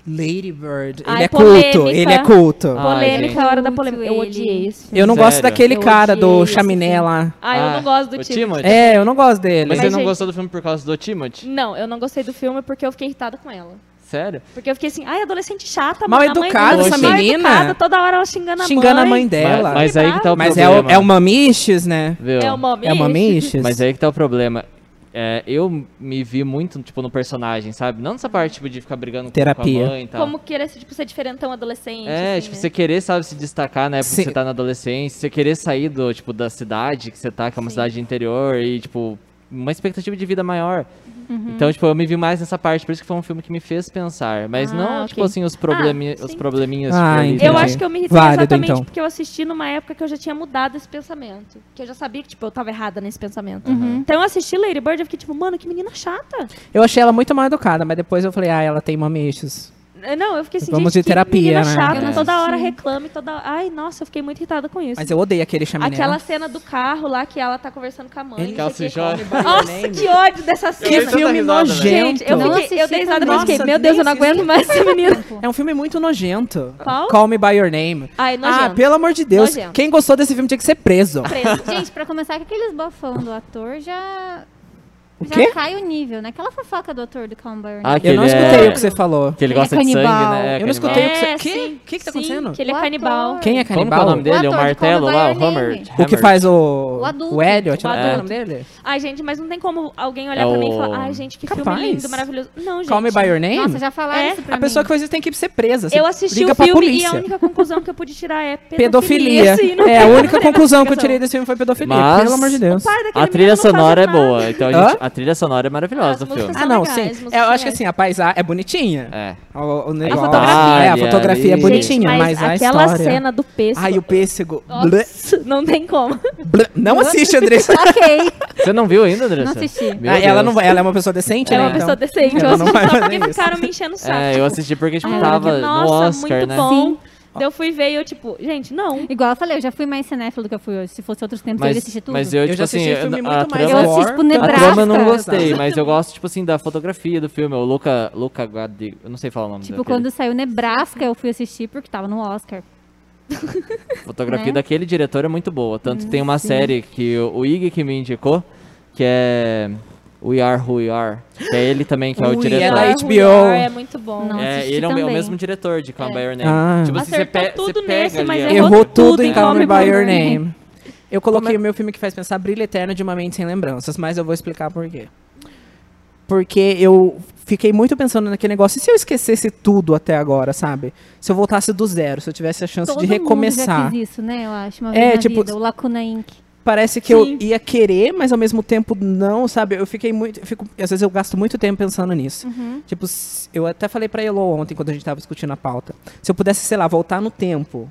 S2: Lady Bird.
S3: Ai,
S2: ele é culto,
S3: polêmica.
S2: ele é culto.
S5: Ah,
S3: Polêmica,
S5: gente.
S3: a hora da
S4: Muito
S3: polêmica. Eu
S4: ele.
S3: odiei esse filme.
S2: eu não
S5: Sério?
S2: gosto daquele
S3: Eu
S2: cara do
S3: odiei esse
S2: chaminé lá.
S3: Ah, eu não gosto do
S5: o
S3: time.
S5: Timothy?
S2: É, eu não gosto dele.
S3: Mas,
S5: Mas você não
S3: gente-
S5: gostou do filme por causa do Timothy?
S3: Não, eu não gostei do filme porque eu fiquei irritada com ela.
S5: Sério?
S3: Porque eu fiquei assim, ai, adolescente chata,
S2: Mal
S3: mano, a mãe
S2: educada
S3: dela, é
S5: essa
S3: mal
S2: menina.
S3: educada, toda hora ela xingando a
S2: Xingando a mãe
S3: é mãe.
S2: dela. Mas,
S5: Mas, mas aí que tá o
S2: é, o,
S5: problema.
S2: é o Mamiches, né?
S5: Viu?
S3: É uma
S2: É o Mamiches.
S5: Mas aí que tá o problema. É, eu me vi muito, tipo, no personagem, sabe? Não nessa parte, tipo, de ficar brigando com- com
S2: Terapia.
S5: a mãe e tal.
S3: Como querer tipo, ser diferentão adolescente.
S5: Tá. é,
S3: assim,
S5: tipo,
S3: né?
S5: você querer, sabe, se destacar na época
S2: Sim.
S5: que você tá na adolescência, você querer sair do, tipo, da cidade que você tá, que é uma cidade de interior, e, tipo, uma expectativa de vida maior.
S3: Uhum.
S5: Então, tipo, eu me vi mais nessa parte, por isso que foi um filme que me fez pensar. Mas
S3: Ah,
S5: não,
S3: ok.
S5: tipo assim, os, problemi
S3: Ah,
S5: os
S3: sim.
S2: Ah,
S5: probleminhas. tipo, ali,
S2: entendi.
S5: né?
S3: Eu acho que eu me irritei
S2: Válido,
S3: exatamente
S2: então.
S3: porque eu assisti numa época que eu já tinha mudado esse pensamento. Que eu já sabia que, tipo, eu tava errada nesse pensamento. Então eu assisti Lady Bird e eu fiquei tipo, mano, que menina chata.
S2: Eu achei ela muito mal educada, mas depois eu falei, ah, ela tem mamiches.
S3: Eh, Não, eu fiquei assim,
S2: Vamos
S3: gente,
S2: de terapia,
S3: que menina
S2: né?
S3: chata,
S5: É.
S3: toda hora reclama e toda Ai, nossa, eu fiquei muito irritada com isso.
S2: Mas eu odeio aquele chaminé.
S3: Aquela cena do carro lá que ela tá conversando com a mãe.
S2: Ele-
S3: não sei o
S5: Calça e
S3: quê.
S5: joia.
S3: Nossa, que ódio dessa
S5: dei
S2: Que
S3: cena.
S5: tanta
S2: filme
S5: risada, né? velho.
S2: nojento.
S3: Gente, eu,
S4: Não
S3: fiquei, eu
S4: assisti
S3: dei risada,
S4: também.
S3: mas fiquei,
S2: Nossa,
S3: meu Deus, eu não
S2: nem assisti.
S3: aguento mais essa menina.
S2: É um filme muito nojento.
S3: Qual?
S2: Call Me By Your Name.
S3: Ai, nojento.
S2: ah, pelo amor de Deus.
S3: Nojento. Ah,
S2: Quem gostou desse filme tinha que ser preso.
S3: Preso.
S4: Gente, pra começar, que aqueles bofão do ator já
S2: O
S4: já
S2: quê?
S4: cai o nível, né? Aquela fofoca do ator do Colin Burn.
S5: Ah, que
S2: Eu não
S5: ele
S2: escutei
S5: é-
S2: o que você falou.
S5: Que ele
S4: Ele é
S5: gosta de sangue,
S4: canibal.
S5: né?
S2: Eu não escutei o que você...
S3: É,
S2: que?
S3: sim,
S2: que que tá
S3: sim,
S2: acontecendo?
S3: Que ele é
S4: O
S3: canibal.
S4: ator.
S2: Quem é
S5: Como que é o
S2: canibal?
S5: nome dele?
S4: O ator
S5: O
S4: de
S5: martelo
S4: Conan
S5: lá, o
S4: Doyle.
S3: é
S5: Hammer.
S2: O que faz o...
S4: O adulto.
S2: O Elliot,
S3: O
S2: né? Qual é o nome
S3: adulto.
S2: dele?
S3: Ai, gente, mas não tem como alguém olhar
S5: É
S3: pra mim e
S5: o-
S3: falar, ai, gente, que
S2: Capaz.
S3: filme lindo, maravilhoso. Não, gente.
S2: Call Me By Your Name?
S4: Nossa, já falaram
S3: É,
S4: isso pra
S2: a
S4: mim.
S2: pessoa que faz isso tem que ser presa. Você
S3: Eu assisti
S2: liga
S3: o
S2: pra
S3: filme e
S2: polícia.
S3: a única conclusão que eu pude tirar é pedofilia.
S2: Pedofilia.
S3: assim, não
S2: é, a
S3: tem-
S2: única
S3: não tem
S2: conclusão que eu
S3: explicação.
S2: tirei desse filme foi pedofilia,
S5: Mas-
S2: pelo amor de Deus.
S3: Pai daquele
S5: A
S3: menino
S5: trilha
S3: não faz
S5: sonora é
S3: nada.
S5: boa. Então a, gente-
S2: Hã?
S5: a trilha sonora é maravilhosa
S3: As
S5: do
S3: músicas
S5: filme.
S2: Ah, não,
S3: legais,
S2: sim.
S3: músicas
S2: É, eu acho que
S3: legais.
S2: assim, a paisagem é bonitinha.
S5: É.
S2: O, o negócio.
S5: fotografia.
S2: É, a fotografia é
S5: Gente,
S3: Gente,
S2: bonitinha,
S3: mas,
S2: mas, a
S3: aquela
S2: história...
S3: cena do pêssego.
S2: Ai, o pêssego. Blé,
S3: Nossa, não tem como.
S2: blé. Não assiste, Andressa.
S4: Ok.
S5: Você não viu ainda, Andressa?
S4: Não assisti.
S5: Meu
S2: Ah, ela, não,
S5: Deus.
S2: vai- ela é uma pessoa decente,
S3: É
S2: né?
S3: uma
S2: então.
S3: pessoa decente. Eu
S2: Ela não
S3: assisti
S2: vai
S3: só
S2: fazer
S3: porque
S2: isso.
S3: ficaram me enchendo o saco.
S5: É, eu assisti porque, tipo,
S3: Ai,
S5: tava
S3: porque,
S5: no
S3: nossa,
S5: Oscar,
S3: muito
S5: né?
S3: bom.
S4: Sim.
S3: Daí eu fui ver e eu, tipo, gente, não.
S4: Igual eu falei, eu já fui mais cinéfilo do que eu fui hoje. Se fosse outros tempos, eu ia
S5: Mas,
S4: assistir tudo.
S5: mas eu,
S2: Eu
S5: tipo
S2: já
S5: assim,
S2: assisti filme
S5: a
S2: muito mais
S5: trama,
S4: Eu assisto pro
S2: gore,
S5: a
S2: tanto-
S5: trama eu não
S4: Nebraska.
S5: gostei, mas eu gosto, tipo assim, da fotografia do filme. O Luca, Luca Guadi... Eu não sei falar o nome
S4: Tipo,
S5: daquele.
S4: quando saiu Nebraska, eu fui assistir porque tava no Oscar.
S5: fotografia
S4: né?
S5: daquele diretor é muito boa. Tanto que tem uma série que o, o Ig que me indicou, que é We Are Who We Are. Que é ele também, que é o
S2: Ui,
S5: diretor.
S2: é da
S3: Dar
S2: HBO.
S3: Ruiar É muito bom.
S4: Não.
S5: É,
S4: assisti
S5: ele é o, me- o
S4: também.
S5: mesmo diretor de Call Me By Your Name.
S2: Ah.
S5: Tipo assim, você,
S3: É. Acertou
S5: pe
S3: tudo
S5: você pega
S3: nesse,
S5: ali
S3: mas
S5: a-
S3: errou
S2: Errou tudo
S3: tudo
S2: em
S3: em
S2: Call Me
S4: Call Me
S2: By Your
S4: By Your Name.
S2: Name. Eu coloquei o meu filme que faz pensar Brilho Eterno de uma Mente Sem Lembranças, mas eu vou explicar por quê. Porque eu fiquei muito pensando naquele negócio. E se eu esquecesse tudo até agora, sabe? Se eu voltasse do zero, se eu tivesse a chance
S4: Todo
S2: de
S4: mundo
S2: recomeçar.
S4: já fez isso, né? Eu acho, uma
S2: É,
S4: vez na
S2: tipo-
S4: vida. O Lacuna Inc.
S2: Parece que eu
S3: Sim.
S2: ia querer, mas ao mesmo tempo não, sabe? Eu fiquei muito. eu fico- às vezes eu gasto muito tempo pensando nisso. Tipo, s- eu até falei pra Elo ontem, quando a gente tava discutindo a pauta. Se eu pudesse, sei lá, voltar no tempo.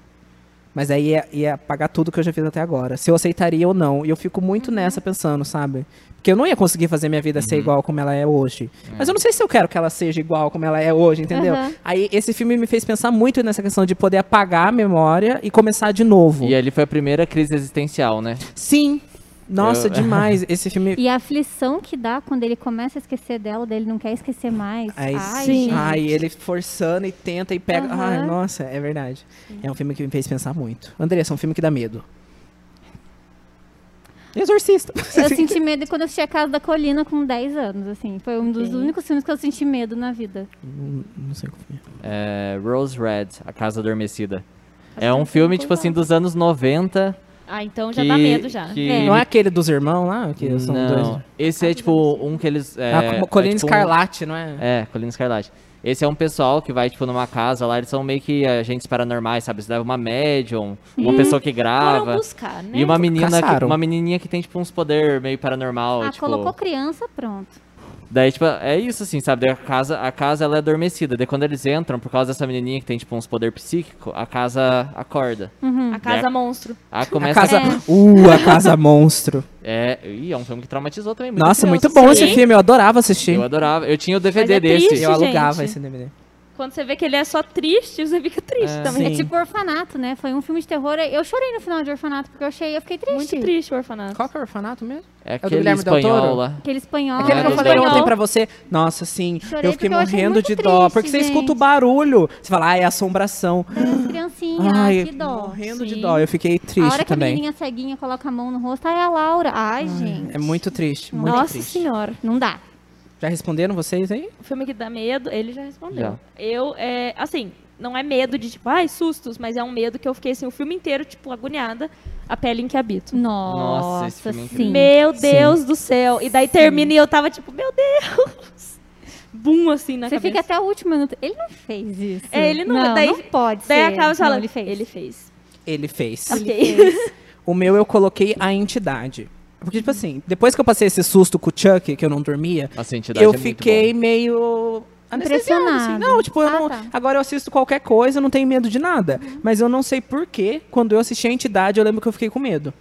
S2: Mas aí ia, ia apagar tudo que eu já fiz até agora. Se eu aceitaria ou não. E eu fico muito nessa pensando, sabe? Porque eu não ia conseguir fazer minha vida ser igual como ela é hoje. Mas eu não sei se eu quero que ela seja igual como ela é hoje, entendeu?
S4: Aham.
S2: Aí esse filme me fez pensar muito nessa questão de poder apagar a memória e começar de novo.
S5: E ali foi a primeira crise existencial, né?
S2: Sim. Nossa,
S5: Eu-
S2: demais. Esse filme.
S4: E a aflição que dá quando ele começa a esquecer dela, dele não quer esquecer mais.
S2: Ai,
S4: Ai,
S2: sim.
S4: gente.
S2: Ai, ele forçando e tenta e pega.
S4: Aham.
S2: Ai, nossa, é verdade. É um filme que me fez pensar muito. Andressa, é um filme que dá medo. Exorcista.
S4: Eu senti medo quando eu assisti A Casa da Colina com 10 anos, assim. Foi um dos únicos filmes que eu senti medo na vida.
S2: Não, não sei como é.
S5: É, Rose Red, A Casa Adormecida. É um filme, tipo assim, dos anos 90.
S3: Ah, então já
S5: Que,
S3: dá medo já.
S5: que-
S4: É.
S2: Não é aquele dos irmãos lá? Que são
S5: Não,
S2: dois.
S5: Esse é tipo um que eles. É,
S2: ah, como Colina
S5: é, tipo, um-
S2: Escarlate, não é?
S5: É, Colina Escarlate. Esse é um pessoal que vai, tipo, numa casa lá, eles são meio que é, agentes paranormais, sabe? Você leva uma médium, uma pessoa que
S3: Foram
S5: grava.
S3: buscar, né?
S5: E uma menina, que,
S2: Caçaram.
S5: uma menininha que tem, tipo, uns poder meio paranormal,
S4: ah,
S5: tipo...
S4: colocou criança, pronto.
S5: Daí, tipo, é isso, assim, sabe? Daí a casa, a casa, ela é adormecida. Daí quando eles entram, por causa dessa menininha que tem, tipo, uns poder psíquico, a casa acorda.
S3: A
S5: Hum.
S3: casa monstro.
S5: A
S2: A
S5: começa...
S2: casa.
S4: É.
S2: Uh, a Casa Monstro.
S5: É, ih, é um filme que traumatizou também muito
S2: Nossa,
S5: criança,
S2: muito bom
S5: assim.
S2: esse filme. Eu adorava assistir.
S5: Eu adorava. Eu tinha o DVD
S3: Mas é
S5: desse.
S3: triste,
S2: Eu alugava
S3: gente.
S2: esse DVD.
S3: Quando você vê que ele é só triste, você fica triste
S5: É.
S3: também.
S2: Sim.
S4: É tipo Orfanato, né? Foi um filme de terror. Eu chorei no final de Orfanato porque eu achei, eu fiquei triste.
S3: Muito triste o orfanato.
S2: Qual que é o orfanato mesmo?
S5: É
S2: do
S5: aquele
S2: Guilherme Del
S5: espanhol
S2: Toro?
S5: lá.
S4: Aquele espanhol.
S2: Aquele É que eu
S5: Ah,
S2: falei
S5: legal.
S2: ontem pra você. Nossa, sim,
S4: Chorei
S2: eu fiquei
S4: porque eu achei
S2: morrendo de
S4: muito
S2: dó.
S4: triste,
S2: Porque você
S4: gente.
S2: escuta o barulho. Você fala, ah, é assombração.
S4: As criancinhas,
S2: Ai,
S4: que dó.
S2: morrendo de
S3: Sim.
S2: dó. Eu fiquei
S4: a hora
S2: triste
S4: que a
S2: também.
S4: menininha ceguinha coloca a mão no rosto, ai, a Laura. Ai, gente.
S2: É muito triste, muito
S3: Nossa
S2: triste.
S3: senhora.
S4: Não dá.
S2: Já responderam vocês aí?
S3: O filme que dá medo, ele já respondeu.
S5: Já.
S3: Eu, é, assim, não é medo de tipo, ai, sustos, mas é um medo que eu fiquei assim, o filme inteiro, tipo, agoniada, a pele em que habito.
S4: Nossa,
S5: esse filme é incrível.
S4: sim.
S3: Meu
S2: Sim.
S3: Deus do céu. E daí termina e eu tava tipo, meu Deus. Bum, assim, na
S4: Você
S3: cabeça.
S4: fica até o último minuto. Ele não fez isso.
S3: É, ele não-
S4: Não,
S3: daí-
S4: não pode
S3: Daí
S4: ser.
S3: acaba
S4: Não,
S3: falando,
S4: ele fez.
S3: Ele fez.
S2: Ele fez.
S3: Ok.
S2: O meu eu coloquei a entidade. Porque, tipo assim, depois que eu passei esse susto com o Chuck, que eu não dormia,
S5: Nossa, a entidade é
S2: eu
S5: muito
S2: fiquei meio anestesiada. Assim.
S4: Impressionado.
S2: Não, tipo, eu
S4: Ah,
S2: não,
S4: tá. Uhum.
S2: agora eu assisto qualquer coisa, eu não tenho medo de nada. Mas eu não sei por que, quando eu assisti a entidade, eu lembro que eu fiquei com medo.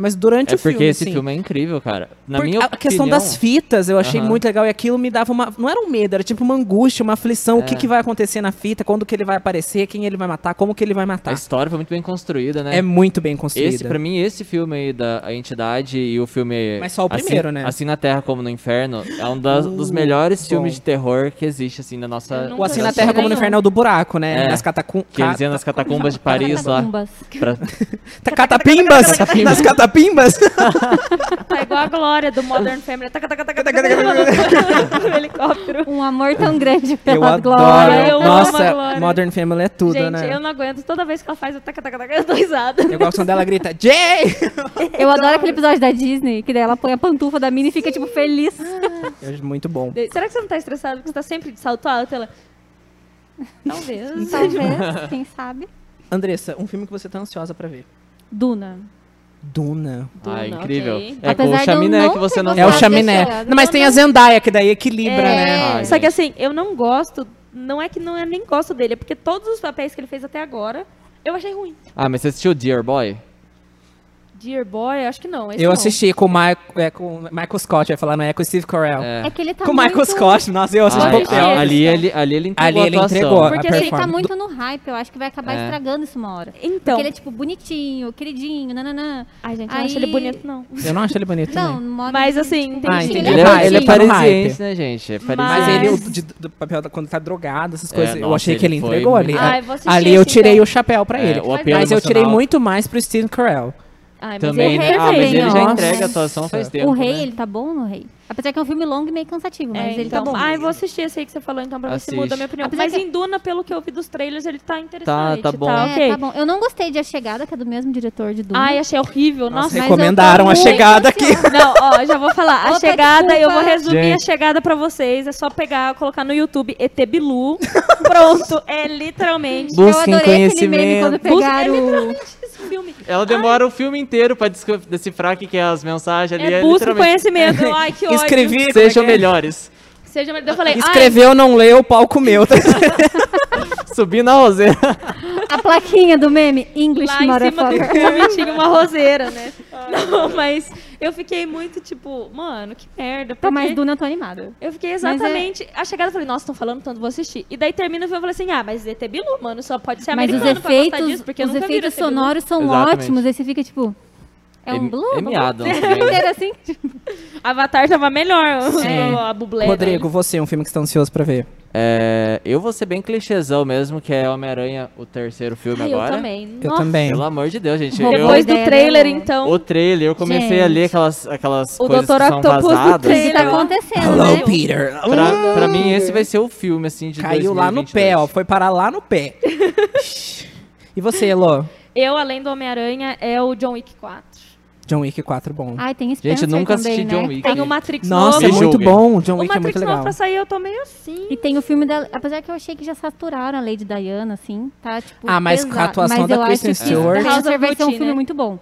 S2: Mas durante
S5: É
S2: o filme,
S5: porque esse
S2: assim,
S5: filme é incrível, cara. Na
S2: Porque
S5: minha
S2: a questão
S5: opinião-
S2: das fitas eu achei
S5: Aham.
S2: muito legal e aquilo me dava uma. Não era um medo, era tipo uma angústia, uma aflição. O que,
S5: É.
S2: que vai acontecer na fita, quando que ele vai aparecer, quem ele vai matar, como que ele vai
S5: A
S2: matar.
S5: história foi muito bem construída, né?
S2: É muito bem construída.
S5: Esse, pra mim, esse filme aí da a entidade e o filme.
S2: Mas só o
S5: Assim-
S2: primeiro, né?
S5: Assim na Terra como no Inferno é um das- dos
S2: Uh,
S5: melhores
S2: bom.
S5: filmes de terror que existe, assim, na
S3: Eu
S5: nossa.
S2: o
S3: nunca
S2: Assim na
S3: assisti
S2: Terra como no
S3: nenhum.
S2: Inferno é o do buraco, né?
S5: É.
S2: Nas catacumbas.
S5: Que eles iam nas catacumbas de Paris lá.
S4: Catacumbas.
S5: pra-
S2: Catapimbas! Nas catapimbas!
S3: Tá igual a história do Modern Family. Taca, taca, taca, taca, taca, no helicóptero.
S4: Um amor tão grande
S2: Eu
S4: pela
S2: adoro.
S4: Glória.
S3: eu amo a
S2: Nossa,
S3: Glória.
S2: Modern Family é tudo,
S3: Gente,
S2: né?
S3: eu não aguento. Toda vez que ela faz o taca, taca, taca, eu dou risada.
S2: Eu gosto quando ela grita, Jay!
S4: Eu adoro aquele episódio da Disney, que daí ela põe a pantufa da Minnie e fica, tipo, feliz.
S2: Eu acho Muito bom.
S3: De- Será que você não tá estressado porque você tá sempre de salto alto? Ela... Talvez.
S4: Talvez, quem sabe.
S2: Andressa, um filme que você tá ansiosa pra ver.
S4: Duna.
S2: Duna.
S5: Ah,
S3: Duna,
S5: incrível.
S3: ok.
S5: É com
S4: Apesar de
S5: o
S4: eu
S5: chaminé
S4: não
S5: que você
S4: ter
S5: não
S2: É o
S4: Nossa,
S2: Chaminé.
S4: deixa eu-
S2: Não, mas tem a Zendaya, que daí equilibra,
S3: É,
S2: né?
S5: Ai,
S3: Só que
S5: gente.
S3: assim, eu não gosto, não é que não é nem gosto dele, é porque todos os papéis que ele fez até agora, eu achei ruim.
S5: Ah, mas você assistiu Dear Boy?
S3: Dear Boy, eu acho que não. esse
S2: Eu
S3: não.
S2: assisti com o Michael, é, com o Michael Scott, eu ia falar, não é? Com o Steve Carell.
S5: É.
S4: É que ele tá
S2: com o
S4: muito...
S2: Michael Scott, nossa, eu assisti
S5: Ah,
S2: um
S3: pouco
S5: é-
S3: deles,
S2: pouquinho.
S5: ali, ele, ali ele entregou
S2: Ali
S5: a
S2: ele
S5: atuação.
S2: entregou a
S3: Porque assim,
S4: Ele tá
S2: performance.
S4: muito no hype, eu acho que vai acabar
S5: É.
S4: estragando isso uma hora. Porque
S3: Então.
S4: ele é, tipo, bonitinho, queridinho, nananã.
S3: Ai, gente, eu não
S4: Aí-
S3: acho ele bonito, não.
S2: Eu não acho ele bonito
S4: Não,
S2: também.
S4: no modo
S3: Mas,
S4: de,
S3: assim,
S4: tipo,
S3: tem
S2: Ah,
S4: bonitinho.
S2: entendi.
S5: Ele é,
S2: Ah,
S5: ele é
S2: ele tá no
S5: parisiense, né, gente? É parisiense.
S2: Mas,
S3: Mas-
S2: ele, o- de- do papel da- quando tá drogado, essas
S5: É,
S2: coisas, eu
S5: nossa,
S2: achei que
S5: ele
S2: ele
S5: foi
S2: entregou
S5: muito
S2: ali.
S5: bem.
S3: Ah, eu vou assistir
S2: ali eu
S3: esse,
S2: tirei
S3: então.
S2: o chapéu pra
S5: É,
S2: ele.
S5: o apelo
S2: mas eu tirei
S5: emocional.
S2: muito mais pro Steve Carell.
S3: Ai, mas
S5: Também,
S3: ele
S5: né?
S3: é
S5: Ah, mas
S3: perfeito.
S5: ele já
S2: Nossa.
S5: entrega a atuação faz
S2: O
S5: tempo.
S4: O rei,
S5: né?
S4: ele tá bom no rei? Apesar que é um filme longo e meio cansativo, mas
S3: É,
S4: ele
S3: então,
S4: tá bom.
S3: ah, eu vou assistir esse aí que você falou, então, pra ver se
S5: Assiste.
S3: muda a minha opinião.
S4: Apesar
S3: Mas
S4: que-
S3: em Duna, pelo que eu vi dos trailers, ele tá interessante.
S5: tá bom.
S4: É,
S3: ok.
S4: tá bom. Eu não gostei de A Chegada, que é do mesmo diretor de Duna.
S3: Ai, achei horrível. Nossa,
S4: mas eu tô
S2: recomendaram a
S4: muito
S2: chegada aqui.
S3: Não, ó, já vou falar. A
S4: tá. Outra
S3: chegada, eu
S4: desculpa.
S3: vou resumir a
S5: Gente.
S3: chegada pra vocês. É só pegar, colocar no YouTube ET Bilu. Pronto, é literalmente.
S4: eu
S2: Busquem
S4: adorei aquele meme quando
S2: conhecimento.
S4: pegaram...
S3: Busca- é
S4: o-
S3: literalmente esse filme.
S5: Ela demora o filme inteiro pra desco- decifrar o que, que é as mensagens ali.
S3: É
S5: É,
S3: busca o
S5: literalmente,
S3: conhecimento. Ai, que ódio.
S2: Escrevi. como é que
S5: Sejam
S2: é?
S3: né?
S5: melhores.
S3: Seja melhor. Eu falei, ai,
S2: Escreveu, não leu, o palco meu.
S5: Subir na roseira.
S4: A plaquinha do meme, English
S3: lá em cima do
S4: Motherfucker.
S3: filme tinha uma roseira, né? Não, mas eu fiquei muito tipo, mano, que merda. pra
S4: Tá, Mas
S3: quê?
S4: Duna, eu tô animada.
S3: Eu fiquei
S4: é
S3: exatamente. A chegada eu falei, nossa, estão falando tanto, vou assistir. E daí termina o filme eu falei assim, ah, mas ET Bilu, mano, só pode ser
S4: Mas os
S3: americano pra gostar
S4: efeitos,
S3: disso, porque eu
S4: os
S3: nunca vi
S4: efeitos
S3: ET Bilu.
S4: sonoros são
S5: Exatamente.
S4: ótimos. Aí você fica tipo. É um
S5: Em-
S4: blue?
S5: em miado,
S4: O
S5: né?
S4: filme inteiro assim. tipo,
S3: Avatar tava melhor. A bublé.
S2: Rodrigo, você, um filme que você tá ansioso pra ver.
S5: É, eu vou ser bem clichêzão mesmo, que é Homem-Aranha, o terceiro filme
S3: Ai, eu
S5: agora.
S3: também.
S2: Eu
S3: Nossa.
S2: também.
S5: Pelo amor de Deus, gente. Eu,
S3: Depois
S4: Boa
S3: do
S4: ideia,
S3: trailer,
S4: né?
S3: então.
S5: o trailer, eu comecei a ler aquelas, aquelas
S3: O
S5: coisas
S3: Dr.
S5: que são
S3: Octopus do
S5: vazadas.
S4: O que tá
S3: Trailer.
S4: acontecendo,
S2: Hello,
S4: né?
S2: Peter.
S5: Pra, pra mim, esse vai ser o filme, assim, de
S2: Caiu lá no pé, ó. Foi parar lá no pé. e você, Elô?
S3: Eu, além do Homem-Aranha, é o John Wick 4.
S2: John Wick 4 bom.
S3: Ah,
S4: Ai, tem Spencer
S5: Gente, nunca
S4: também,
S5: assisti
S4: né?
S5: John Wick.
S3: Tem o Matrix
S2: Nossa, é
S5: Me
S3: novo.
S2: muito
S5: julguem.
S2: bom. John
S3: o
S2: Wick é
S3: Matrix
S2: muito
S3: novo
S2: legal.
S3: pra sair, eu tô meio assim.
S4: E tem o filme da... Apesar que eu achei que já saturaram a Lady Diana, assim. Tá, tipo,
S2: Ah, mas com a
S4: pesado.
S2: atuação
S4: Mas
S2: da
S4: eu
S2: Kristen
S4: acho que
S2: Stewart.
S4: House of vai ser um
S3: Gucci,
S4: filme
S3: né? Ah.
S4: muito bom.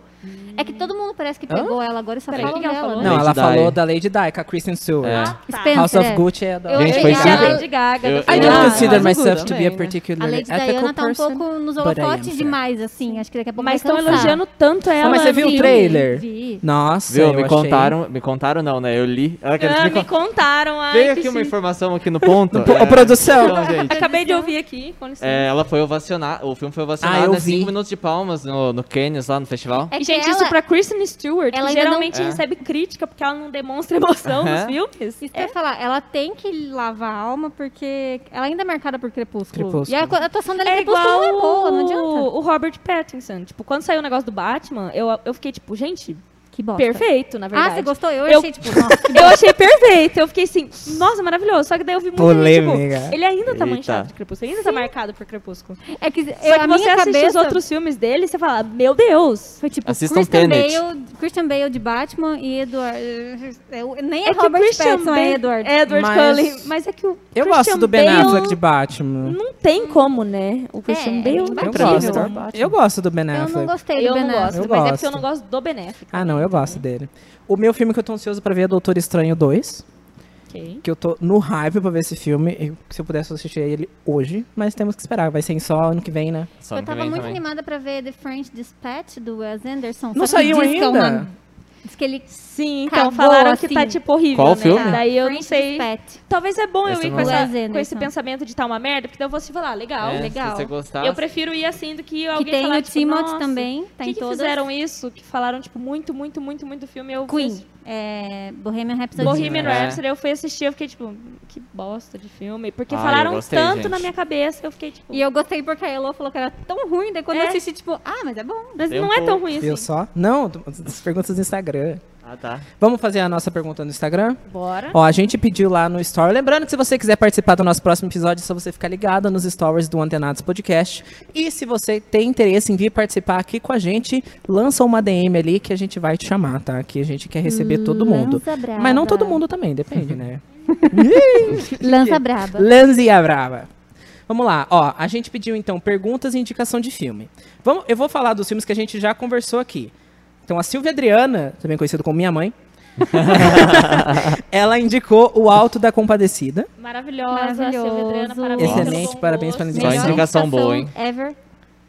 S4: É que todo mundo parece que pegou ela agora e só
S3: Peraí,
S4: falam
S3: o que que ela
S4: dela,
S3: falou?
S4: né?
S2: Não, ela
S5: Lady
S2: falou
S5: Di.
S2: da Lady Di com a Kristen Stewart.
S5: É.
S4: Spencer,
S2: House of
S4: é.
S2: Gucci é da...
S3: Ah, Eu
S5: Gente,
S3: achei
S5: foi
S3: que
S5: isso
S3: a
S5: que-
S3: Lady Gaga.
S2: I
S5: Eu- eu-
S3: também.
S2: don't
S5: Ah,
S2: consider
S5: mas
S2: myself to be
S5: também,
S2: a
S5: né?
S4: A
S2: particular
S4: Lady
S2: ethical
S4: Diana tá um
S2: É person.
S4: pouco nos
S2: but I am
S4: holofotes
S2: fair.
S4: demais, assim. Acho que daqui a pouco
S3: Mas
S4: vai
S3: estão
S4: cansar.
S3: elogiando tanto ela. assim.
S2: Não, Ah, mas você viu o
S4: vi,
S3: né?
S2: trailer?
S4: vi.
S2: Nossa,
S5: Viu?
S2: eu
S5: Me
S2: achei-
S5: contaram. Me contaram, não, né? Eu li. Ah, que eles
S3: Ah,
S5: me
S3: me
S5: con-
S3: contaram. Ai,
S5: Veio
S3: que
S5: aqui uma
S3: sim.
S5: informação aqui no ponto.
S2: Pô,
S5: é,
S2: produção.
S5: então, gente,
S3: Acabei de ouvir aqui, com licença.
S5: é, ela foi ovacionada. O filme foi ovacionado.
S2: eu
S5: né?
S2: vi.
S5: Cinco minutos de palmas no, no Cannes, lá no festival.
S4: É
S3: E,
S4: que
S3: gente,
S4: ela-
S3: isso pra Kristen Stewart,
S4: ela
S3: que
S4: ainda não-
S3: geralmente
S5: É.
S3: recebe crítica porque ela não demonstra emoção nos
S5: Aham.
S3: filmes. É
S4: Isso que é, eu ia falar, ela tem que lavar a alma porque ela ainda é marcada por Crepúsculo.
S2: Crepúsculo.
S4: E a co- a atuação dela em
S3: É
S4: Crepúsculo
S3: igual
S4: não é boa, não adianta.
S3: o, o Robert Pattinson. Tipo, quando saiu o negócio do Batman, eu, eu fiquei tipo, gente,
S4: Que bosta.
S3: perfeito, na verdade.
S4: Ah, você gostou? Eu,
S3: Eu-
S4: achei, tipo, nossa, que
S3: Eu achei perfeito. Eu fiquei assim, nossa, maravilhoso. Só que daí eu vi muito
S2: Polêmica.
S3: tipo, ele ainda tá
S5: Eita.
S3: manchado de Crepúsculo, ele ainda tá marcado por Crepúsculo.
S4: bo- É que
S3: Só
S4: eu,
S3: que
S4: a
S3: você
S4: minha
S3: assiste
S4: cabeça...
S3: os outros filmes dele e você fala, meu Deus.
S4: Foi tipo,
S5: Assistam
S4: Christian
S5: Tenet.
S4: Bale, Christian Bale de Batman e Edward... eu- Nem é,
S3: que o
S4: Robert
S3: Christian
S4: Pattinson, é
S3: Bale-
S4: Edward.
S3: Edward
S2: Mas-
S3: Cullen. Mas é que o
S2: Eu
S3: Christian
S2: gosto do Ben
S3: Bale
S2: Affleck de Batman.
S3: Não tem como, né? O Christian
S4: É,
S3: Bale.
S4: é
S3: não
S2: Eu
S4: imbatível.
S2: gosto.
S4: Incrível.
S2: Eu gosto do Ben
S4: Eu
S2: Affleck.
S4: não gostei do
S3: Eu
S4: Ben
S3: não gosto,
S2: Eu
S3: mas é
S2: gosto.
S3: porque eu não gosto do benéfico.
S2: Ah, não, eu gosto dele. O meu filme que eu tô ansioso pra ver é Doutor Estranho 2,
S3: Ok.
S2: que eu tô no hype pra ver esse filme. Eu- se eu pudesse assistir ele hoje, mas temos que esperar. Vai ser em só ano que vem, né?
S5: Só
S4: eu
S5: no
S4: tava
S5: que vem
S4: muito
S5: também.
S4: animada pra ver The French Dispatch do Wes Anderson.
S2: Não
S4: só que
S2: saiu
S4: diz que é
S2: ainda?
S4: uma- diz que ele...
S3: Sim, então
S4: Cagou,
S3: falaram que
S4: assim.
S3: tá tipo horrível,
S5: Qual
S3: né?
S5: filme?
S3: Daí eu não
S4: French
S3: sei.
S4: Dispatch.
S3: Talvez é bom eu
S5: Esse
S3: ir
S5: eu
S3: com,
S5: não
S3: essa-
S4: gosto.
S3: com esse pensamento de tá uma merda, porque daí eu vou se falar, legal,
S5: É, se
S3: legal.
S5: você gostasse.
S3: eu prefiro ir assim do que alguém
S4: Que tem
S3: falar,
S4: o
S3: tipo,
S4: Timothy
S3: nossa,
S4: também, tá
S3: que
S4: em
S3: que
S4: todas.
S3: fizeram isso? Que falaram, tipo, muito, muito, muito, muito do filme. Eu
S4: Queen,
S3: Fui,
S4: é, Bohemian Rhapsody.
S3: Bohemian
S5: É.
S3: Rhapsody, eu fui assistir, eu fiquei, tipo, que bosta de filme. Porque
S5: Ah, eu
S3: falaram
S5: gostei,
S3: tanto
S5: gente.
S3: na minha cabeça que eu fiquei, tipo,
S4: E eu gostei porque a Elo falou que era tão ruim, daí quando
S3: É.
S4: eu assisti, tipo, ah, mas é bom.
S3: mas
S5: Eu
S3: não é
S2: um
S5: tô-
S3: tão ruim assim.
S2: Eu só? Não, as perguntas do Instagram.
S5: Ah, tá.
S2: Vamos fazer a nossa pergunta no Instagram?
S3: Bora.
S2: Ó, a gente pediu lá no Story. Lembrando que se você quiser participar do nosso próximo episódio, é só você ficar ligado nos stories do Antenados Podcast. E se você tem interesse em vir participar aqui com a gente, lança uma DM ali que a gente vai te chamar, tá? Que a gente quer receber todo mundo.
S4: Hum, Lança braba.
S2: Mas não todo mundo também, depende, né?
S4: Lança braba.
S2: Lanzia Brava. é Vamos lá, ó, a gente pediu então perguntas e indicação de filme. Vamos, eu vou falar dos filmes que a gente já conversou aqui. Então a Silvia Adriana, também conhecida como minha mãe, ela indicou O Alto da Compadecida.
S3: Maravilhosa,
S4: Maravilhoso.
S3: Silvia Adriana, parabéns.
S4: Excelente,
S3: pelo bom
S2: parabéns pela
S3: gosto.
S5: Só
S4: Melhor
S5: indicação boa, hein?
S4: Ever.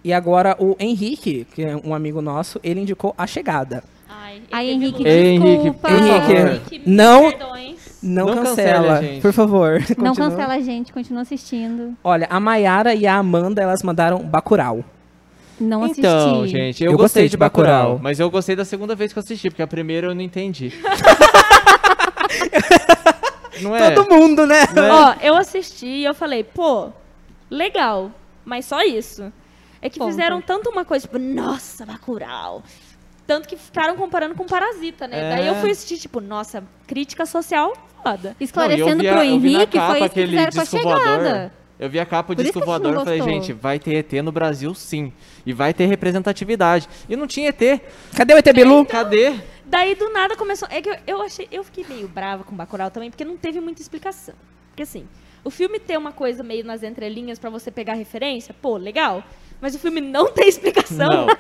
S2: E agora o Henrique, que é um amigo nosso, ele indicou A Chegada.
S3: Ai, ele
S4: Aí,
S3: teve
S4: Henrique,
S3: um-
S5: Ei, Henrique,
S4: desculpa.
S5: por favor.
S2: Henrique,
S3: me
S2: não-
S3: perdões.
S2: Não,
S5: Não
S2: cancela,
S5: cancela, gente.
S2: por favor.
S4: Não
S2: Continua.
S4: cancela a gente, continua assistindo.
S2: Olha, a Mayara e a Amanda, elas mandaram Bacurau.
S4: Não assisti.
S5: Então, gente, eu,
S2: Eu
S5: gostei, de Bacurau,
S2: Bacurau.
S5: mas eu gostei da segunda vez que eu assisti, porque a primeira eu não entendi. não é?
S2: Todo mundo, né?
S3: Ó, eu assisti e eu falei, pô, legal, mas só isso. É que
S4: Ponto.
S3: fizeram tanto uma coisa, tipo, nossa, Bacurau. Tanto que ficaram comparando com Parasita, né?
S5: É.
S3: Daí eu fui assistir, tipo, nossa, crítica social foda.
S4: Esclarecendo
S5: Não, e eu vi a-
S4: pro
S5: eu vi na
S4: Henrique,
S5: capa
S4: foi isso que
S5: aquele
S4: fizeram com a
S5: disco voador.
S4: chegada.
S5: Eu vi a capa do
S4: Por isso
S5: disco
S4: que a gente não
S5: voador e falei,
S4: gostou.
S5: gente, vai ter ET no Brasil sim. E vai ter representatividade. E não tinha ET.
S2: Cadê o ET Bilu?
S5: Cadê?
S3: Daí do nada começou. É que eu, eu achei. Eu fiquei meio brava com Bacurau também, porque não teve muita explicação. Porque assim, o filme tem uma coisa meio nas entrelinhas pra você pegar referência, pô, legal. Mas o filme não tem explicação. Não.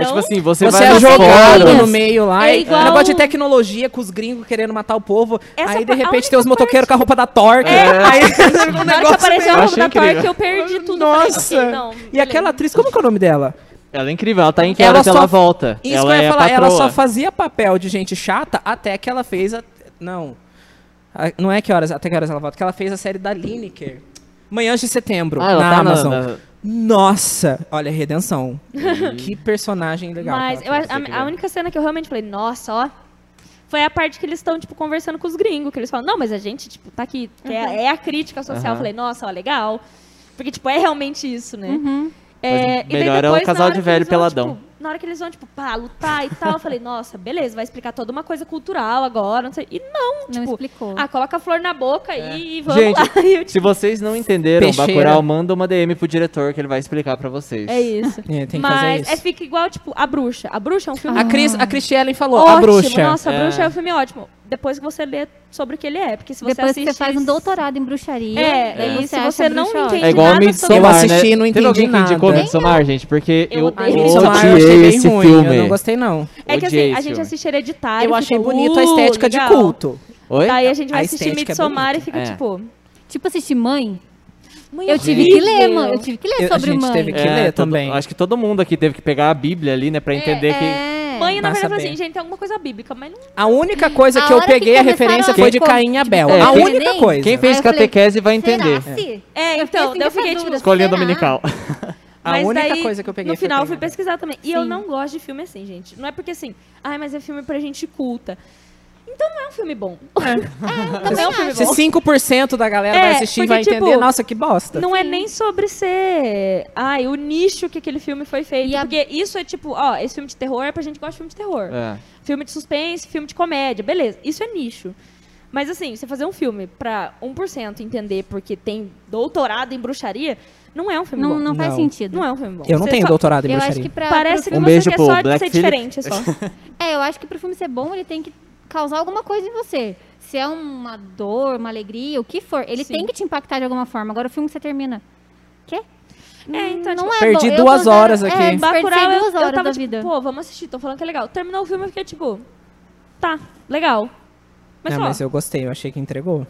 S5: É tipo assim, você,
S2: Você,
S5: vai
S2: é
S5: nos
S2: jogado
S5: fóruns.
S2: no meio lá.
S3: É
S2: e-
S3: igual-
S2: Negócio de tecnologia com os gringos querendo matar o povo.
S3: Essa
S2: aí, de
S3: pa- a
S2: repente,
S3: única É.
S2: tem os motoqueiros com a roupa da Torque. Aí um
S3: Na hora que apareceu
S5: Eu
S3: a
S5: achei
S3: roupa da
S5: incrível.
S3: Torque, eu perdi tudo. Eu falei,
S2: Nossa!
S3: "Ok, não,
S2: assim. e aquela
S3: beleza."
S2: atriz, como que é o nome dela?
S5: Ela é incrível, ela tá em que
S2: Ela
S5: horas
S2: só-
S5: ela volta.
S2: Isso
S5: ela
S2: que eu
S5: é
S2: ia
S5: a
S2: falar,
S5: patroa.
S2: ela só fazia papel de gente chata até que ela fez a. Não. A- Não é que horas, até que horas ela volta, que ela fez a série da Lineker. Manhãs de setembro,
S5: Ah, ela
S2: na
S5: tá na-
S2: Amazon.
S5: na- Uhum.
S2: Nossa! Olha, redenção. que personagem legal. é que
S3: Mas
S2: ela
S3: eu,
S2: fez.
S5: tem que
S3: a, a
S5: ver.
S3: única cena que eu realmente falei, nossa, ó. Foi a parte que eles estão, tipo, conversando com os gringos, que eles falam, não, mas a gente, tipo, tá aqui, que é, é a crítica social.
S5: Aham.
S3: Eu falei, nossa, ó, legal. Porque, tipo, é realmente isso, né?
S5: Mas
S3: É, e daí
S5: melhor é o
S3: depois, na
S5: casal
S3: hora
S5: de
S3: que
S5: velho
S3: eles vão,
S5: peladão.
S3: tipo, na hora que eles vão, tipo, pá, lutar e tal, eu falei, nossa, beleza, vai explicar toda uma coisa cultural agora, não sei. E não,
S4: Não
S3: tipo,
S4: explicou.
S3: ah, coloca a flor na boca e vamos
S5: É.
S3: lá.
S5: Gente,
S3: E eu, tipo,
S5: Se vocês não entenderam,
S2: Peixeira.
S5: Bacurau, manda uma DM pro diretor que ele vai explicar pra vocês.
S3: É isso.
S2: É, tem que
S3: Mas
S2: fazer isso.
S3: é fica igual, tipo, a bruxa. A bruxa é um filme
S2: A Cris, a Cris Ellen falou,
S3: ótimo.
S2: a bruxa.
S3: Nossa,
S5: É.
S3: a bruxa é um filme ótimo. Depois que você lê sobre o que ele é. Porque se você
S4: Depois que
S3: assiste.
S4: você faz um doutorado em bruxaria,
S3: É,
S4: daí
S3: é.
S4: você
S3: E se
S4: acha
S3: você não
S4: bruxa ótima.
S3: entende-
S5: É igual
S3: nada
S5: Midsommar,
S3: sobre-
S2: Eu assisti
S5: né?
S2: e não entendi
S5: Teve alguém
S2: nada.
S5: que indicou Midsommar, gente? Porque
S3: Eu
S5: eu,
S3: odeio
S2: Midsommar eu
S5: odiei
S2: achei bem
S5: esse
S2: ruim,
S5: filme.
S2: eu não gostei não.
S3: É que
S5: Odiei
S3: assim, a gente
S5: esse filme.
S3: assiste hereditário.
S2: Eu
S3: e
S2: achei
S3: fica,
S2: bonito
S3: "Uh,
S2: a estética
S3: legal."
S2: de culto.
S5: Oi?
S3: Daí a gente vai
S2: A
S3: assistir
S2: estética é
S3: Midsommar e
S2: bonita.
S3: fica
S5: É.
S3: tipo.
S4: Tipo assistir mãe,
S3: "Mãe,
S4: eu tive que ler,
S3: horrível."
S4: mãe. Eu tive que
S2: Eu-
S4: ler
S2: a
S4: sobre
S2: gente
S4: mãe.
S2: teve que- ler
S5: É, todo-
S2: também.
S5: Acho que todo mundo aqui teve que pegar a Bíblia ali, né? Pra entender que...
S4: É.
S3: Mãe, na
S2: Passa
S3: verdade, eu falei
S2: bem.
S3: assim, gente, tem alguma coisa bíblica, mas não.
S2: A única coisa
S4: A
S2: que eu
S4: hora que
S2: peguei a
S4: começaram
S2: referência
S4: a
S2: foi de
S4: ver com-
S2: Caim e
S3: tipo,
S2: Abel.
S5: É,
S2: a
S5: quem-
S2: única coisa.
S5: Quem fez
S4: Aí eu falei,
S5: catequese vai entender.
S4: Será se?
S3: É,
S4: Eu
S3: então,
S4: fiquei
S3: daí eu
S4: assim,
S3: fiquei
S4: dessa
S3: tipo.
S4: dúvida.
S5: Escolinha
S4: Será?
S5: dominical.
S2: A
S3: mas
S2: única
S3: daí,
S2: coisa que eu peguei
S3: No
S2: foi
S3: final eu
S2: Caim e
S3: fui
S2: Abel.
S3: pesquisar também. E eu
S4: Sim.
S3: não gosto de filme assim, gente. Não é porque assim, ai, mas é filme pra gente culta. Então não é um filme bom. não é um filme
S2: Se
S3: bom.
S2: 5% da galera vai
S3: É,
S2: assistir e
S3: porque,
S2: vai
S3: tipo,
S2: entender, nossa, que bosta.
S3: Não é nem sobre ser. Ai, o nicho que aquele filme foi feito.
S4: E a-
S3: Porque isso é tipo, ó, esse filme de terror é pra gente que gosta de filme de terror.
S5: É.
S3: Filme de suspense, filme de comédia, beleza. Isso é nicho. Mas assim, você fazer um filme pra 1% entender porque tem doutorado em bruxaria, não é um filme
S4: Não,
S3: bom.
S4: não faz
S2: Não.
S4: sentido.
S3: Não é um filme bom.
S2: Eu não
S3: Você
S2: tenho
S3: só-
S2: doutorado em
S4: Eu acho
S2: bruxaria.
S4: que pra,
S3: Parece
S4: pro-
S3: que
S5: Um
S3: você
S5: beijo
S3: quer
S5: pro
S3: só
S5: Black
S3: ser
S5: Phillip.
S3: diferente, é só.
S4: É, eu acho que pro filme ser bom, ele tem que causar alguma coisa em você. Se é uma dor, uma alegria, o que for, ele
S3: Sim.
S4: tem que te impactar de alguma forma. Agora o filme que você termina. Quê?
S3: É, então,
S4: não
S3: tipo,
S4: é
S2: Perdi
S4: bom. Eu
S2: duas
S4: tô dando-
S2: horas aqui.
S4: É,
S3: Bacurau,
S4: desperdicei
S3: eu,
S4: duas
S3: eu
S4: horas
S3: tava
S4: da
S3: tipo,
S4: vida.
S3: pô, vamos assistir, tô falando que é legal. Terminou o filme, eu fiquei tipo, tá, legal. Mas
S2: Não,
S3: só.
S2: É, mas eu gostei, eu achei que entregou.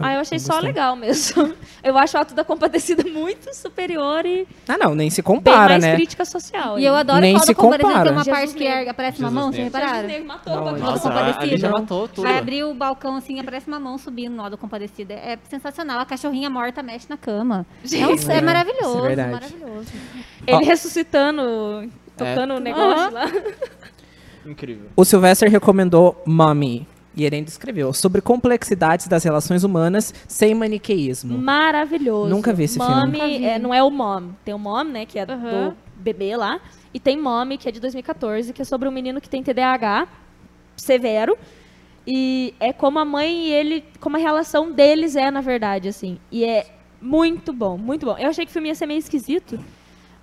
S3: Ah, eu achei
S2: Eu
S3: só
S2: gostei.
S3: legal mesmo. Eu acho o ato da compadecida muito superior e
S2: Ah, não, nem se
S3: bem
S2: compara,
S3: mais
S2: né?
S3: crítica social.
S4: E eu adoro
S2: Nem
S4: quando
S2: se
S4: o Compadecido
S2: compara.
S4: tem uma
S3: Jesus
S4: parte que
S3: negro.
S4: ergue- aparece uma
S5: Jesus
S4: mão, vocês
S5: negro.
S4: repararam?
S3: matou
S2: Não,
S3: o
S2: isso-
S3: Bacurau.
S5: Nossa,
S4: Compadecido.
S5: a- ali já matou tudo.
S4: Vai abrir o balcão assim, aparece uma mão subindo no do Compadecida. É sensacional. A cachorrinha morta mexe na cama. É, um-
S2: Gente.
S4: é maravilhoso.
S2: Isso é verdade.
S4: maravilhoso.
S3: Ele ressuscitando,
S5: É.
S3: tocando o negócio
S4: Aham.
S3: lá.
S5: Incrível.
S2: O Sylvester recomendou Mommy. E ele ainda escreveu sobre complexidades das relações humanas sem maniqueísmo.
S3: Maravilhoso.
S2: Nunca vi esse filme.
S3: Mommy,
S4: Nunca vi.
S3: é, não é o Mom. Tem o Mom, né, que é
S4: Aham.
S3: do bebê lá. E tem Mommy, que é de 2014, que é sobre um menino que tem TDAH. severo. E é como a mãe e ele, como a relação deles é, na verdade, assim. E é muito bom, muito bom. Eu achei que o filme ia ser meio esquisito,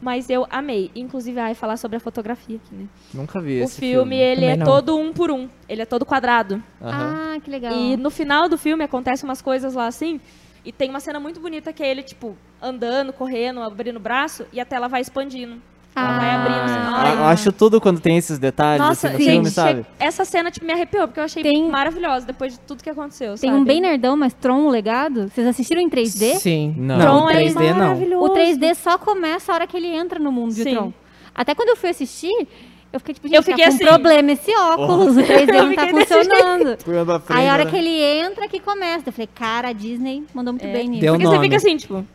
S3: mas eu amei. Inclusive, ai, falar sobre a fotografia aqui, né?
S5: Nunca vi
S3: O
S5: esse
S3: filme, ele
S2: Também
S3: é
S2: não.
S3: todo um por um. Ele é todo quadrado.
S5: Aham.
S4: Ah, que legal.
S3: E no final do filme acontece umas coisas lá assim. E tem uma cena muito bonita que é ele, tipo, andando, correndo, abrindo o braço, e a tela vai expandindo.
S4: Ah,
S3: vai abrindo, assim,
S5: Ah,
S3: olha.
S5: eu acho tudo quando tem esses detalhes
S3: Nossa,
S5: assim, no
S3: gente,
S5: filme, sabe?
S3: essa cena tipo, me arrepiou, porque eu achei
S4: Tem-
S3: maravilhosa depois de tudo que aconteceu.
S4: Tem um bem nerdão, mas Tron, o legado. Vocês assistiram em 3D?
S2: Sim.
S5: Não.
S2: Não, em
S3: Tron é
S2: 3D não.
S3: maravilhoso.
S4: né? O 3D só começa a hora que ele entra no mundo de
S3: Sim.
S4: Tron. Até quando eu fui assistir, eu fiquei tipo, gente,
S3: Eu fiquei
S4: tá com
S3: assim.
S4: problema esse
S5: Oh.
S4: óculos, o 3D
S3: Eu
S4: não tá
S3: fiquei desse
S4: funcionando.
S5: Pra frente,
S4: Aí a hora
S5: né?
S4: que ele é entra que começa. Eu falei, cara, a Disney mandou
S3: É,
S4: muito bem nisso.
S2: Deu
S5: um
S3: Porque você
S2: nome.
S3: fica assim, tipo,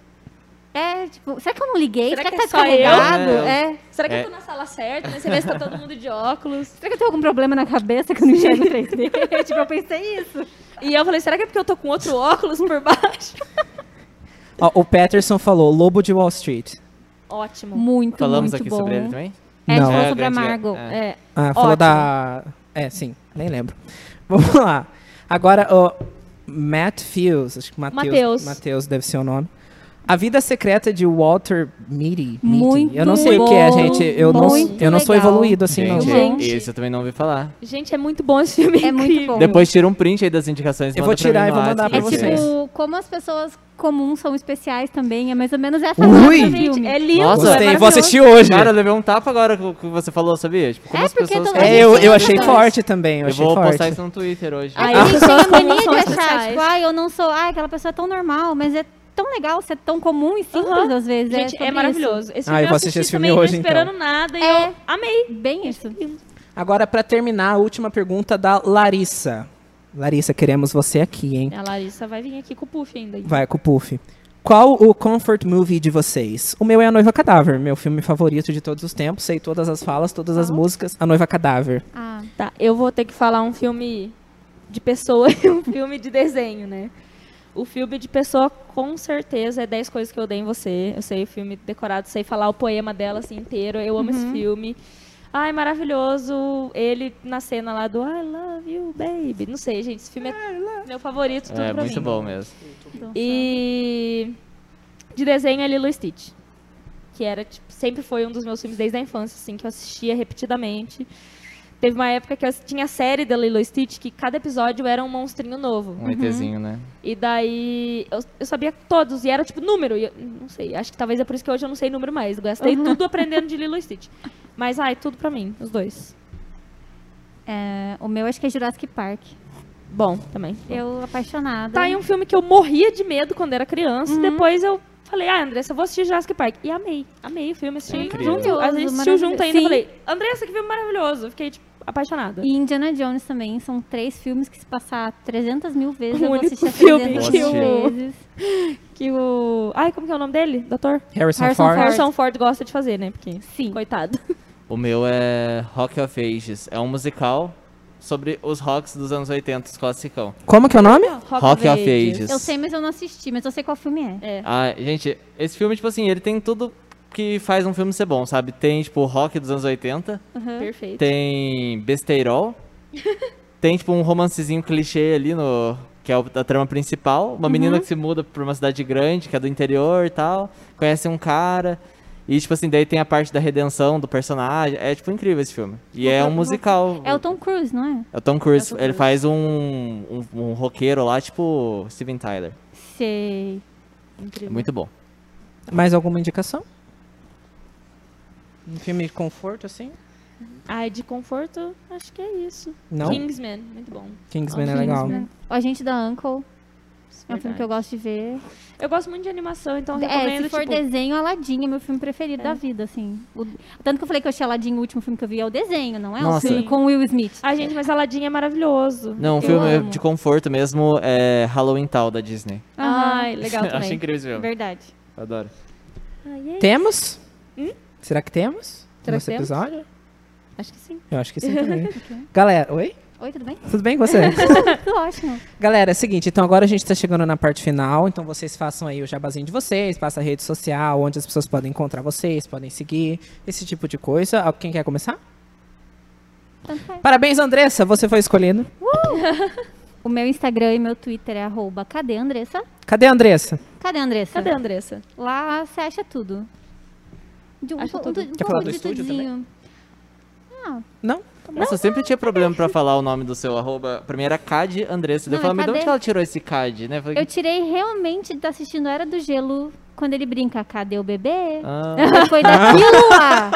S4: É, tipo, será que eu não liguei?
S3: Será
S4: Será,
S3: que
S4: que,
S3: é
S4: tá
S3: só eu?
S4: descarregado?
S5: É.
S4: É.
S3: será que
S5: É.
S3: eu tô na sala certa? Né? Você vê se tá todo mundo de óculos.
S4: Será que eu tenho algum problema na cabeça que eu não enxergo 3D? tipo, eu pensei isso.
S3: E eu falei, será que é porque eu tô com outro óculos por baixo?
S2: Ó, o Patterson falou, Lobo de Wall Street.
S3: Ótimo.
S4: Muito,
S5: Falamos
S4: muito
S5: aqui
S4: bom.
S5: sobre ele também?
S4: É, a gente
S2: Não.
S4: falou
S5: É,
S4: sobre a
S5: grande-
S4: Margot.
S5: é.
S3: É.
S2: Ah, falou
S3: Ótimo.
S2: da... É, sim. Nem lembro. Vamos lá. Agora, o Matt Fields. Acho que Matheus.
S3: Mateus.
S2: Mateus deve ser o nome. A Vida Secreta de Walter Mitty. Mitty.
S4: Muito
S2: Eu não sei o que é,
S4: bom,
S2: gente. Eu não,
S4: muito
S2: eu não sou
S4: legal.
S2: evoluído assim, não.
S5: Gente,
S4: Gente.
S5: esse eu também não ouvi falar.
S3: Gente, é muito bom esse filme.
S4: É muito
S3: incrível.
S4: bom.
S5: Depois tira um print aí das indicações. e
S2: Eu
S5: manda
S2: vou
S5: pra
S2: tirar
S5: mim
S2: e vou
S5: no
S2: mandar
S5: WhatsApp.
S2: pra
S4: É
S2: vocês.
S4: tipo, como as pessoas comuns são especiais também. É mais ou menos essa
S2: Ui!
S4: vibe do
S3: Gente,
S4: filme.
S3: é lindo.
S5: Nossa,
S3: é
S2: Gostei, vou
S3: maravilhoso.
S2: assistir hoje.
S5: Cara, eu levei um tapa agora com o que você falou, sabia? Tipo, como
S4: tipo- É,
S5: as
S4: porque
S5: pessoas...
S4: toda
S5: fazem
S2: É,
S4: gente
S2: eu,
S5: isso.
S2: eu achei
S4: Mas-
S2: forte também, eu
S5: Eu
S2: achei
S5: vou
S2: forte.
S5: postar isso no Twitter hoje. Ah,
S3: Ai,
S4: Aí a
S3: as
S4: gente tem
S3: pessoas
S4: a
S3: comuns
S4: mania
S3: são
S4: de achar,
S3: especiais.
S4: tipo, ah, eu não sou, ah, aquela pessoa é tão normal, mas é tão legal ser tão comum e simples
S3: Aham.
S4: às vezes.
S3: Gente, é,
S4: sobre
S3: maravilhoso. Esse
S2: Ah,
S3: filme
S2: eu vou assistir
S3: assisti
S2: esse filme
S3: também,
S2: hoje,
S3: não
S2: então.
S3: esperando nada. E
S4: É.
S3: eu amei.
S4: isso. Bem isso.
S2: Agora, pra terminar, a última pergunta da Larissa. Larissa, queremos você aqui, hein?
S3: A Larissa vai vir aqui com o Puff ainda.
S2: Vai com o Puff. Qual o comfort movie de vocês? O meu é A Noiva Cadáver, meu filme favorito de todos os tempos. Sei todas as falas, todas as músicas. A Noiva Cadáver.
S4: Ah,
S3: Tá, eu vou ter que falar um filme de pessoa e um filme de desenho, né? O filme de pessoa, com certeza, é 10 Coisas Que Eu Odeio em Você. Eu sei o filme decorado, sei falar o poema dela assim, inteiro. Eu amo esse filme. Ai, maravilhoso. Ele na cena lá do I love you, baby. Não sei, gente. Esse filme é meu favorito. Tudo
S5: É,
S3: pra
S5: muito
S3: mim.
S5: bom mesmo.
S3: E de desenho é Lilo e Stitch. Que era, tipo, sempre foi um dos meus filmes desde a infância, assim, que eu assistia repetidamente. Teve uma época que eu tinha a série da Lilo e Stitch, que cada episódio era um monstrinho novo.
S4: Uhum.
S5: Um ETzinho, né?
S3: E daí eu, eu sabia todos, e era tipo número. E eu, não sei, acho que talvez é por isso que hoje eu não sei número mais. Gastei tudo aprendendo de Lilo e Stitch. Mas, ai, tudo pra mim, os dois.
S4: é, o meu acho que é Jurassic Park.
S3: Bom, também.
S4: Eu apaixonada.
S3: Tá aí um filme que eu morria de medo quando era criança.
S4: Uhum.
S3: E depois eu falei, ah, Andressa, eu vou assistir Jurassic Park. E amei. Amei o filme. Assisti
S5: É incrível.
S3: junto. A gente assistiu
S4: Maravilhoso,
S3: junto ainda. e
S4: sim.
S3: Falei, Andressa, que filme maravilhoso. Eu Fiquei, tipo, apaixonada.
S4: E Indiana Jones também. São três filmes que se passar 300 mil vezes,
S3: O
S4: eu vou
S3: único
S4: assistir a
S3: filme
S4: 300
S5: que
S4: mil
S3: eu-
S4: vezes.
S3: Que o... Ai, como que é o nome dele? Doutor?
S2: Harrison,
S4: Harrison
S2: Ford.
S4: Ford.
S3: Harrison Ford gosta de fazer, né? Porque,
S4: Sim.
S3: coitado.
S5: O meu é Rock of Ages. É um musical sobre os rocks dos anos 80, os classicão.
S2: Como que é o nome?
S5: Rock of Ages.
S4: Eu sei, mas eu não assisti, mas eu sei qual filme é.
S3: É.
S5: Ah, gente, esse filme, tipo assim, ele tem tudo que faz um filme ser bom, sabe? Tem, tipo, o rock dos anos 80,
S3: Perfeito.
S5: tem besteirol, tem, tipo, um romancezinho clichê ali no... Que é o- a trama principal. Uma menina
S3: Uhum.
S5: que se muda pra uma cidade grande, que é do interior e tal. Conhece um cara. E, tipo assim, daí tem a parte da redenção do personagem. É, tipo, incrível esse filme. E é um musical.
S4: É o Tom Cruise, não é?
S5: É o Tom Cruise.
S3: Uhum. É o Tom
S5: Ele
S3: Cruise.
S5: faz um, um, um roqueiro lá, tipo Steven Tyler.
S4: Sei.
S5: É muito bom.
S2: Mais alguma indicação? Um filme de conforto, assim?
S3: Ai, de conforto, acho que é isso.
S2: Não?
S5: Então?
S3: Kingsman, muito bom.
S2: Kingsman é
S4: Filmes,
S2: legal.
S4: né? O Agente da Uncle. É um filme que eu
S3: Verdade.
S4: gosto de ver.
S3: Eu gosto muito de animação, então eu
S4: É,
S3: recomendo,
S4: se for
S3: tipo,
S4: desenho, Aladdin é meu filme preferido da vida, assim. O- Tanto que eu falei que eu achei Aladdin o último filme que eu vi é o desenho, não é
S5: Nossa.
S4: o filme com o Will Smith.
S3: Ai, gente, mas Aladdin é maravilhoso.
S5: Não, um
S4: Eu
S5: filme
S4: amo.
S5: de conforto mesmo é Halloween Town da Disney.
S3: Ai, legal
S5: Eu Achei
S3: também.
S5: incrível esse filme.
S4: Verdade.
S5: Adoro.
S3: Ai, é.
S2: Temos? Será que temos?
S3: Será
S2: Nesse
S3: que temos?
S2: episódio?
S3: Acho que sim.
S2: Eu acho que sim também. Galera, oi?
S4: Oi, tudo bem?
S2: Tudo bem com você?
S4: Tudo ótimo.
S2: Galera, é o seguinte, então agora a gente está chegando na parte final, então vocês façam aí o jabazinho de vocês, passa a rede social, onde as pessoas podem encontrar vocês, podem seguir, esse tipo de coisa. Ah, Quem quer começar?
S4: Tanto faz.
S2: Parabéns, Andressa, você foi escolhida.
S4: O meu Instagram e meu Twitter é arroba cadê Andressa?
S2: Cadê a Andressa?
S4: Cadê Andressa?
S3: Cadê a Andressa?
S4: Lá você acha tudo. De um,
S3: Acha
S4: po-
S3: tudo.
S4: um, tu- um
S2: Quer
S4: pouco
S2: falar do
S4: de
S2: estúdio
S4: tudinho. Ah,
S2: Não?
S5: Nossa, eu sempre tinha problema pra falar o nome do seu arroba. Pra mim era Cad Andressa. Daí
S4: Não,
S5: eu
S4: é
S5: falava, mas de
S4: Cadê?
S5: onde ela tirou esse Cad, né? Eu falei,
S4: eu tirei realmente de estar assistindo Era do Gelo quando ele brinca, cadê o bebê?
S5: ah,
S4: Foi daquilo lá.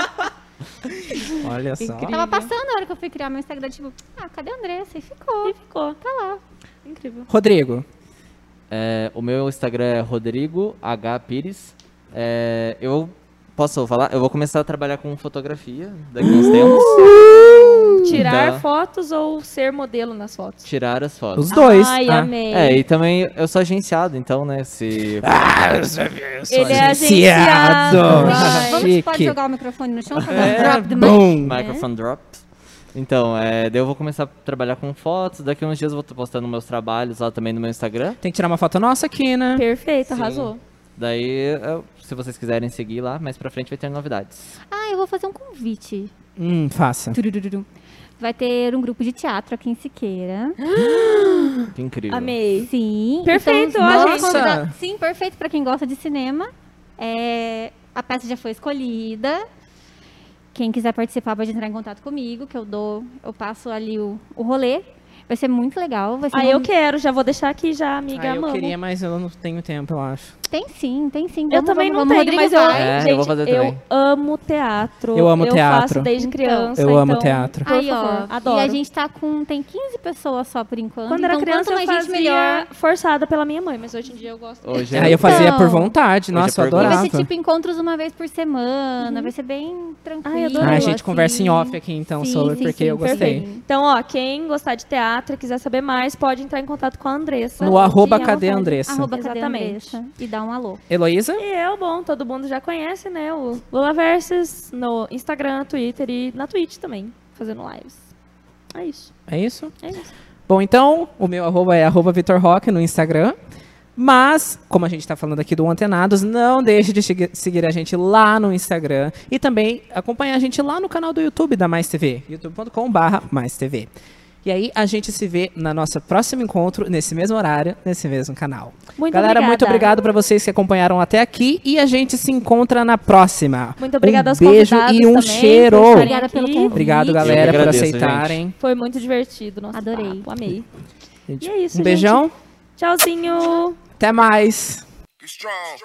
S2: Olha só.
S3: Incrível.
S4: Tava passando a hora que eu fui criar meu Instagram, tipo, ah, cadê a Andressa? E ficou.
S3: E ficou.
S4: Tá lá.
S3: Incrível.
S2: Rodrigo,
S5: É, o meu Instagram é Rodrigo H Pires. É, eu posso falar? Eu vou começar a trabalhar com fotografia daqui a
S4: Uh!
S5: uns tempos.
S3: Tirar
S5: Tá.
S3: fotos ou ser modelo nas fotos?
S5: Tirar as fotos.
S2: os dois.
S3: Ai,
S2: Ah.
S3: amei.
S5: Tipo É, e também eu sou agenciado, então, né? Se
S4: Ah,
S3: Ele é
S2: Agenciado.
S3: agenciado.
S2: Ai.
S4: Vamos, pode
S2: Chique.
S4: jogar o microfone no chão pra
S5: É,
S4: dar um drop the mic?
S2: Boom.
S5: microphone drop. Então, é, daí eu vou começar a trabalhar com fotos. Daqui a uns dias eu vou estar postando meus trabalhos lá também no meu Instagram.
S2: Tem que tirar uma foto nossa aqui, né?
S3: Perfeito,
S5: Sim.
S3: arrasou.
S5: Daí, eu- se vocês quiserem seguir lá, mais pra frente vai ter novidades.
S4: Ah, eu vou fazer um convite.
S2: Hum, faça.
S4: Tururururum. Vai ter um grupo de teatro aqui em Siqueira.
S5: Que incrível.
S3: Amei.
S4: Sim.
S3: Perfeito,
S4: então,
S3: ó,
S4: nós
S2: gente.
S4: convidamos- Sim, perfeito pra quem gosta de cinema. É, a peça já foi escolhida. Quem quiser participar pode entrar em contato comigo, que eu dou, eu passo ali o, o rolê. Vai ser muito legal. Vai ser
S3: Ah,
S4: um-
S3: eu quero, já vou deixar aqui já, amiga.
S2: Ah, eu
S3: amamos.
S2: queria, mas eu não tenho tempo, eu acho.
S4: Tem sim, tem sim.
S3: Eu
S4: Vamos,
S3: também
S4: vamos,
S3: não
S4: vamos,
S3: tenho,
S4: Rodrigo
S3: mas eu,
S4: vai.
S5: É,
S3: gente,
S5: eu vou fazer também.
S3: amo teatro.
S2: Eu amo
S3: Eu
S2: teatro.
S3: faço desde
S4: Então,
S3: criança.
S2: eu amo
S3: então,
S2: teatro.
S3: Por
S4: Aí,
S3: favor,
S4: ó,
S3: adoro.
S4: E a gente tá com. Tem 15 pessoas só por enquanto.
S3: Quando
S4: então,
S3: era criança,
S4: quanto
S3: eu
S4: mais
S3: fazia
S4: gente, melhor.
S3: forçada pela minha mãe, mas hoje em dia eu gosto.
S5: Hoje
S4: Então.
S2: Aí eu fazia por vontade,
S5: Hoje é
S2: nossa, eu
S5: por gosto.
S4: Vai
S2: adorava.
S4: ser tipo encontros uma vez por semana. Vai ser bem tranquilo.
S3: Ai, adorei.
S2: Ah, a
S3: eu,
S2: gente
S4: assim.
S2: conversa em off aqui então
S4: Sim,
S2: sobre
S4: sim,
S2: porque
S4: sim,
S2: eu gostei.
S4: perfeito.
S3: Então, ó, quem gostar de teatro e quiser saber mais, pode entrar em contato com a Andressa. é
S2: No arroba
S3: Fiquem à
S2: cadê
S3: vontade.
S2: Andressa?
S4: Arroba cadê
S3: Exatamente.
S4: Andressa? E dá um alô.
S2: Heloísa?
S3: E eu, bom, todo mundo já conhece, né? O Lula Versus no Instagram, Twitter e na Twitch também, fazendo lives. É isso,
S2: É isso?
S3: é isso.
S2: Bom, então, o meu arroba é arroba Vitor Roque no Instagram. Mas, como a gente está falando aqui do Antenados, não deixe de chegui- seguir a gente lá no Instagram e também acompanhar a gente lá no canal do YouTube da Mais TV, youtube.com/barra Mais TV. E aí a gente se vê na nossa próximo encontro nesse mesmo horário, nesse mesmo canal.
S3: Muito
S2: Galera,
S3: obrigada.
S2: muito obrigado para vocês que acompanharam até aqui e a gente se encontra na próxima.
S3: Muito obrigada
S2: um
S3: aos
S2: beijo
S3: convidados
S2: e um
S3: também, um
S2: cheiro.
S3: por estarem
S4: Obrigada
S3: aqui.
S4: pelo convite.
S2: Obrigado, galera,
S5: Eu que agradeço,
S2: por aceitarem.
S3: Foi muito divertido, nossa.
S4: Adorei.
S3: amei.
S2: Gente,
S3: E é isso,
S2: um beijão,
S3: Tchauzinho.
S2: até mais.
S1: Be strong.